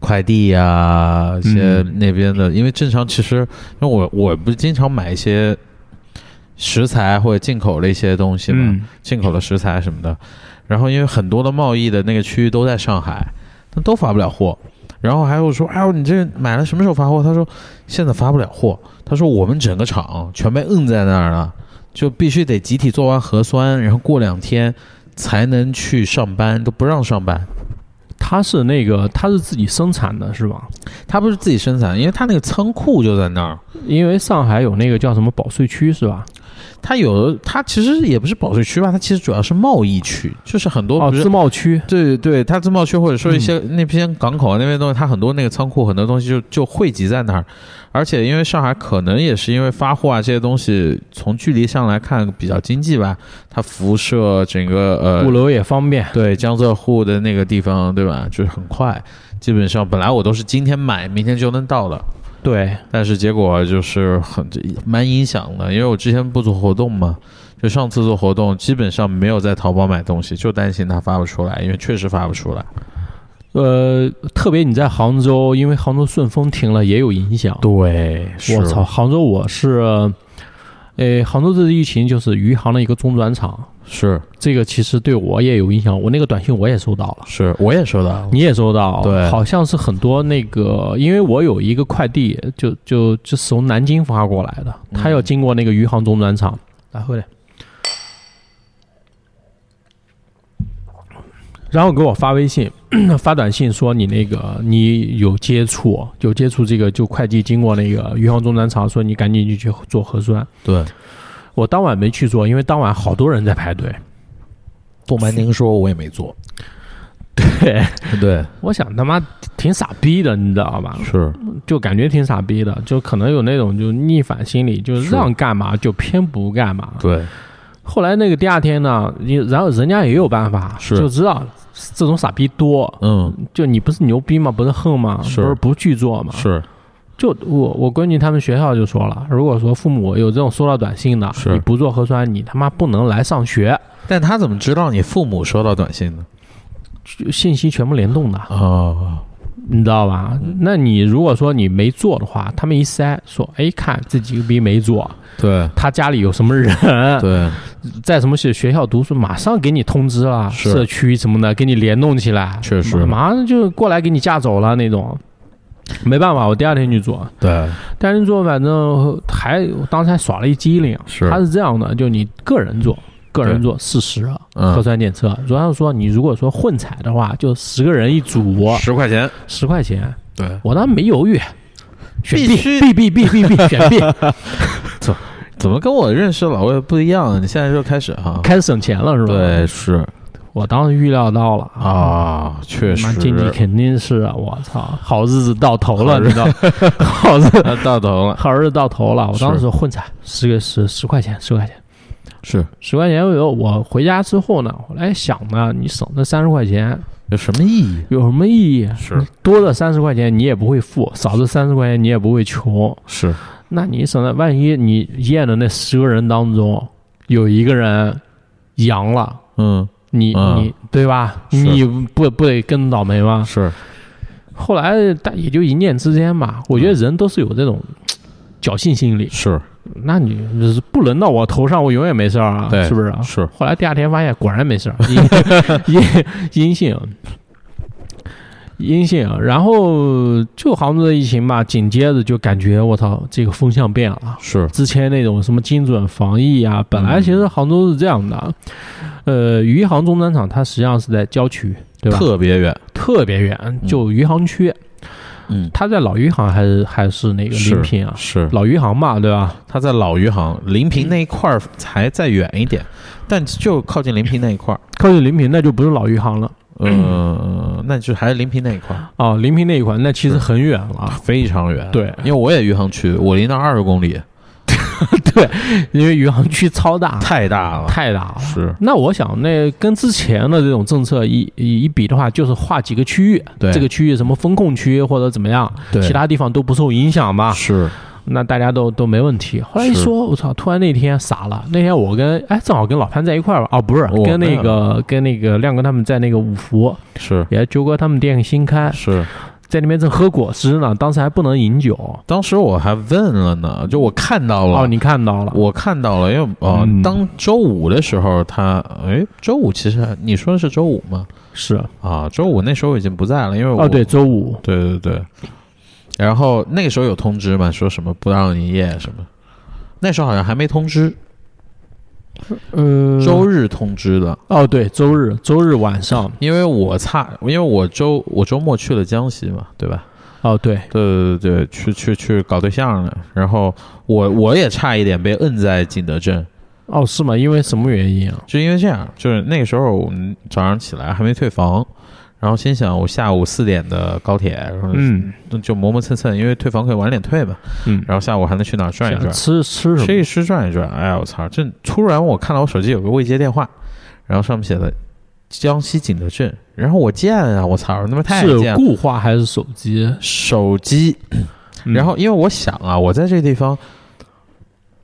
Speaker 1: 快递呀、一些
Speaker 2: 嗯
Speaker 1: 那边的，因为正常其实，因为我我不是经常买一些食材或者进口的一些东
Speaker 2: 嗯
Speaker 1: 西嘛，进口的食材什么的，然后因为很多的贸易的那个区域都在上海，那都发不了货。然后还有说，哎呦，你这买了什么时候发货？他说现在发不了货。他说我们整个厂全被摁在那儿了，就必须得集体做完核酸，然后过两天才能去上班，都不让上班。
Speaker 2: 它是那个，它是自己生产的，是吧？
Speaker 1: 他不是自己生产，因为他那个仓库就在那儿。
Speaker 2: 因为上海有那个叫什么保税区，是吧？
Speaker 1: 他有的，他其实也不是保税区吧，他其实主要是贸易区，就是很多
Speaker 2: 哦，
Speaker 1: 不是
Speaker 2: 自贸区。
Speaker 1: 对对，它自贸区或者说一些
Speaker 2: 嗯
Speaker 1: 那边港口啊那边东西，它很多那个仓库很多东西就就汇集在那儿，而且因为上海可能也是因为发货啊这些东西，从距离上来看比较经济吧，它辐射整个呃
Speaker 2: 物流也方便，
Speaker 1: 对江浙沪的那个地方对吧，就是很快，基本上本来我都是今天买明天就能到的，
Speaker 2: 对，
Speaker 1: 但是结果就是很蛮影响的，因为我之前不做活动嘛，就上次做活动基本上没有在淘宝买东西，就担心它发不出来，因为确实发不出来。
Speaker 2: 呃，特别你在杭州，因为杭州顺丰停了，也有影响。
Speaker 1: 对，
Speaker 2: 我操，，杭州我是，呃，杭州这次疫情就是余杭的一个中转场，
Speaker 1: 是
Speaker 2: 这个其实对我也有影响。我那个短信我也收到了，
Speaker 1: 是，我也收到了，
Speaker 2: 你也收到，
Speaker 1: 对
Speaker 2: 好像是很多那个，因为我有一个快递，就就就从南京发过来的，
Speaker 1: 嗯
Speaker 2: 他要经过那个余杭中转场，来回来。然后给我发微信， 发短信说你那个你有接触，有接触这个就快递经过那个余杭中转场，说你赶紧就去做核酸。
Speaker 1: 对。
Speaker 2: 我当晚没去做，因为当晚好多人在排队。
Speaker 1: 不瞒您说，我也没做。
Speaker 2: 对，
Speaker 1: 对，
Speaker 2: 我想他妈挺傻逼的，你知道吧？
Speaker 1: 是
Speaker 2: 就感觉挺傻逼的，就可能有那种就逆反心理，就是
Speaker 1: 是
Speaker 2: 让干嘛就偏不干嘛。
Speaker 1: 对，
Speaker 2: 后来那个第二天呢，你然后人家也有办法，
Speaker 1: 是
Speaker 2: 就知道这种傻逼多，
Speaker 1: 嗯，
Speaker 2: 就你不是牛逼吗？不是横吗？
Speaker 1: 是
Speaker 2: 不是不去做吗？
Speaker 1: 是
Speaker 2: 就我我闺女他们学校就说了，如果说父母有这种收到短信的，
Speaker 1: 是
Speaker 2: 你不做核酸，你他妈不能来上学，
Speaker 1: 但他怎么知道你父母收到短信呢？
Speaker 2: 就信息全部联动的，
Speaker 1: 哦，
Speaker 2: 你知道吧？那你如果说你没做的话，他们一筛说，哎，看这几个逼没做，
Speaker 1: 对
Speaker 2: 他家里有什么人，
Speaker 1: 对，
Speaker 2: 在什么学学校读书，马上给你通知了，
Speaker 1: 是
Speaker 2: 社区什么的给你联动起来，
Speaker 1: 确实
Speaker 2: 马上就过来给你架走了那种。没办法，我第二天去做，
Speaker 1: 对
Speaker 2: 第二天做，反正还我当时还耍了一机灵，
Speaker 1: 是
Speaker 2: 他是这样的，就你个人做，个人做四十
Speaker 1: 嗯
Speaker 2: 核酸检测，然后说你如果说混采的话，就十个人一组，
Speaker 1: 十块钱，
Speaker 2: 十块钱，
Speaker 1: 对，
Speaker 2: 我当时没犹豫，选
Speaker 1: 必
Speaker 2: B
Speaker 1: 须
Speaker 2: B B B B B 选 B，
Speaker 1: 怎么跟我认识的老魏不一样？你现在就开始哈，
Speaker 2: 开始省钱了是吧？
Speaker 1: 对，，是
Speaker 2: 我当时预料到了
Speaker 1: 啊，确
Speaker 2: 妈
Speaker 1: 实，
Speaker 2: 经济肯定是啊，我操，好日子到头了，你知道，好日
Speaker 1: 啊 到头了，
Speaker 2: 好日子到头了。我当时
Speaker 1: 是
Speaker 2: 混彩，十个十十块钱，十块钱，
Speaker 1: 是
Speaker 2: 十块钱。我我回家之后呢，我来想呢，你省这三十块钱
Speaker 1: 有什么意义？
Speaker 2: 有什么意义？
Speaker 1: 是
Speaker 2: 多的三十块钱你也不会富，少的三十块钱你也不会穷。
Speaker 1: 是，
Speaker 2: 那你省的，万一你验的那十个人当中有一个人阳了，
Speaker 1: 嗯，
Speaker 2: 你、
Speaker 1: 嗯
Speaker 2: 你对吧？
Speaker 1: 是
Speaker 2: 你不不得更倒霉吗？
Speaker 1: 是嗯
Speaker 2: 后来但也就一念之间吧，我觉得人都是有这种侥幸心理，
Speaker 1: 是
Speaker 2: 那你就是不轮到我头上，我永远没事儿啊，
Speaker 1: 对
Speaker 2: 是不是啊？
Speaker 1: 是，
Speaker 2: 后来第二天发现果然 没事儿，阴阴阴性，阴性。然后就杭州的疫情吧，紧接着就感觉我操，这个风向变了。
Speaker 1: 是
Speaker 2: 之前那种什么精准防疫啊，本来其实杭州是这样的，呃，余杭中专场它实际上是在郊区，对吧？
Speaker 1: 嗯特别远，
Speaker 2: 特别远，就余杭区，
Speaker 1: 嗯，
Speaker 2: 它在老余杭还是还是那个
Speaker 1: 是
Speaker 2: 临平啊？
Speaker 1: 是
Speaker 2: 老余杭嘛，对吧？
Speaker 1: 它在老余杭临平那一块儿才再远一点，但就靠近临平那一块儿，
Speaker 2: 靠近临平那就不是老余杭了嗯
Speaker 1: 呃，那就还是临平那一块儿，
Speaker 2: 啊，临平那一块那其实
Speaker 1: 是
Speaker 2: 很远了。
Speaker 1: 非常远。，
Speaker 2: 啊对，啊
Speaker 1: 因为我也余杭区，我离那二十公里，嗯
Speaker 2: 因为余杭区超大，
Speaker 1: 太大了，
Speaker 2: 太大了。
Speaker 1: 是
Speaker 2: 那我想，那跟之前的这种政策一一一比的话，就是划几个区域，
Speaker 1: 对
Speaker 2: 这个区域什么风控区或者怎么样，
Speaker 1: 对啊
Speaker 2: 其他地方都不受影响嘛，
Speaker 1: 是
Speaker 2: 那大家都都没问题。后来一
Speaker 1: 是
Speaker 2: 说，我操！突然那天傻了，那天我跟哎正好跟老潘在一块儿吧，哦不是，
Speaker 1: 哦
Speaker 2: 跟那
Speaker 1: 那
Speaker 2: 个跟那个亮哥他们在那个五福，
Speaker 1: 是
Speaker 2: 也是九哥他们店新开，
Speaker 1: 是，
Speaker 2: 在那边正喝果汁呢，当时还不能饮酒。
Speaker 1: 当时我还问了呢，就我看到了，
Speaker 2: 哦，你看到了，
Speaker 1: 我看到了，因为呃，
Speaker 2: 嗯
Speaker 1: 当周五的时候，他哎，周五其实你说是周五吗？
Speaker 2: 是
Speaker 1: 啊，周五那时候已经不在了，因为我
Speaker 2: 哦对，周五
Speaker 1: 对对对，然后那个时候有通知嘛，说什么不让营业什么，那时候好像还没通知，
Speaker 2: 呃
Speaker 1: 周日通知的，
Speaker 2: 哦对周日周日晚上
Speaker 1: 因为我差，因为我周我周末去了江西嘛，对吧？
Speaker 2: 哦对
Speaker 1: 对对对对，去去去搞对象了，然后我我也差一点被摁在景德镇，
Speaker 2: 哦是吗？因为什么原因啊？
Speaker 1: 就因为这样，就是那个时候我们早上起来还没退房，然后心想我下午四点的高铁，然后
Speaker 2: 嗯
Speaker 1: 就磨磨蹭蹭，因为退房可以晚点退嘛，
Speaker 2: 嗯，
Speaker 1: 然后下午还能去哪儿转一转，
Speaker 2: 吃吃什
Speaker 1: 吃
Speaker 2: 么？
Speaker 1: 一吃转一转。哎呀，我操！这突然我看到我手机有个未接电话，然后上面写的江西景德镇，然后我贱啊！我操，他妈太
Speaker 2: 是
Speaker 1: 贱了！
Speaker 2: 固话还是手机？
Speaker 1: 手机，
Speaker 2: 嗯
Speaker 1: 然后因为我想啊，我在这地方。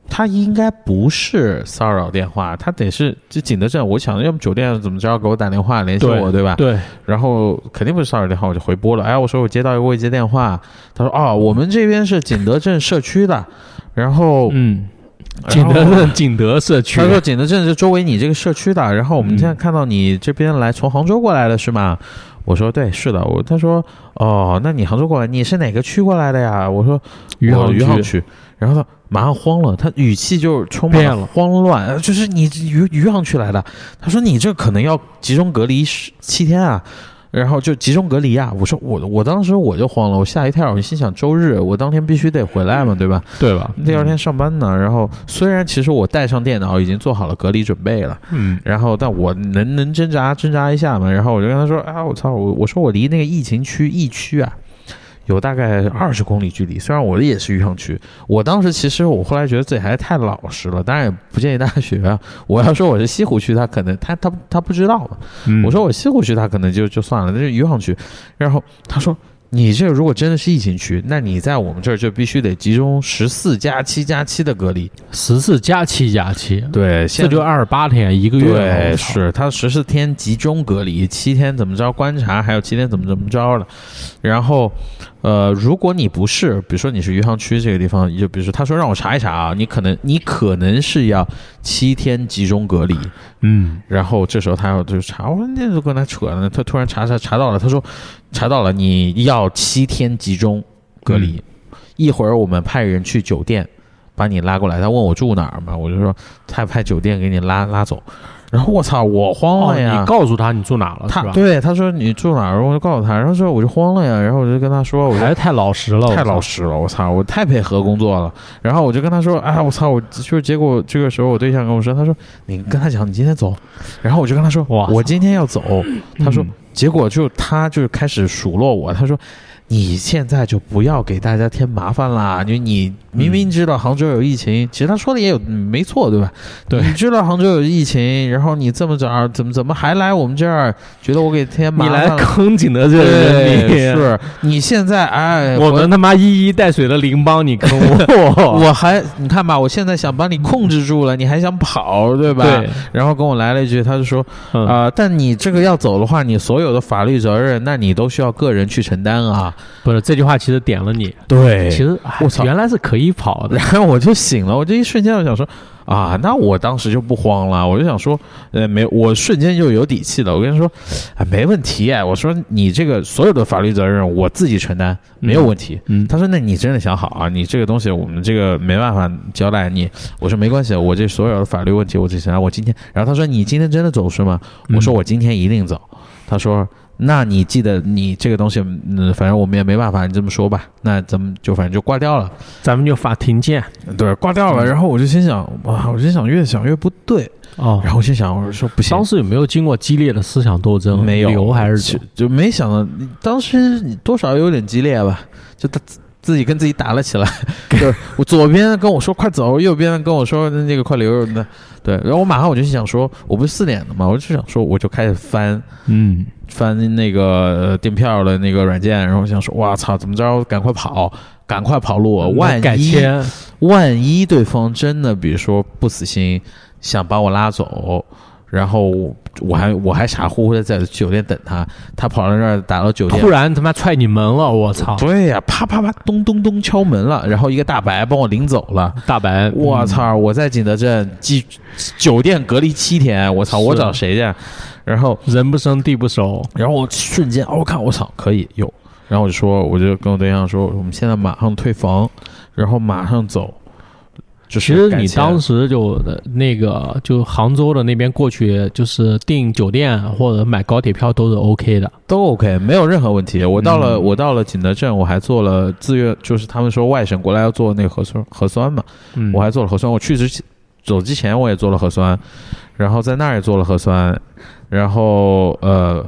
Speaker 1: 他应该不是骚扰电话，他得是这景德镇。我想，要么酒店怎么着给我打电话联系
Speaker 2: 对哦
Speaker 1: 我，对吧？
Speaker 2: 对
Speaker 1: 然后肯定不是骚扰电话，我就回拨了。哎，我说我接到一个未接电话，他说哦，我们这边是景德镇社区的，然后
Speaker 2: 嗯，
Speaker 1: 然
Speaker 2: 景
Speaker 1: 后
Speaker 2: 德镇 景德社区
Speaker 1: 他说景德镇是周围你这个社区的，然后我们
Speaker 2: 嗯
Speaker 1: 现在看到你这边来从杭州过来的是吗？我说对，是的。我他说哦，那你杭州过来，你是哪个区过来的呀？我说
Speaker 2: 余
Speaker 1: 我
Speaker 2: 杭
Speaker 1: 余杭
Speaker 2: 区
Speaker 1: 区。然后他马上慌了，他语气就是充满
Speaker 2: 变
Speaker 1: 了
Speaker 2: 了
Speaker 1: 慌乱，呃就是你余余杭区来的。他说你这可能要集中隔离十七天啊。然后就集中隔离啊！我说我我当时我就慌了，我吓一跳，我心想周日我当天必须得回来嘛，对吧？
Speaker 2: 对吧？
Speaker 1: 第二天上班呢，然后虽然其实我带上电脑已经做好了隔离准备了，
Speaker 2: 嗯
Speaker 1: 然后但我能能挣扎挣扎一下嘛，然后我就跟他说啊，我操，我我说我离那个疫情区疫区啊。有大概二十公里距离，虽然我也是余杭区，我当时其实我后来觉得自己还是太老实了，当然也不建议大家学啊。我要说我是西湖区，他可能他他他不知道嘛，
Speaker 2: 嗯，
Speaker 1: 我说我西湖区他可能就就算了，那是余杭区。然后他说你这如果真的是疫情区，那你在我们这儿就必须得集中十四加七加七的隔离。
Speaker 2: 十四加七加七，
Speaker 1: 对，现在
Speaker 2: 这就二十八天一个月了，
Speaker 1: 对
Speaker 2: 我操
Speaker 1: 是他十四天集中隔离，七天怎么着观察，还有七天怎么怎么着的。然后呃，如果你不是，比如说你是余杭区这个地方，就比如说他说让我查一查啊，你可能你可能是要七天集中隔离。
Speaker 2: 嗯
Speaker 1: 然后这时候他要就查，我说那就跟他扯呢，他突然查查查到了，他说查到了，你要七天集中隔
Speaker 2: 嗯
Speaker 1: 离，一会儿我们派人去酒店把你拉过来。他问我住哪儿嘛，我就说他派酒店给你拉拉走。然后我操，我慌了呀！
Speaker 2: 哦你告诉他你住哪了是
Speaker 1: 他
Speaker 2: 吧？
Speaker 1: 对他说你住哪儿，我就告诉他，然后说我就慌了呀，然后我就跟他说，我
Speaker 2: 还
Speaker 1: 说
Speaker 2: 是哎太老实了，
Speaker 1: 太老
Speaker 2: 实。
Speaker 1: 实了，我操，我太配合工作了。然后我就跟他说，哎，我操，我就是结果这个时候我对象跟我说，他说你跟他讲你今天走，然后我就跟他说，
Speaker 2: 哇
Speaker 1: 我今天要走。他说
Speaker 2: 嗯，
Speaker 1: 结果就他就开始数落我，他说你现在就不要给大家添麻烦啦，你你明明知道杭州有疫情，其实他说的也有嗯没错，对吧？
Speaker 2: 对
Speaker 1: 你知道杭州有疫情，然后你这么早怎么怎么还来我们这儿，觉得我给添麻
Speaker 2: 你
Speaker 1: 烦
Speaker 2: 来
Speaker 1: 了。
Speaker 2: 坑景德镇人
Speaker 1: 对，
Speaker 2: 民，
Speaker 1: 是你现在哎，
Speaker 2: 我们他妈一衣带水的邻邦，你坑 我，
Speaker 1: 我还你看吧，我现在想把你控制住了，你还想跑，对吧？
Speaker 2: 对，
Speaker 1: 然后跟我来了一句，他就说
Speaker 2: 嗯
Speaker 1: 啊、但你这个要走的话，你所有的法律责任，那你都需要个人去承担啊。
Speaker 2: 不是这句话其实点了你，
Speaker 1: 对
Speaker 2: 其实哎
Speaker 1: 我操
Speaker 2: 原来是可以跑的
Speaker 1: 然，后我就醒了，我这一瞬间我想说啊，那我当时就不慌了，我就想说，呃，没，我瞬间就有底气了。我跟他说，啊，没问题哎，我说你这个所有的法律责任我自己承担，没有问题。
Speaker 2: 嗯，
Speaker 1: 他说，那你真的想好啊？你这个东西我们这个没办法交代你。我说没关系，我这所有的法律问题我自己承担。我今天，然后他说你今天真的走是吗？
Speaker 2: 嗯
Speaker 1: 我说我今天一定走。他说。那你记得你这个东西，嗯，反正我们也没办法，你这么说吧，那咱们就反正就挂掉了。嗯
Speaker 2: 嗯咱们就法庭见
Speaker 1: 对，挂掉了。然后我就心想，哇，我心想越想越不对。
Speaker 2: 哦
Speaker 1: 然。后我心想，我说不行
Speaker 2: 当，时有没有经过激烈的思想斗争？
Speaker 1: 没有
Speaker 2: 留还是
Speaker 1: 就就没想到，当时你多少有点激烈吧，就他自自己跟自己打了起 来。就是我左边跟我说快走，右边跟我说那个快留。那对，然后我马上我就想说，我不是四点的嘛，我就想说，我就开始翻
Speaker 2: 嗯
Speaker 1: 翻那个呃订票的那个软件，然后我想说，哇操，怎么着，赶快跑，赶快跑路，万一
Speaker 2: 嗯改签
Speaker 1: 万一对方真的，比如说不死心，想把我拉走，然后我还我还傻乎乎的在酒店等他，他跑到那儿打到酒店
Speaker 2: 突，然他妈踹你门了，我操！
Speaker 1: 对呀、啪啪啪，咚咚咚敲门了，然后一个大白帮我领走了。
Speaker 2: 大白，嗯
Speaker 1: 我操！我在景德镇记酒店隔离七天，我操！
Speaker 2: 是
Speaker 1: 我找谁去？啊然后
Speaker 2: 嗯，人不生地不熟，
Speaker 1: 然后我瞬间，哦，我看我操，可以有。然后我就说，我就跟我对象说，我们现在马上退房，然后马上走。就
Speaker 2: 其
Speaker 1: 是
Speaker 2: 实
Speaker 1: 改
Speaker 2: 你
Speaker 1: 签
Speaker 2: 当时就呃那个就杭州的那边过去，就是订酒店或者买高铁票都是 OK 的。
Speaker 1: 都 OK，没有任何问题。我到了，
Speaker 2: 嗯
Speaker 1: 我到了景德镇，我还做了自愿，就是他们说外省过来要做那个核酸核酸嘛，
Speaker 2: 嗯，
Speaker 1: 我还做了核酸。我去之前走之前我也做了核酸，然后在那儿也做了核酸，然后呃，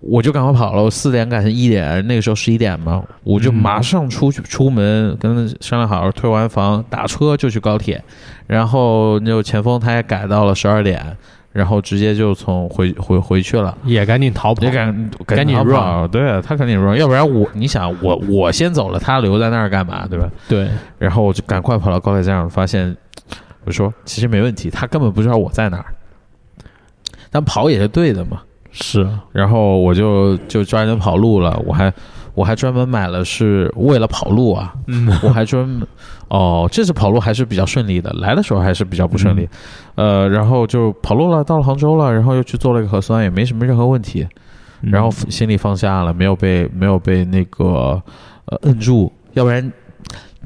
Speaker 1: 我就赶快跑了。我四点赶上一点，那个时候十一点嘛，我就
Speaker 2: 嗯
Speaker 1: 马上出去出门，跟商量好退完房打车就去高铁，然后就前锋他也改到了十二点，然后直接就从回回回去了。
Speaker 2: 也赶紧逃跑
Speaker 1: 也。赶
Speaker 2: 赶紧
Speaker 1: 逃
Speaker 2: run
Speaker 1: 跑对他赶紧 run，要不然我你想我我先走了，他留在那儿干嘛，对吧？
Speaker 2: 对，
Speaker 1: 然后我就赶快跑到高铁站上，发现我说其实没问题，他根本不知道我在哪儿，但跑也是对的嘛。
Speaker 2: 是
Speaker 1: 然后我就就抓紧跑路了，我还我还专门买了是为了跑路啊，
Speaker 2: 嗯，
Speaker 1: 我还专门哦，这次跑路还是比较顺利的，来的时候还是比较不顺利，呃，然后就跑路了，到了杭州了，然后又去做了一个核酸，也没什么任何问题，
Speaker 2: 嗯
Speaker 1: 然后心里放下了，没有被没有被那个呃摁住，要不然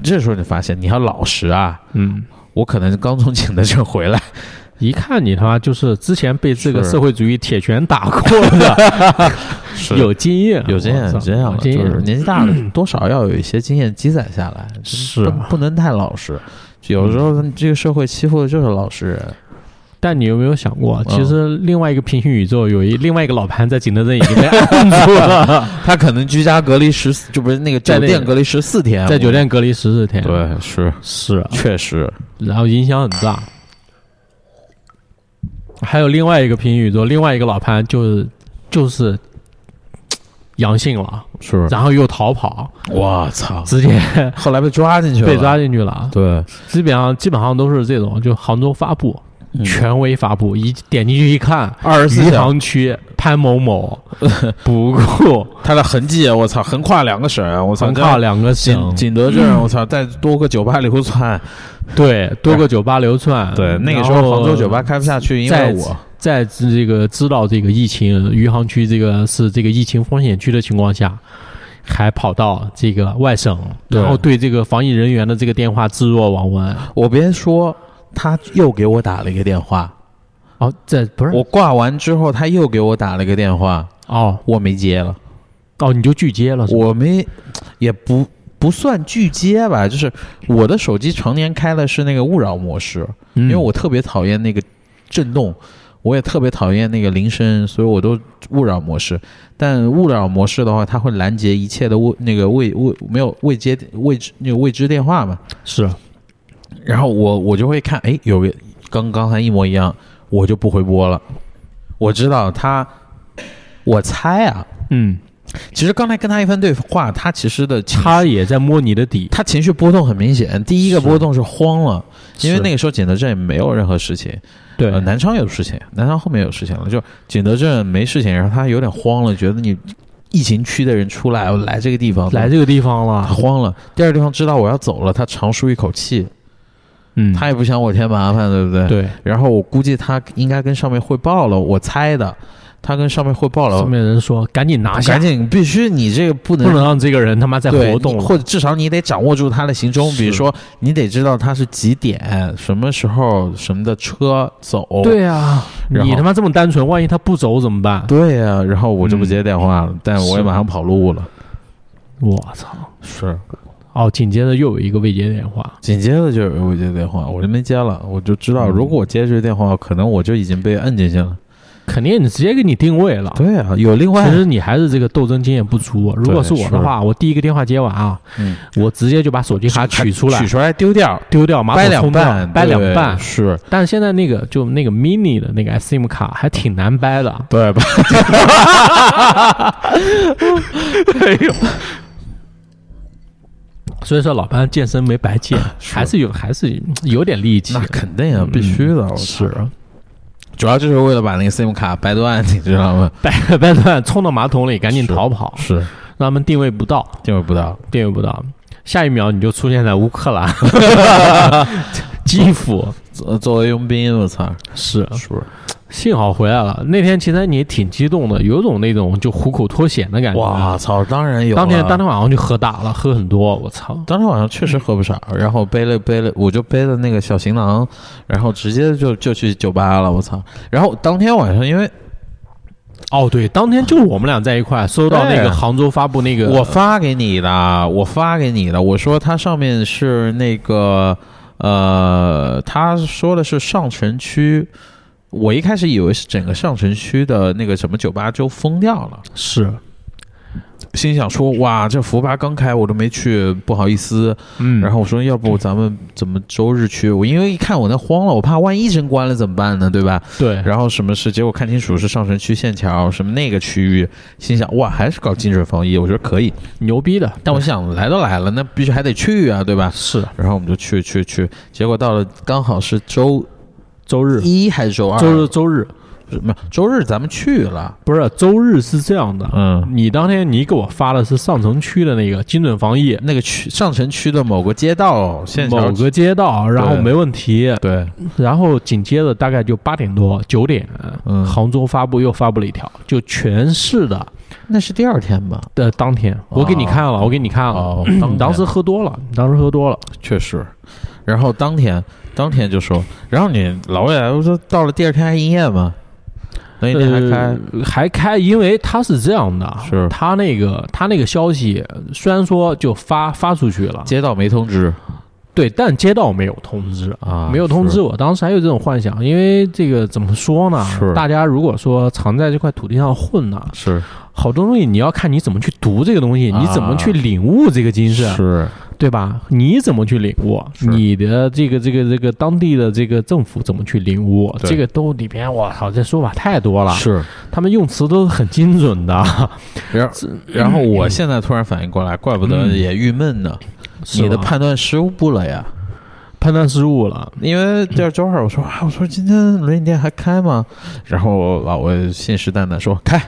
Speaker 1: 这时候你发现你要老实啊，
Speaker 2: 嗯，
Speaker 1: 我可能刚从景德镇回来，
Speaker 2: 一看你他妈就是之前被这个
Speaker 1: 是
Speaker 2: 社会主义铁拳 打过的，有经验，
Speaker 1: 有经验
Speaker 2: 我操
Speaker 1: 有经验了，
Speaker 2: 有
Speaker 1: 就
Speaker 2: 经
Speaker 1: 是
Speaker 2: 验。
Speaker 1: 年纪大了，多少要有一些经验积攒下来，
Speaker 2: 是
Speaker 1: 不不能太老实。有时候
Speaker 2: 嗯
Speaker 1: 这个社会欺负的就是老实 人，
Speaker 2: 但你有没有想过，
Speaker 1: 嗯
Speaker 2: 其实另外一个平行宇宙有一另外一个老潘在景德镇已 经被摁住了，
Speaker 1: 他可能居家隔离十四，就不是那个
Speaker 2: 在
Speaker 1: 酒
Speaker 2: 那
Speaker 1: 店隔离十四天，
Speaker 2: 在酒店隔离十四天。
Speaker 1: 我。，对，是
Speaker 2: 是，
Speaker 1: 确实，
Speaker 2: 然后影响很大。还有另外一个平行宇宙，另外一个老潘就是就是嘖阳性了，
Speaker 1: 是
Speaker 2: 然后又逃跑，
Speaker 1: 我操！
Speaker 2: 直接
Speaker 1: 后来被抓进去了，
Speaker 2: 被抓进去了。
Speaker 1: 对，
Speaker 2: 基本上基本上都是这种，就杭州发布，
Speaker 1: 嗯
Speaker 2: 权威发布，一点进去一看，
Speaker 1: 二十四
Speaker 2: 余
Speaker 1: 小时
Speaker 2: 杭区潘某某 不顾
Speaker 1: 他的痕迹，我操，横跨两个省，啊我操，
Speaker 2: 横跨两个省
Speaker 1: 景，景德镇，我操，再多个酒吧流窜，
Speaker 2: 对，多个酒吧流窜。
Speaker 1: 对，那个时
Speaker 2: 然
Speaker 1: 候
Speaker 2: 后
Speaker 1: 杭州酒吧开不下去，因
Speaker 2: 在
Speaker 1: 为我，
Speaker 2: 在这个知道这个疫情余杭区这个是这个疫情风险区的情况下，还跑到这个外省，
Speaker 1: 对
Speaker 2: 然后对这个防疫人员的这个电话置若罔闻。
Speaker 1: 我别说，他又给我打了一个电话，
Speaker 2: 哦，这不是
Speaker 1: 我挂完之后，他又给我打了一个电话，
Speaker 2: 哦
Speaker 1: 我没接了，
Speaker 2: 哦，你就拒接了是吧？
Speaker 1: 我没，也不。不算拒接吧，就是我的手机常年开的是那个勿扰模式，
Speaker 2: 因
Speaker 1: 因为我特别讨厌那个震动，我也特别讨厌那个铃声，所以我都勿扰模式。但勿扰模式的话，它会拦截一切的未那个未未没有未接未知那个未知电话嘛。
Speaker 2: 嗯是
Speaker 1: 然后我我就会看，哎，有个跟刚才一模一样，我就不回拨了。我知道他，我猜啊，
Speaker 2: 嗯，
Speaker 1: 其实刚才跟他一番对话，他其实的情
Speaker 2: 他也在摸你的底，
Speaker 1: 他情绪波动很明显。第一个
Speaker 2: 是
Speaker 1: 波动是慌了，因为
Speaker 2: 是
Speaker 1: 那个时候景德镇也没有任何事情。
Speaker 2: 对
Speaker 1: 呃，南昌有事情，南昌后面有事情了，就景德镇没事情，然后他有点慌了，觉得你疫情区的人出来，我来这个地方，
Speaker 2: 来这个地方
Speaker 1: 他
Speaker 2: 了，
Speaker 1: 慌了。第二地方知道我要走了，他长舒一口气，
Speaker 2: 嗯，
Speaker 1: 他也不想我添麻烦，对不对？
Speaker 2: 对，
Speaker 1: 然后我估计他应该跟上面汇报了，我猜的，他跟上面汇报了
Speaker 2: 上，面人说赶紧拿下
Speaker 1: 赶，紧必须你这个不
Speaker 2: 不
Speaker 1: 能
Speaker 2: 能让这个人他妈再
Speaker 1: 对
Speaker 2: 活动
Speaker 1: 你
Speaker 2: 了。
Speaker 1: 或者至少你得掌握住他的行踪，
Speaker 2: 是
Speaker 1: 比如说你得知道他是几点、什么时候、什么的车走。
Speaker 2: 对啊，
Speaker 1: 然后
Speaker 2: 你他妈这么单纯，万一他不走怎么办？
Speaker 1: 对呀、然后我就不接电话了，但我也
Speaker 2: 是
Speaker 1: 马上跑路了。
Speaker 2: 我操！
Speaker 1: 是，
Speaker 2: 哦，紧接着又有一个未接电话，
Speaker 1: 紧接着就有我接电话，我就没接了，我就知道如果我接这个电话，可能我就已经被摁进去了。
Speaker 2: 肯定你直接给你定位了。
Speaker 1: 对啊，有另外
Speaker 2: 其实你还是这个斗争经验不足。啊如果是我的话，我第一个电话接完啊，
Speaker 1: 嗯
Speaker 2: 我直接就把手机卡取出来
Speaker 1: 取，出来丢掉，
Speaker 2: 丢掉，马
Speaker 1: 掰
Speaker 2: 桶
Speaker 1: 两
Speaker 2: 冲掉
Speaker 1: 半，，
Speaker 2: 掰两
Speaker 1: 对
Speaker 2: 半。
Speaker 1: 是。
Speaker 2: 但是现在那个就那个 mini 的那个 SIM 卡还挺难掰的，
Speaker 1: 对吧？
Speaker 2: 所以说老潘健身没 白健，
Speaker 1: 是
Speaker 2: 还是有还是有点力气
Speaker 1: 那。肯定啊，必须的。我
Speaker 2: 是
Speaker 1: 主要就是为了把那个 SIM 卡掰断，你知道吗？
Speaker 2: 掰 掰断，冲到马桶里，赶紧逃跑，
Speaker 1: 是
Speaker 2: 让他们定位不到，
Speaker 1: 定位不到。
Speaker 2: 定位不到。下一秒你就出现在乌克兰、 基辅，
Speaker 1: 作作为佣兵，我操，
Speaker 2: 是
Speaker 1: 是
Speaker 2: 幸好回来了。那天其实你也挺激动的，有种那种就虎口脱险的感觉。啊
Speaker 1: 哇操，当然有了。
Speaker 2: 当天当天晚上就喝大了，喝很多，我操！
Speaker 1: 当天晚上确实喝不少，然后背了背了，我就背了那个小行囊，然后直接就就去酒吧了，我操！然后当天晚上，因为
Speaker 2: 哦，对，当天就是我们俩在一块收到那
Speaker 1: 对
Speaker 2: 个杭州发布那个，
Speaker 1: 我发给你的，我发给你的，我说它上面是那个呃，他说的是上城区。我一开始以为是整个上城区的那个什么酒吧就封掉了，
Speaker 2: 是，
Speaker 1: 心想说哇，这福吧刚开我都没去，不好意思。
Speaker 2: 嗯，
Speaker 1: 然后我说，要不咱们怎么周日去？我因为一看我那慌了，我怕万一真关了怎么办呢？对吧？
Speaker 2: 对，
Speaker 1: 然后什么事？结果看清楚是上城区线桥什么那个区域，心想哇，还是搞精准防疫，我觉得可以。
Speaker 2: 牛逼的，
Speaker 1: 但我想来都来了，那必须还得去啊，对吧？
Speaker 2: 是
Speaker 1: 然后我们就去去去，结果到了刚好是周
Speaker 2: 周日，
Speaker 1: 一还是周二？
Speaker 2: 周日周日
Speaker 1: 日没有周日咱们去了，
Speaker 2: 不是周日是这样的，
Speaker 1: 嗯，
Speaker 2: 你当天你给我发的是上城区的那个精准防疫，
Speaker 1: 那个区上城区的某个街道线桥
Speaker 2: 某个街道，然后
Speaker 1: 对
Speaker 2: 没问题，
Speaker 1: 对
Speaker 2: 然后紧接着大概就八点多九点，
Speaker 1: 嗯
Speaker 2: 杭州发布又发布了一条，就全市的
Speaker 1: 那是第二天吧？
Speaker 2: 的当天，我给你看了，我给你看了，
Speaker 1: 哦
Speaker 2: 你当时喝多了，你当时喝多了，
Speaker 1: 确实。然后当天当天就说，然后你老魏来我说到了第二天还营业吗？那一天还开、
Speaker 2: 呃还开，因为他是这样的，
Speaker 1: 是
Speaker 2: 他那个他那个消息虽然说就发发出去了，
Speaker 1: 街道没通知
Speaker 2: 对，但街道没有通知。
Speaker 1: 啊，
Speaker 2: 没有通知
Speaker 1: 是
Speaker 2: 我，当时还有这种幻想，因为这个怎么说呢
Speaker 1: 是？
Speaker 2: 大家如果说常在这块土地上混呢，
Speaker 1: 是
Speaker 2: 好多东西你要看你怎么去读这个东西，
Speaker 1: 啊
Speaker 2: 你怎么去领悟这个精神，
Speaker 1: 是
Speaker 2: 对吧？你怎么去领悟？
Speaker 1: 是
Speaker 2: 你的这个这个这个当地的这个政府怎么去领悟？
Speaker 1: 对
Speaker 2: 这个都里边，我操，这说法太多了，
Speaker 1: 是。
Speaker 2: 他们用词都是很精准的。
Speaker 1: 然后然后我现在突然反应过来，怪不得
Speaker 2: 嗯
Speaker 1: 也郁闷呢，
Speaker 2: 是啊
Speaker 1: 你的
Speaker 2: 吧
Speaker 1: 判断失误了呀。
Speaker 2: 判断失误了，
Speaker 1: 因为第二周二我说啊，我说今天轮椅店还开吗？然后老魏信誓旦旦说开，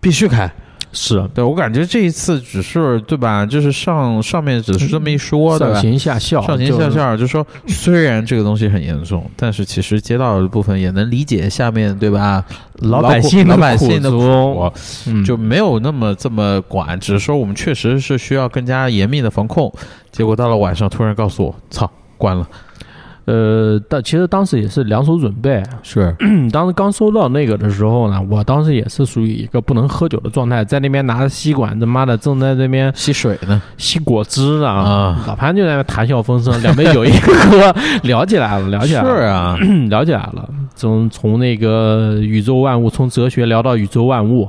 Speaker 1: 必须开。
Speaker 2: 是
Speaker 1: 对我感觉这一次只是对吧，就是上上面只是这么一说，对
Speaker 2: 上
Speaker 1: 吧？
Speaker 2: 行下效，
Speaker 1: 上行下效，就说虽然这个东西很严重，但是其实街道的部分也能理解下面对吧？
Speaker 2: 就老百姓
Speaker 1: 老百姓的
Speaker 2: 苦衷，
Speaker 1: 我
Speaker 2: 嗯
Speaker 1: 就没有那么这么管，只是说我们确实是需要更加严密的防控。结果到了晚上，突然告诉我，操，关了，
Speaker 2: 呃，但其实当时也是两手准备，
Speaker 1: 是
Speaker 2: 当时刚收到那个的时候呢，我当时也是属于一个不能喝酒的状态，在那边拿着吸管，他妈的正在这边
Speaker 1: 吸水呢
Speaker 2: 吸果汁呢。
Speaker 1: 啊，
Speaker 2: 老潘就在那边谈笑风生，两杯酒一 喝，聊起来了，聊起
Speaker 1: 是
Speaker 2: 来了，
Speaker 1: 啊，
Speaker 2: 聊起来了。从从那个宇宙万物，从哲学聊到宇宙万物，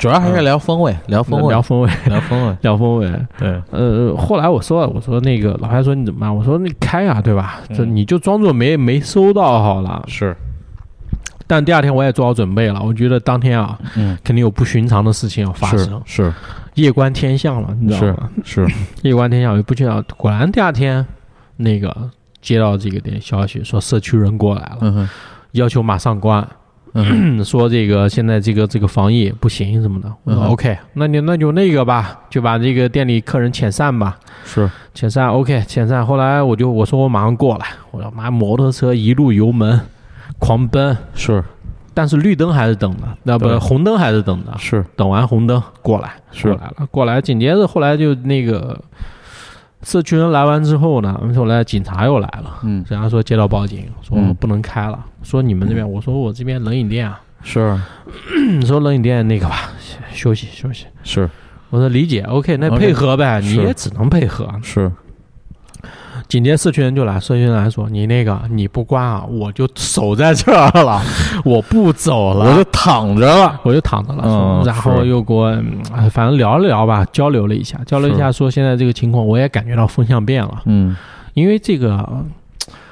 Speaker 1: 主要还是聊风味，聊风味
Speaker 2: 聊，风味，
Speaker 1: 聊风味，
Speaker 2: 聊风味。
Speaker 1: 对，
Speaker 2: 呃，后来我说了，我说那个老潘说你怎么办？我说你开啊，对吧？
Speaker 1: 嗯
Speaker 2: 这你就装作没没收到好了。
Speaker 1: 是，
Speaker 2: 但第二天我也做好准备了，我觉得当天啊，
Speaker 1: 嗯，
Speaker 2: 肯定有不寻常的事情要发
Speaker 1: 是
Speaker 2: 生，
Speaker 1: 是
Speaker 2: 夜观天象了，你知道
Speaker 1: 是
Speaker 2: 吗？
Speaker 1: 是，
Speaker 2: 夜观天象，我就不知道。果然第二天，那个接到这个点消息，说社区人过来了，
Speaker 1: 嗯哼，
Speaker 2: 要求马上关。 说这个现在这个这个防疫不行什么的。我说
Speaker 1: 嗯
Speaker 2: OK，那你那就那个吧，就把这个店里客人遣散吧，
Speaker 1: 是
Speaker 2: 遣散 OK，遣散。后来我就我说我马上过来，我要拿摩托车一路油门狂奔，
Speaker 1: 是
Speaker 2: 但是绿灯还是等的，那不
Speaker 1: 对
Speaker 2: 红灯还是等的，
Speaker 1: 是
Speaker 2: 等完红灯过来。过
Speaker 1: 是，
Speaker 2: 来了，过来，紧接着后来就那个社区人来完之后呢，后来警察又来了，
Speaker 1: 嗯
Speaker 2: 警察说接到报警，说
Speaker 1: 嗯
Speaker 2: 不能开了，说你们这边，我说我这边冷饮店啊，
Speaker 1: 是
Speaker 2: 你说冷饮店那个吧，休息休息，
Speaker 1: 是
Speaker 2: 我说理解，OK，那
Speaker 1: OK，
Speaker 2: 配合呗，
Speaker 1: 是
Speaker 2: 你也只能配合。
Speaker 1: 是
Speaker 2: 紧接着社区人就来，社区人来说你那个你不关啊，我就守在这儿了，我不走了，
Speaker 1: 我就躺着了，
Speaker 2: 我就躺着了，
Speaker 1: 嗯
Speaker 2: 然后
Speaker 1: 是
Speaker 2: 又给我、嗯哎反正聊了聊吧，交流了一下，交流一下说现在这个情况，我也感觉到风向变了，
Speaker 1: 嗯
Speaker 2: 因为这个呃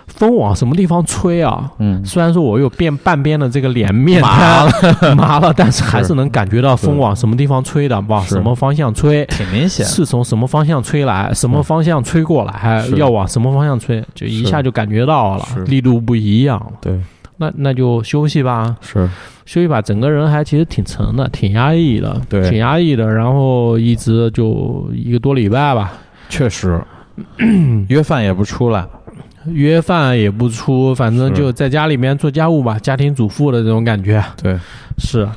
Speaker 2: 风往什么地方吹啊？
Speaker 1: 嗯
Speaker 2: 虽然说我有变半边的这个脸面麻了 麻了，但是还是能感觉到风
Speaker 1: 是
Speaker 2: 往什么地方吹的，往
Speaker 1: 是
Speaker 2: 什么方向吹，
Speaker 1: 挺明显，
Speaker 2: 是从什么方向吹来，什么方向吹过来，
Speaker 1: 是
Speaker 2: 要往什么方向吹，就一
Speaker 1: 是
Speaker 2: 下就感觉到了
Speaker 1: 是，
Speaker 2: 力度不一样了。
Speaker 1: 对
Speaker 2: 那那就休息吧，
Speaker 1: 是
Speaker 2: 休息吧，整个人还其实挺沉的，挺压抑的，
Speaker 1: 对
Speaker 2: 挺压抑的。然后一直就一个多礼拜吧，
Speaker 1: 确实，约饭也不出来，
Speaker 2: 约饭也不出，反正
Speaker 1: 是
Speaker 2: 就在家里面做家务吧，家庭主妇的这种感觉
Speaker 1: 对
Speaker 2: 是。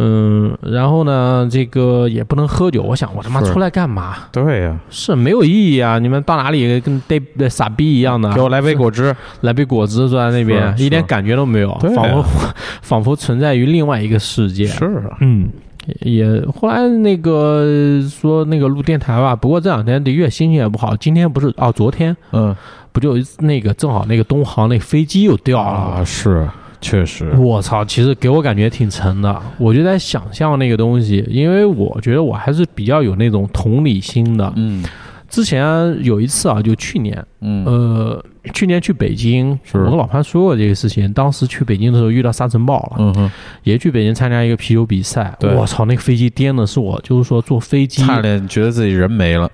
Speaker 2: 嗯，然后呢，这个也不能喝酒。我想，我他妈
Speaker 1: 是
Speaker 2: 出来干嘛？
Speaker 1: 对呀，
Speaker 2: 是没有意义啊！你们到哪里跟逮逮傻逼一样的，
Speaker 1: 给我来杯果汁，
Speaker 2: 来杯果汁，坐在那边，
Speaker 1: 是是
Speaker 2: 一点感觉都没有，
Speaker 1: 对
Speaker 2: 仿佛 仿佛存在于另外一个世界。
Speaker 1: 是啊，
Speaker 2: 嗯，也后来那个说那个录电台吧，不过这两天的月心情也不好。今天不是哦，昨天
Speaker 1: 嗯
Speaker 2: 不就那个正好那个东航那飞机又掉了。
Speaker 1: 啊是，确实
Speaker 2: 我操！其实给我感觉挺沉的，我就在想象那个东西，因为我觉得我还是比较有那种同理心的。
Speaker 1: 嗯
Speaker 2: 之前有一次啊，就去年，
Speaker 1: 嗯
Speaker 2: 呃，去年去北京，
Speaker 1: 是
Speaker 2: 我跟老潘说过这个事情。当时去北京的时候遇到沙尘暴了，
Speaker 1: 嗯哼，
Speaker 2: 也去北京参加一个啤酒比赛，
Speaker 1: 对
Speaker 2: 我操，那个飞机颠的是我，就是说坐飞机，
Speaker 1: 差点觉得自己人没了，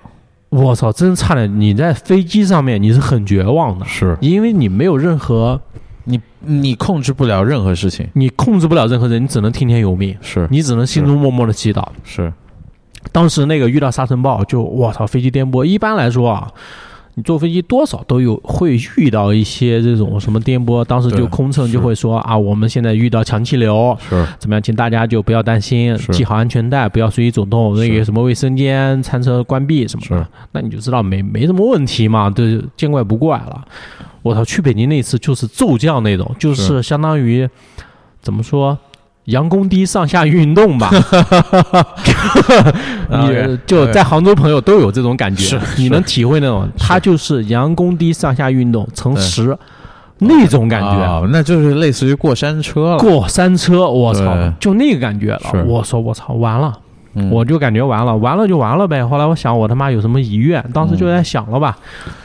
Speaker 2: 我操，真差点！你在飞机上面你是很绝望的，
Speaker 1: 是
Speaker 2: 因为你没有任何，
Speaker 1: 你你控制不了任何事情，
Speaker 2: 你控制不了任何人，你只能听天由命，
Speaker 1: 是
Speaker 2: 你只能心中默默的祈祷。
Speaker 1: 是
Speaker 2: 当时那个遇到沙尘暴，就我操，飞机颠簸。一般来说啊，你坐飞机多少都有会遇到一些这种什么颠簸，当时就
Speaker 1: 对
Speaker 2: 空乘
Speaker 1: 是
Speaker 2: 就会说啊，我们现在遇到强气流，
Speaker 1: 是
Speaker 2: 怎么样，请大家就不要担心，
Speaker 1: 是
Speaker 2: 系好安全带，不要随意走动，那个
Speaker 1: 是
Speaker 2: 什么卫生间、餐车关闭什么的
Speaker 1: 是，
Speaker 2: 那你就知道没没什么问题嘛，对，见怪不怪了。我操，去北京那次就是骤降那种，就是
Speaker 1: 是
Speaker 2: 相当于怎么说？杨公堤上下运 动吧，
Speaker 1: 哎
Speaker 2: 你就在杭州朋友都有这种感觉
Speaker 1: 是，
Speaker 2: 你能体会那种，他就是杨公堤上下运动乘十那种感觉，
Speaker 1: 啊那就是类似于过山车了，
Speaker 2: 过山车，我操
Speaker 1: 嗯对，
Speaker 2: 就那个感觉
Speaker 1: 是
Speaker 2: 了。我说我操，完了，
Speaker 1: 嗯
Speaker 2: 我就感觉完了，完了就完了呗。后来我想，我他妈有什么遗愿？当时就在想了吧，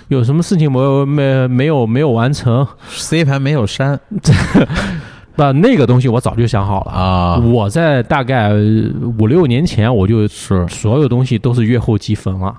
Speaker 2: 有什么事情我没没有没有完成？
Speaker 1: C 盘没有删
Speaker 2: 那那个东西我早就想好了。
Speaker 1: 啊，
Speaker 2: 我在大概呃五六年前我就。
Speaker 1: 是
Speaker 2: 所有东西都是月后积分 了，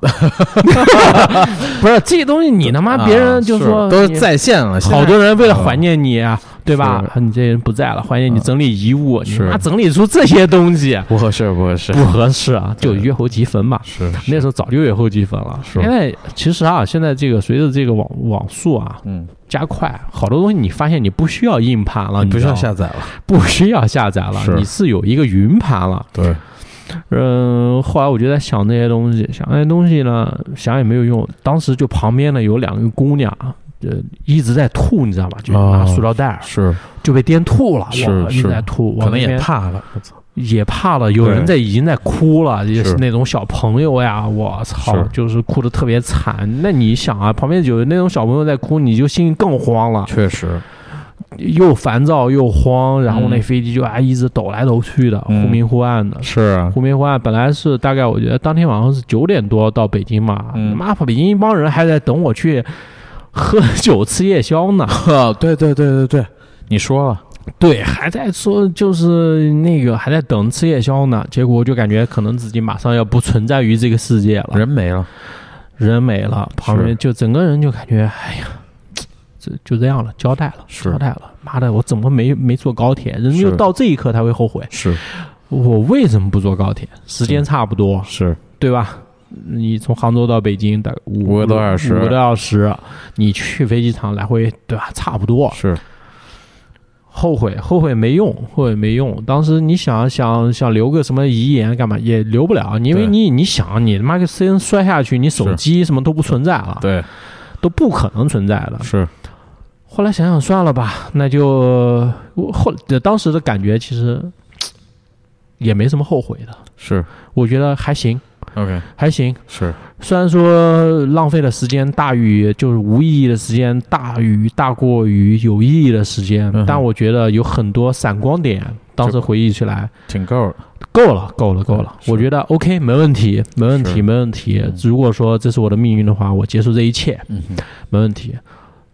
Speaker 2: 不是这些东西你他妈别人就说
Speaker 1: 啊是都
Speaker 2: 你
Speaker 1: 是在线了，
Speaker 2: 好多人为了
Speaker 1: 啊
Speaker 2: 怀念你，对吧？你这人不在了，怀念你
Speaker 1: 嗯
Speaker 2: 整理遗物，你
Speaker 1: 是
Speaker 2: 妈整理出这些东西
Speaker 1: 不合适，不合适，
Speaker 2: 不合适啊，就
Speaker 1: 对
Speaker 2: 约后积分嘛。
Speaker 1: 是
Speaker 2: 那时候早就约后积分了。
Speaker 1: 是
Speaker 2: 现在其实啊，现在这个随着这个网网速啊
Speaker 1: 嗯，
Speaker 2: 加快，好多东西你发现你不需要硬盘了，
Speaker 1: 你不需要
Speaker 2: 知道
Speaker 1: 下
Speaker 2: 吗
Speaker 1: 载了，
Speaker 2: 不需要下载了，
Speaker 1: 是
Speaker 2: 你是有一个云盘了。
Speaker 1: 对，
Speaker 2: 嗯，后来我就在想这些东西，想这些东西呢，想也没有用。当时就旁边呢有两个姑娘。呃，一直在吐，你知道吧？就拿
Speaker 1: 哦
Speaker 2: 塑料袋儿，
Speaker 1: 是
Speaker 2: 就被颠吐了，
Speaker 1: 是
Speaker 2: 哇一直
Speaker 1: 是
Speaker 2: 在吐，
Speaker 1: 可能也
Speaker 2: 怕
Speaker 1: 怕了，我操
Speaker 2: 也怕了，有人
Speaker 1: 对
Speaker 2: 在已经在哭了，也是
Speaker 1: 是
Speaker 2: 那种小朋友呀，我操
Speaker 1: 是，
Speaker 2: 就是哭的特别惨。那你想啊，旁边有那种小朋友在哭，你就心里更慌了，
Speaker 1: 确实
Speaker 2: 又烦躁又慌，然后那
Speaker 1: 嗯
Speaker 2: 飞机就啊一直抖来抖去的，忽
Speaker 1: 嗯
Speaker 2: 明忽暗 的。
Speaker 1: 是啊，
Speaker 2: 忽明忽暗，本来是大概我觉得当天晚上是九点多到北京嘛，
Speaker 1: 嗯
Speaker 2: 妈北京一帮人还在等我去喝酒吃夜宵呢，
Speaker 1: 呵，哦对对对对对，你说了，
Speaker 2: 对，还在说就是那个还在等吃夜宵呢，结果我就感觉可能自己马上要不存在于这个世界了，
Speaker 1: 人没了，
Speaker 2: 人没了，旁边就整个人就感觉哎呀，这就这样了，交代了，
Speaker 1: 是
Speaker 2: 交代了。妈的，我怎么没没坐高铁？人
Speaker 1: 是
Speaker 2: 就到这一刻才会后悔，
Speaker 1: 是
Speaker 2: 我为什么不坐高铁？时
Speaker 1: 嗯
Speaker 2: 间差不多，
Speaker 1: 是
Speaker 2: 对吧？你从杭州到北京大概
Speaker 1: 五
Speaker 2: 五
Speaker 1: 个多小时
Speaker 2: 五个多小时，你去飞机场来回，对吧？差不多。
Speaker 1: 是，
Speaker 2: 后悔，后悔没用，后悔没用。当时你想想想留个什么遗言干嘛，也留不了，因为
Speaker 1: 对
Speaker 2: 你你想，你他妈个身摔下去，你手
Speaker 1: 是
Speaker 2: 机什么都不存在了，
Speaker 1: 对
Speaker 2: 都不可能存在的。
Speaker 1: 是
Speaker 2: 后来想想算了吧，那就我后当时的感觉其实也没什么后悔的，
Speaker 1: 是
Speaker 2: 我觉得还行，
Speaker 1: ，OK
Speaker 2: 还行。
Speaker 1: 是
Speaker 2: 虽然说浪费的时间大于就是无意义的时间大于大过于有意义的时间，
Speaker 1: 嗯哼
Speaker 2: 但我觉得有很多闪光点。当时回忆起来，
Speaker 1: 挺够了，
Speaker 2: 够了，够了，够了。
Speaker 1: 嗯是
Speaker 2: 我觉得 OK，没问题，没问题，
Speaker 1: 是
Speaker 2: 没问题
Speaker 1: 嗯。
Speaker 2: 如果说这是我的命运的话，我接受这一切，
Speaker 1: 嗯哼
Speaker 2: 没问题。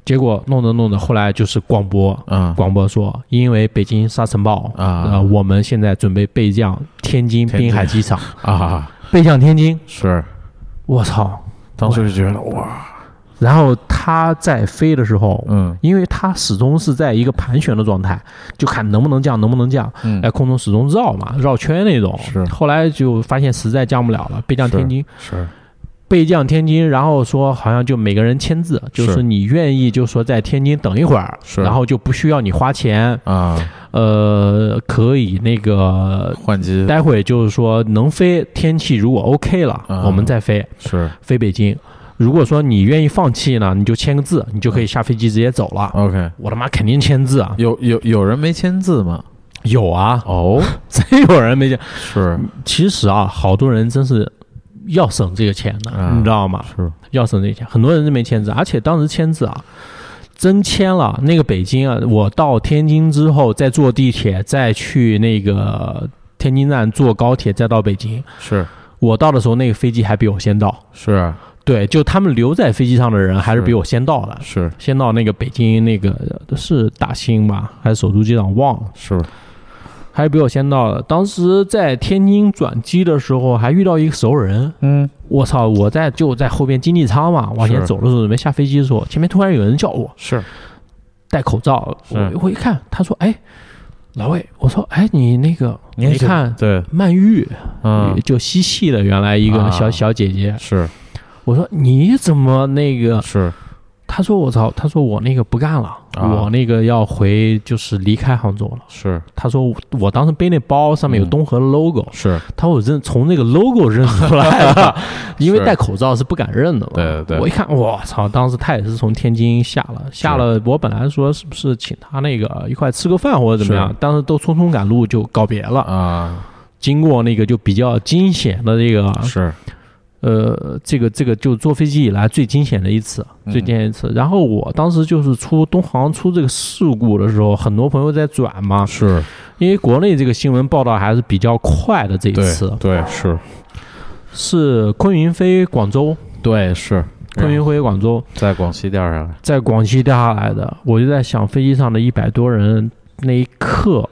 Speaker 2: 结果弄着弄着，后来就是广播，
Speaker 1: 啊
Speaker 2: 广播说，因为北京沙尘暴，呃，
Speaker 1: 啊
Speaker 2: 我们现在准备备降天津
Speaker 1: 天津
Speaker 2: 滨海机场，
Speaker 1: 啊
Speaker 2: 备降天津。
Speaker 1: 是，嗯
Speaker 2: 我操！
Speaker 1: 当时就觉得哇，
Speaker 2: 然后它在飞的时候，
Speaker 1: 嗯
Speaker 2: 因为它始终是在一个盘旋的状态，就看能不能降，能不能降，
Speaker 1: 嗯
Speaker 2: 在空中始终绕嘛，绕圈那种。
Speaker 1: 是
Speaker 2: 后来就发现实在降不了了，备降
Speaker 1: 是
Speaker 2: 天津，
Speaker 1: 是
Speaker 2: 备降天津，然后说好像就每个人签字，就是是你愿意就说在天津等一会儿，
Speaker 1: 是
Speaker 2: 然后就不需要你花钱，
Speaker 1: 啊
Speaker 2: 呃，可以那个。
Speaker 1: 换机
Speaker 2: 待会就是说能飞，天气如果 OK 了，
Speaker 1: 啊
Speaker 2: 我们再飞。
Speaker 1: 是
Speaker 2: 飞北京。如果说你愿意放弃呢，你就签个字，你就可以下飞机直接走了。
Speaker 1: OK。
Speaker 2: 我他妈肯定签字啊！
Speaker 1: 有有有人没签字吗？
Speaker 2: 有啊，
Speaker 1: 哦，
Speaker 2: 真有人没签。
Speaker 1: 是
Speaker 2: 其实啊，好多人真是要省这个钱的，
Speaker 1: 啊
Speaker 2: 你知道吗？
Speaker 1: 是，
Speaker 2: 要省这个钱，很多人是没签字，而且当时签字啊，真签了。那个北京啊，我到天津之后，再坐地铁，再去那个天津站坐高铁，再到北京。
Speaker 1: 是
Speaker 2: 我到的时候，那个飞机还比我先到。
Speaker 1: 是啊
Speaker 2: 对，就他们留在飞机上的人，还是比我先到的。
Speaker 1: 是
Speaker 2: 先到那个北京那个是大兴吧，还是首都机场忘了，
Speaker 1: 是
Speaker 2: 还是比我先到的。当时在天津转机的时候，还遇到一个熟人，
Speaker 1: 嗯
Speaker 2: 我操！我在就在后边经济舱嘛，往前
Speaker 1: 是
Speaker 2: 走的时候，准备下飞机的时候，前面突然有人叫我
Speaker 1: 是
Speaker 2: 戴口罩，
Speaker 1: 是
Speaker 2: 我我一看，他说：“哎，老魏。”我说：“哎，你那个，
Speaker 1: 你
Speaker 2: 你看
Speaker 1: 对
Speaker 2: 曼玉，
Speaker 1: 嗯
Speaker 2: 就嬉戏的原来一个小、
Speaker 1: 啊
Speaker 2: 小姐姐。
Speaker 1: 是”
Speaker 2: 我说：“你怎么那个？”
Speaker 1: 是
Speaker 2: 他说：“我操！”他说：“我那个不干了，
Speaker 1: 啊
Speaker 2: 我那个要回，就是离开杭州了。”
Speaker 1: 是
Speaker 2: 他说：“我当时背那包上面有
Speaker 1: 嗯
Speaker 2: 东河的 logo，、
Speaker 1: 是
Speaker 2: 他说我认从那个 logo 认出来了， 因为
Speaker 1: 是
Speaker 2: 戴口罩是不敢认的嘛。
Speaker 1: 对对对
Speaker 2: 我一看，我操！当时他也是从天津下了，下了。我本来说是不是请他那个一块吃个饭或者怎么样
Speaker 1: 是，
Speaker 2: 当时都匆匆赶路就告别了。
Speaker 1: 啊
Speaker 2: 经过那个就比较惊险的这个
Speaker 1: 是
Speaker 2: 呃，这个这个就坐飞机以来最惊险的一次，
Speaker 1: 嗯
Speaker 2: 最惊险一次。然后我当时就是出东航出这个事故的时候，很多朋友在转嘛，
Speaker 1: 是
Speaker 2: 因为国内这个新闻报道还是比较快的。这一次
Speaker 1: 对对是
Speaker 2: 是昆云飞广州，
Speaker 1: 对是哎
Speaker 2: 昆
Speaker 1: 嗯
Speaker 2: 云飞广州
Speaker 1: 在广西掉下来
Speaker 2: 在广西掉下来的，我就在想飞机上的一百多人那一刻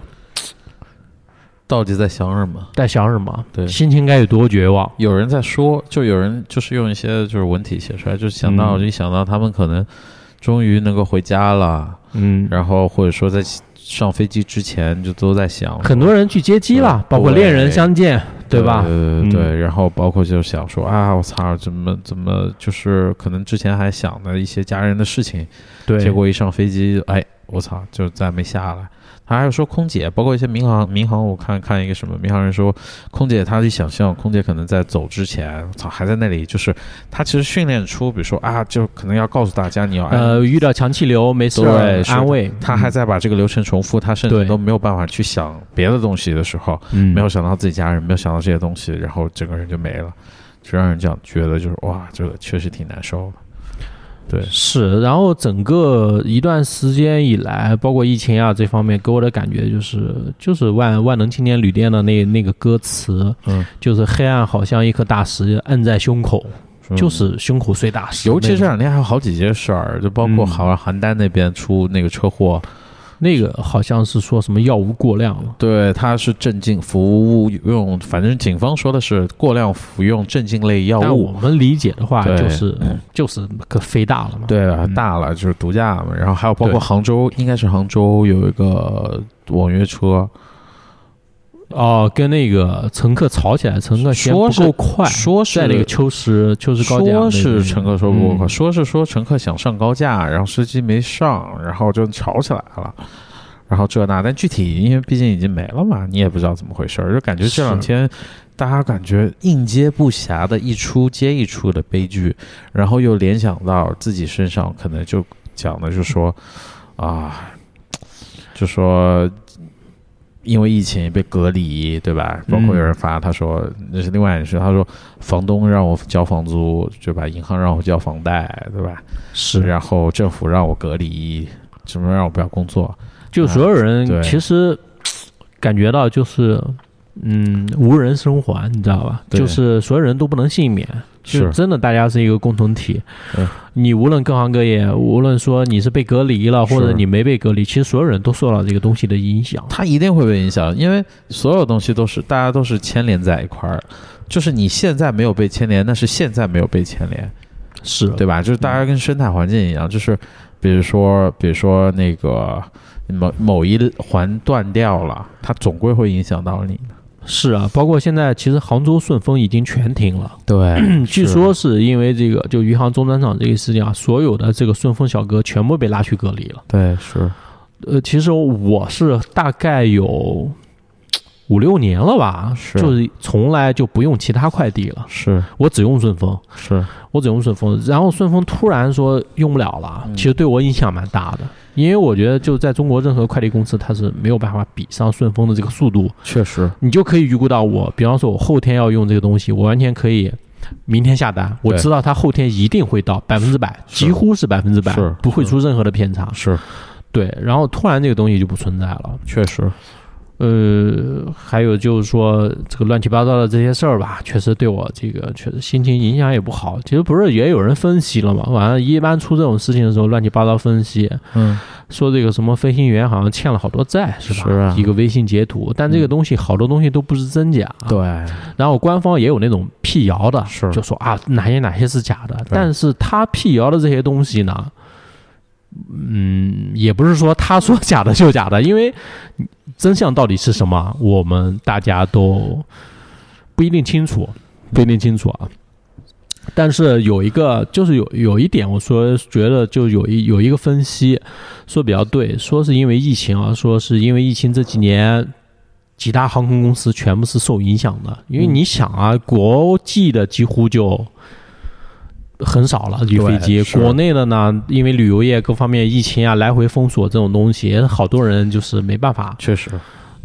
Speaker 1: 到底在想什么？
Speaker 2: 在想什么，
Speaker 1: 对
Speaker 2: 心情该有多绝望。
Speaker 1: 有人在说，就有人就是用一些就是文体写出来，就想到、
Speaker 2: 嗯
Speaker 1: 就一想到他们可能终于能够回家了，
Speaker 2: 嗯，
Speaker 1: 然后或者说在上飞机之前就都在想
Speaker 2: 很多人去接机了，
Speaker 1: 对
Speaker 2: 包括恋人相见，
Speaker 1: 对
Speaker 2: 对吧？
Speaker 1: 对对
Speaker 2: 嗯
Speaker 1: 对对然后包括就想说啊，我操，怎么怎么就是可能之前还想的一些家人的事情，
Speaker 2: 对，
Speaker 1: 结果一上飞机，哎，我操，就再没下来。他还有说空姐，包括一些民航民航，我看看一个什么民航人说，空姐她一想象，空姐可能在走之前，我操，还在那里，就是她其实训练出，比如说啊，就可能要告诉大家你要安
Speaker 2: 呃，遇到强气流没事
Speaker 1: 对
Speaker 2: 儿，
Speaker 1: 是的
Speaker 2: 安慰。
Speaker 1: 他还在把这个流程重复，他甚至
Speaker 2: 对
Speaker 1: 都没有办法去想别的东西的时候，
Speaker 2: 嗯
Speaker 1: 没有想到自己家人，没有想到这些东西，然后整个人就没了，就让人这样觉得就是哇，这个确实挺难受的。对，
Speaker 2: 是，然后整个一段时间以来，包括疫情啊这方面，给我的感觉就是，就是万万能青年旅店的那那个歌词，
Speaker 1: 嗯，
Speaker 2: 就是黑暗好像一颗大石摁在胸口，
Speaker 1: 嗯
Speaker 2: 就是胸口碎大石那种。
Speaker 1: 尤其这两天还有好几件事儿，就包括
Speaker 2: 嗯
Speaker 1: 好像邯郸那边出那个车祸，
Speaker 2: 那个好像是说什么药物过量了。
Speaker 1: 对，它是镇静服用，反正警方说的是过量服用镇静类药
Speaker 2: 但
Speaker 1: 物
Speaker 2: 我。们理解的话，
Speaker 1: 对嗯
Speaker 2: 就是就是个飞大了嘛。
Speaker 1: 对了，
Speaker 2: 嗯
Speaker 1: 大了就是毒驾嘛，然后还有包括
Speaker 2: 对
Speaker 1: 杭州，应该是杭州有一个网约车，
Speaker 2: 哦，跟那个乘客吵起来，乘客嫌不
Speaker 1: 说是
Speaker 2: 够快，
Speaker 1: 说是
Speaker 2: 在那个秋实秋实高架
Speaker 1: 说
Speaker 2: 那边，
Speaker 1: 是乘客说不过快，
Speaker 2: 嗯
Speaker 1: 说是说乘客想上高架，然后司机没上，然后就吵起来了，然后这那，但具体因为毕竟已经没了嘛，你也不知道怎么回事儿，就感觉这两
Speaker 2: 是
Speaker 1: 天大家感觉应接不暇的一出接一出的悲剧，然后又联想到自己身上，可能就讲的就说啊，就说因为疫情被隔离，对吧？包括有人发他说那是另外一件事，他说房东让我交房租，对吧？银行让我交房贷，对吧？
Speaker 2: 是，
Speaker 1: 然后政府让我隔离，什么让我不要工作，
Speaker 2: 就所有
Speaker 1: 啊对
Speaker 2: 人其实感觉到就是。嗯，无人生还，你知道吧？
Speaker 1: 对
Speaker 2: 就是所有人都不能幸免，就是真的大家是一个共同体
Speaker 1: 对。
Speaker 2: 你无论各行各业，无论说你是被隔离了，或者
Speaker 1: 是
Speaker 2: 你没被隔离，其实所有人都受到这个东西的影响。
Speaker 1: 它一定会被影响，因为所有东西都是大家都是牵连在一块儿。就是你现在没有被牵连，那是现在没有被牵连，
Speaker 2: 是，
Speaker 1: 对吧？就是大家跟生态环境一样，就是比如说，比如说那个某某一环断掉了，它总归会影响到你。
Speaker 2: 是啊，包括现在，其实杭州顺丰已经全停了。 嗯
Speaker 1: 对
Speaker 2: 据说是因为这个，就余杭中转场这个事情啊，所有的这个顺丰小哥全部被拉去隔离了。
Speaker 1: 对是，
Speaker 2: 呃，其实我是大概有五六年了吧，
Speaker 1: 是
Speaker 2: 就是从来就不用其他快递了，
Speaker 1: 是
Speaker 2: 我只用顺丰，
Speaker 1: 是，
Speaker 2: 我只用顺丰。然后顺丰突然说用不了了，
Speaker 1: 嗯
Speaker 2: 其实对我影响蛮大的，因为我觉得就在中国任何快递公司它是没有办法比上顺丰的这个速度。
Speaker 1: 确实
Speaker 2: 你就可以预估到我，比方说我后天要用这个东西，我完全可以明天下单，我
Speaker 1: 对
Speaker 2: 知道它后天一定会到百分之百，
Speaker 1: 是
Speaker 2: 几乎是百分之百
Speaker 1: 是，
Speaker 2: 不会出任何的偏差。
Speaker 1: 是
Speaker 2: 对，然后突然这个东西就不存在了。
Speaker 1: 确实
Speaker 2: 呃，还有就是说这个乱七八糟的这些事儿吧，确实对我这个确实心情影响也不好。其实不是也有人分析了嘛，完了，一般出这种事情的时候，乱七八糟分析，
Speaker 1: 嗯
Speaker 2: 说这个什么飞行员好像欠了好多债，是吧？
Speaker 1: 是啊
Speaker 2: 一个微信截图，但这个东西好多东西都不是真假。啊
Speaker 1: 对
Speaker 2: 然后官方也有那种辟谣的，
Speaker 1: 啊是
Speaker 2: 就说啊哪些哪些是假的，但是他辟谣的这些东西呢，嗯，也不是说他说假的就假的，因为真相到底是什么，我们大家都不一定清楚，不一定清楚啊。但是有一个，就是有有一点，我说觉得就有一有一个分析说比较对，说是因为疫情啊，说是因为疫情这几年几大航空公司全部是受影响的，因为你想
Speaker 1: 嗯
Speaker 2: 啊，国际的几乎就很少了旅飞机
Speaker 1: 对，是
Speaker 2: 国内的呢，因为旅游业各方面疫情啊，来回封锁这种东西，好多人就是没办法，
Speaker 1: 确实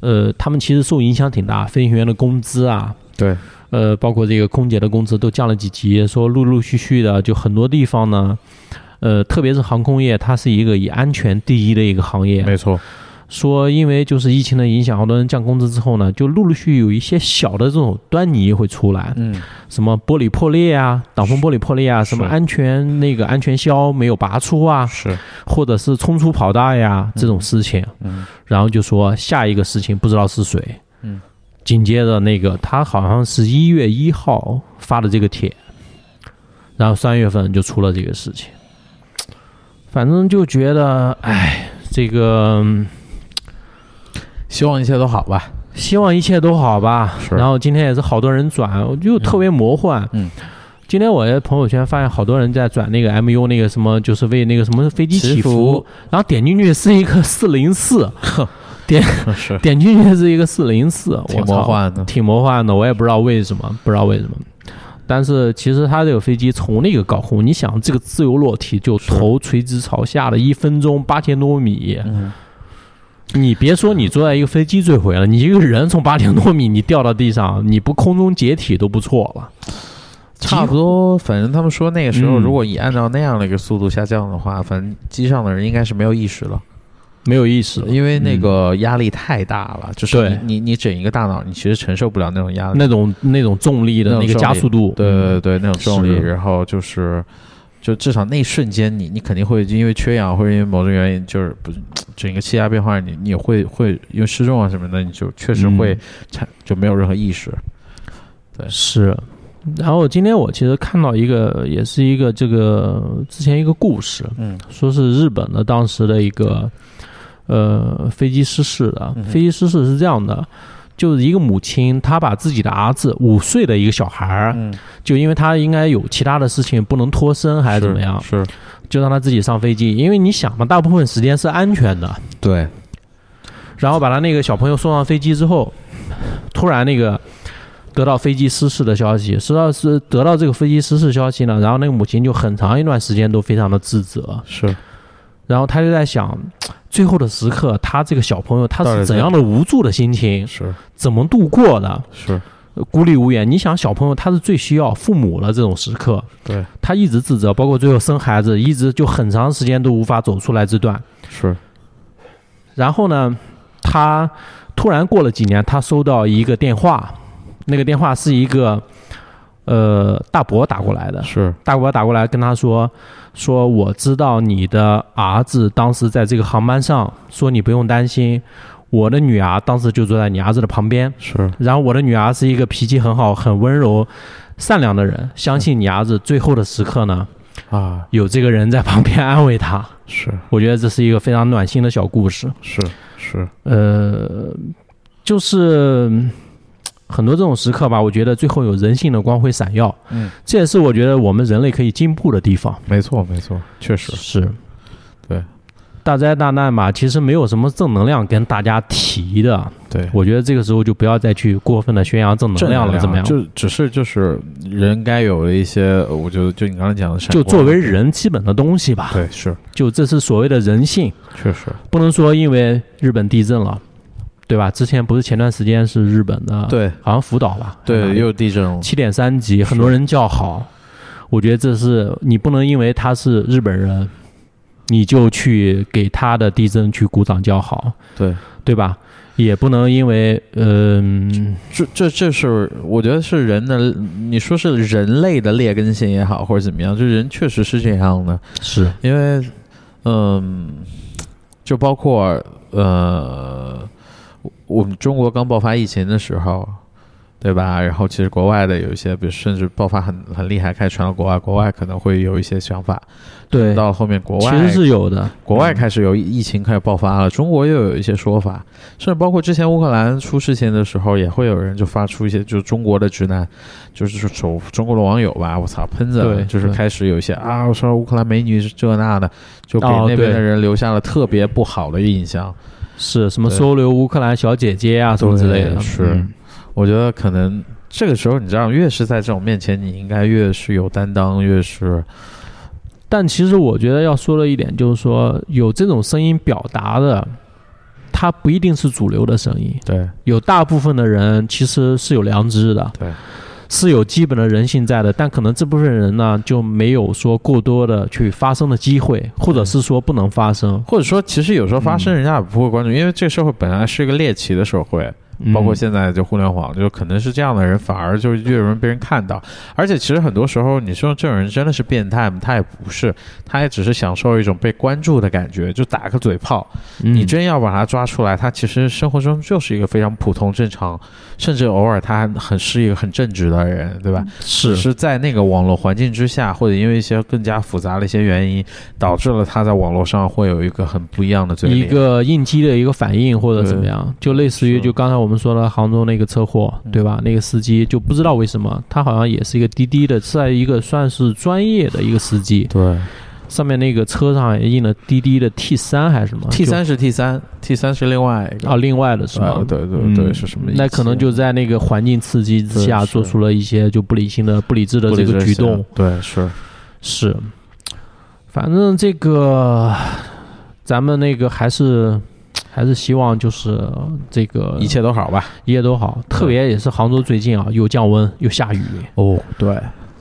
Speaker 2: 呃，他们其实受影响挺大，飞行员的工资啊，
Speaker 1: 对
Speaker 2: 呃，包括这个空姐的工资都降了几级，说陆陆续续的，就很多地方呢，呃，特别是航空业，它是一个以安全第一的一个行业，
Speaker 1: 没错
Speaker 2: 说因为就是疫情的影响，好多人降工资之后呢，就陆陆续续有一些小的这种端倪会出来，
Speaker 1: 嗯
Speaker 2: 什么玻璃破裂啊，挡风玻璃破裂啊，
Speaker 1: 是
Speaker 2: 什么安全那个安全销没有拔出啊，
Speaker 1: 是
Speaker 2: 或者是冲出跑道呀这种事情，
Speaker 1: 嗯
Speaker 2: 然后就说下一个事情不知道是谁，
Speaker 1: 嗯，
Speaker 2: 紧接着那个他好像是一月一号发的这个帖，然后三月份就出了这个事情，反正就觉得哎，这个嗯
Speaker 1: 希望一切都好吧
Speaker 2: 希望一切都好吧。
Speaker 1: 是
Speaker 2: 然后今天也是好多人转，我就特别魔幻。
Speaker 1: 嗯
Speaker 2: 今天我在朋友圈发现好多人在转那个 MU 那个什么，就是为那个什么飞机
Speaker 1: 祈
Speaker 2: 祈
Speaker 1: 福
Speaker 2: 福，然后点进去是一个四 零四，
Speaker 1: 是
Speaker 2: 点进去是一个四零四，
Speaker 1: 挺魔
Speaker 2: 我操，
Speaker 1: 幻的
Speaker 2: 挺魔幻的，我也不知道为什么，不知道为什么。但是其实它这个飞机从那个高空，你想这个自由落体就是头垂直朝下的，一分钟八千多米，
Speaker 1: 嗯
Speaker 2: 你别说你坐在一个飞机坠毁了，你一个人从八千多米你掉到地上，你不空中解体都不错了。
Speaker 1: 差不多，反正他们说那个时候，
Speaker 2: 嗯
Speaker 1: 如果以按照那样的一个速度下降的话，反正机上的人应该是没有意识了，
Speaker 2: 没有意思，
Speaker 1: 因为那个压力太大了，就是
Speaker 2: 对
Speaker 1: 你你你整一个大脑，你其实承受不了那种压力。
Speaker 2: 那种那种重力的
Speaker 1: 那种
Speaker 2: 那个加
Speaker 1: 重力
Speaker 2: 速度，嗯
Speaker 1: 对对对，那种重力，
Speaker 2: 是
Speaker 1: 然后就是，就至少那一瞬间你，你肯定会因为缺氧或者因为某种原因，就是不是整个气压变化，你你会会因为失重啊什么的，你就确实会产、就没有任何意识。对
Speaker 2: 是。然后今天我其实看到一个，也是一个这个之前一个故事，
Speaker 1: 嗯
Speaker 2: 说是日本的当时的一个呃飞机失事的
Speaker 1: 嗯哼
Speaker 2: 飞机失事是这样的，就是一个母亲，她把自己的儿子五岁的一个小孩儿，
Speaker 1: 嗯，
Speaker 2: 就因为他应该有其他的事情不能脱身还是怎么样，
Speaker 1: 是是
Speaker 2: 就让他自己上飞机，因为你想嘛，大部分时间是安全的，
Speaker 1: 对，
Speaker 2: 然后把他那个小朋友送上飞机之后，突然那个得到飞机失事的消息，知道是得到这个飞机失事消息呢，然后那个母亲就很长一段时间都非常的自责，
Speaker 1: 是
Speaker 2: 然后她就在想，最后的时刻，她这个小朋友他
Speaker 1: 到底
Speaker 2: 是
Speaker 1: 在
Speaker 2: 怎样的无助的心情，
Speaker 1: 是
Speaker 2: 怎么度过的，
Speaker 1: 是，
Speaker 2: 呃孤立无援。你想，小朋友他是最需要父母的这种时刻，
Speaker 1: 对
Speaker 2: 他一直自责，包括最后生孩子，一直就很长时间都无法走出来这段。
Speaker 1: 是
Speaker 2: 然后呢，他突然过了几年，他收到一个电话，那个电话是一个呃大伯打过来的，
Speaker 1: 是
Speaker 2: 大伯打过来跟他说说我知道你的儿子当时在这个航班上，说你不用担心，我的女儿当时就坐在你儿子的旁边，
Speaker 1: 是
Speaker 2: 然后我的女儿是一个脾气很好、很温柔、善良的人，相信你儿子最后的时刻呢，
Speaker 1: 啊
Speaker 2: 有这个人在旁边安慰他，
Speaker 1: 是
Speaker 2: 我觉得这是一个非常暖心的小故事。
Speaker 1: 是是
Speaker 2: 呃，就是嗯很多这种时刻吧，我觉得最后有人性的光辉闪耀，
Speaker 1: 嗯，
Speaker 2: 这也是我觉得我们人类可以进步的地方。
Speaker 1: 没错没错，确实
Speaker 2: 是，
Speaker 1: 对，
Speaker 2: 大灾大难嘛，其实没有什么正能量跟大家提的，
Speaker 1: 对。
Speaker 2: 我觉得这个时候就不要再去过分的宣扬正能量了，怎么样？
Speaker 1: 啊就只是就是人该有的一些，我觉得就你刚才讲的闪
Speaker 2: 就
Speaker 1: 光，
Speaker 2: 作为人基本的东西吧，
Speaker 1: 对是
Speaker 2: 就这是所谓的人性，
Speaker 1: 确实
Speaker 2: 不能说因为日本地震了，对吧？之前不是前段时间是日本的，，
Speaker 1: 对
Speaker 2: 好像福岛吧，还是哪
Speaker 1: 对
Speaker 2: 里
Speaker 1: 又地震了，
Speaker 2: 七点三级，
Speaker 1: 是
Speaker 2: 很多人叫好。我觉得这是你不能因为他是日本人，你就去给他的地震去鼓掌叫好，
Speaker 1: 对
Speaker 2: 对吧？也不能因为嗯、
Speaker 1: 这这这是我觉得是人的，你说是人类的劣根性也好，或者怎么样，就人确实是这样的，
Speaker 2: 是
Speaker 1: 因为嗯，就包括呃，我我们中国刚爆发疫情的时候。对吧？然后其实国外的有一些，比如甚至爆发很很厉害，开始传到国外，国外可能会有一些想法。
Speaker 2: 对，
Speaker 1: 到后面国
Speaker 2: 其
Speaker 1: 外
Speaker 2: 实是有的，
Speaker 1: 国外开始有疫疫情开始爆发了，中国又有一些说法，甚至包括之前乌克兰出事情的时候，也会有人就发出一些就是中国的直男，就是说中中国的网友吧，我操喷子啊
Speaker 2: 对，
Speaker 1: 就是
Speaker 2: 对
Speaker 1: 开始有一些啊，我说乌克兰美女是这那的，就给
Speaker 2: 哦
Speaker 1: 那边
Speaker 2: 对
Speaker 1: 的人留下了特别不好的印象。
Speaker 2: 是什么
Speaker 1: 对
Speaker 2: 收留乌克兰小姐姐啊什么之类的，
Speaker 1: 对是
Speaker 2: 嗯
Speaker 1: 我觉得可能这个时候，你知道，越是在这种面前，你应该越是有担当，越是
Speaker 2: 但其实我觉得要说的一点就是说，有这种声音表达的，它不一定是主流的声音，
Speaker 1: 对
Speaker 2: 有大部分的人其实是有良知的，
Speaker 1: 对
Speaker 2: 是有基本的人性在的，但可能这部分人呢就没有说过多的去发生的机会，或者是说不能发生，
Speaker 1: 或者说，其实有时候发生，
Speaker 2: 嗯
Speaker 1: 人家也不会关注，因为这个社会本来是一个猎奇的社会。包括
Speaker 2: 现
Speaker 1: 现在就互联网，就可能是这样的人反而就越容易被人看到，而且其实很多时候你说这种人真的是变态吗？他也不是，他也只是享受一种被关注的感觉，就打个嘴炮。
Speaker 2: 嗯
Speaker 1: 你真要把他抓出来，他其实生活中就是一个非常普通、正常，甚至偶尔他还很是一个很正直的人，对吧？只
Speaker 2: 是
Speaker 1: 是在那个网络环境之下，或者因为一些更加复杂的一些原因，导致了他在网络上会有一个很不一样的嘴
Speaker 2: 一
Speaker 1: 脸。
Speaker 2: 个应激的一个反应或者怎么样，就类似于
Speaker 1: 是
Speaker 2: 就刚才我们说的杭州那个车祸，
Speaker 1: 嗯
Speaker 2: 对吧？那个司机就不知道为什么，他好像也是一个滴滴的，在一个算是专业的一个司机，
Speaker 1: 对
Speaker 2: 上面那个车上也印了滴滴的 T 三还是什么
Speaker 1: ，T 三是呃 T 三，T 三是另外一个
Speaker 2: 就啊，另外的是吗？
Speaker 1: 对对对对，
Speaker 2: 嗯
Speaker 1: 是什么意思？
Speaker 2: 那可能就在那个环境刺激之下，
Speaker 1: 对是
Speaker 2: 做出了一些就不理性的、不理智的
Speaker 1: 不
Speaker 2: 这
Speaker 1: 理
Speaker 2: 个
Speaker 1: 智
Speaker 2: 举
Speaker 1: 行
Speaker 2: 动。，
Speaker 1: 对，是
Speaker 2: 是，反正这个咱们那个还是还是希望就是这个
Speaker 1: 一切都好吧？
Speaker 2: 一切都好。特别也是杭州最近啊，又降温又下雨，
Speaker 1: 哦，对，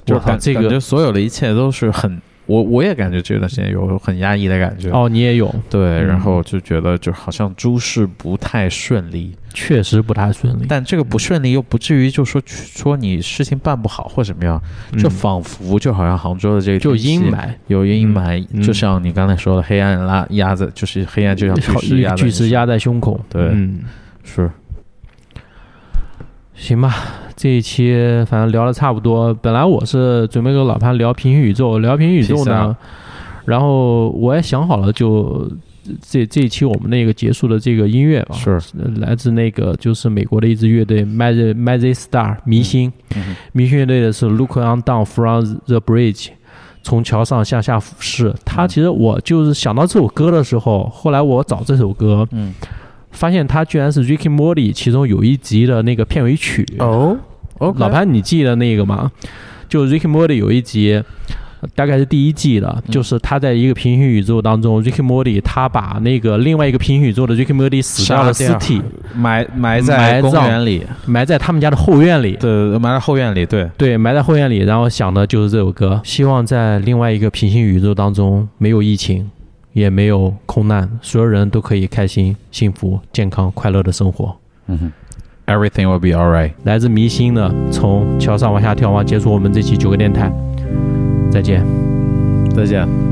Speaker 1: 就是
Speaker 2: 我靠，
Speaker 1: 感
Speaker 2: 这
Speaker 1: 感
Speaker 2: 个
Speaker 1: 觉所有的一切都是很我我也感觉这段时间有很压抑的感觉。
Speaker 2: 哦，你也有，
Speaker 1: 对，
Speaker 2: 嗯
Speaker 1: 然后就觉得就好像诸事不太顺利，
Speaker 2: 确实不太顺利。
Speaker 1: 但这个不顺利又不至于就说说你事情办不好或怎么样，
Speaker 2: 嗯
Speaker 1: 就仿佛就好像杭州的这个
Speaker 2: 就
Speaker 1: 天气
Speaker 2: 阴霾，
Speaker 1: 有阴霾，
Speaker 2: 嗯
Speaker 1: 就像你刚才说的黑暗拉压着，就是黑暗就像巨石压
Speaker 2: 好
Speaker 1: 在
Speaker 2: 巨
Speaker 1: 你
Speaker 2: 石压在胸口。
Speaker 1: 对
Speaker 2: 嗯，
Speaker 1: 是
Speaker 2: 行吧，这一期反正聊的差不多。本来我是准备跟老潘聊平行宇宙，聊平行宇宙
Speaker 1: 平行
Speaker 2: 呢
Speaker 1: 啊，
Speaker 2: 然后我也想好了就。这这一期我们那个结束的这个音乐吧，
Speaker 1: 是，
Speaker 2: 呃来自那个就是美国的一支乐队 Magic Magic Star 迷星，
Speaker 1: 嗯
Speaker 2: 迷星乐队的是 Look on down from the bridge，从桥上向下俯视。
Speaker 1: 嗯
Speaker 2: 他其实我就是想到这首歌的时候，后来我找这首歌，
Speaker 1: 嗯
Speaker 2: 发现它居然是 Ricky Morty 其中有一集的那个片尾曲。
Speaker 1: 哦，OK，
Speaker 2: 老潘，你记得那个吗？就 Ricky Morty 有一集。大概是第一季的，
Speaker 1: 嗯
Speaker 2: 就是他在一个平行宇宙当中、r i c k y Morty 他把那个另外一个平行宇宙的 Ricky Morty 死掉的尸
Speaker 1: 杀掉
Speaker 2: 体
Speaker 1: 埋埋
Speaker 2: 埋
Speaker 1: 在
Speaker 2: 葬
Speaker 1: 公园里，
Speaker 2: 埋在他们家的后院里，
Speaker 1: 对，埋在后院里，对，
Speaker 2: 对，埋在后院里，然后想的就是这首歌。希望在另外一个平行宇宙当中，没有疫情，也没有空难，所有人都可以开心、幸福、健康、快乐的生活。
Speaker 1: 嗯哼，Everything will be alright，
Speaker 2: 来自迷星的《从桥上往下眺望》，结束我们这期九个电台，再见。
Speaker 1: 再见。